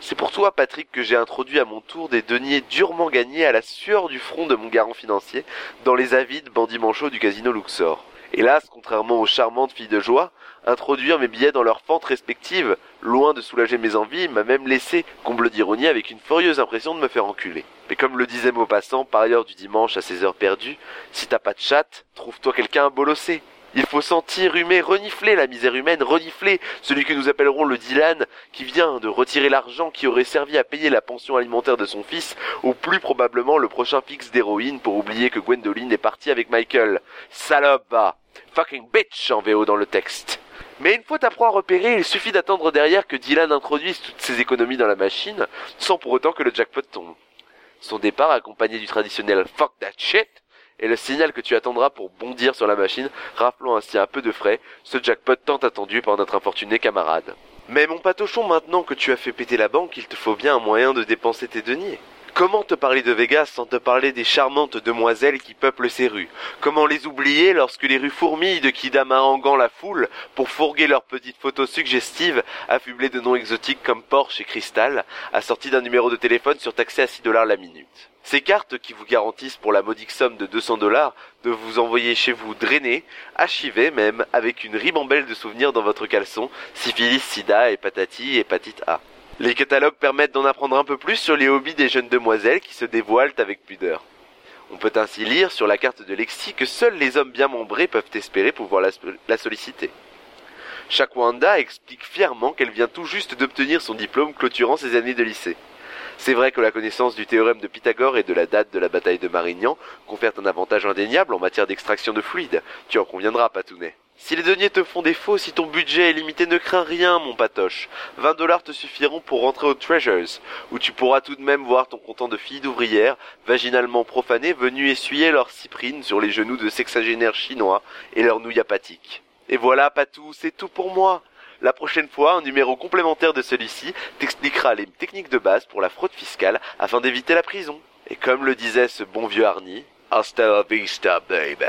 Speaker 9: C'est pour toi, Patrick, que j'ai introduit à mon tour des deniers durement gagnés à la sueur du front de mon garant financier, dans les avides bandits manchots du casino Luxor. Hélas, contrairement aux charmantes filles de joie, introduire mes billets dans leurs fentes respectives, loin de soulager mes envies, m'a même laissé, comble d'ironie, avec une furieuse impression de me faire enculer. Mais comme le disait Maupassant, par ailleurs du dimanche à ses heures perdues, si t'as pas de chatte, trouve-toi quelqu'un à bolosser. Il faut sentir, humer, renifler la misère humaine, renifler celui que nous appellerons le Dylan, qui vient de retirer l'argent qui aurait servi à payer la pension alimentaire de son fils, ou plus probablement le prochain fixe d'héroïne pour oublier que Gwendoline est partie avec Michael. Salope, va Fucking bitch en VO dans le texte. Mais une fois ta proie repérée, il suffit d'attendre derrière que Dylan introduise toutes ses économies dans la machine, sans pour autant que le jackpot tombe. Son départ, accompagné du traditionnel fuck that shit, est le signal que tu attendras pour bondir sur la machine, raflant ainsi un peu de frais, ce jackpot tant attendu par notre infortuné camarade. Mais mon patochon, maintenant que tu as fait péter la banque, il te faut bien un moyen de dépenser tes deniers. Comment te parler de Vegas sans te parler des charmantes demoiselles qui peuplent ces rues Comment les oublier lorsque les rues fourmillent de kidam haranguant la foule pour fourguer leurs petites photos suggestives affublées de noms exotiques comme Porsche et Crystal, assorties d'un numéro de téléphone surtaxé à 6 dollars la minute ces cartes qui vous garantissent pour la modique somme de 200 dollars de vous envoyer chez vous drainé, achivé même, avec une ribambelle de souvenirs dans votre caleçon, syphilis, sida, hépatati, hépatite A. Les catalogues permettent d'en apprendre un peu plus sur les hobbies des jeunes demoiselles qui se dévoilent avec pudeur. On peut ainsi lire sur la carte de Lexi que seuls les hommes bien membrés peuvent espérer pouvoir la, la solliciter. Chakwanda explique fièrement qu'elle vient tout juste d'obtenir son diplôme clôturant ses années de lycée. C'est vrai que la connaissance du théorème de Pythagore et de la date de la bataille de Marignan confèrent un avantage indéniable en matière d'extraction de fluide. Tu en conviendras, Patounet. Si les deniers te font défaut, si ton budget est limité, ne crains rien, mon patoche. 20 dollars te suffiront pour rentrer au Treasures, où tu pourras tout de même voir ton content de filles d'ouvrières, vaginalement profanées, venues essuyer leurs cyprines sur les genoux de sexagénaires chinois et leurs nouilles apathiques. Et voilà, Patou, c'est tout pour moi. La prochaine fois, un numéro complémentaire de celui-ci t'expliquera les techniques de base pour la fraude fiscale afin d'éviter la prison. Et comme le disait ce bon vieux Arnie, hasta la vista, baby.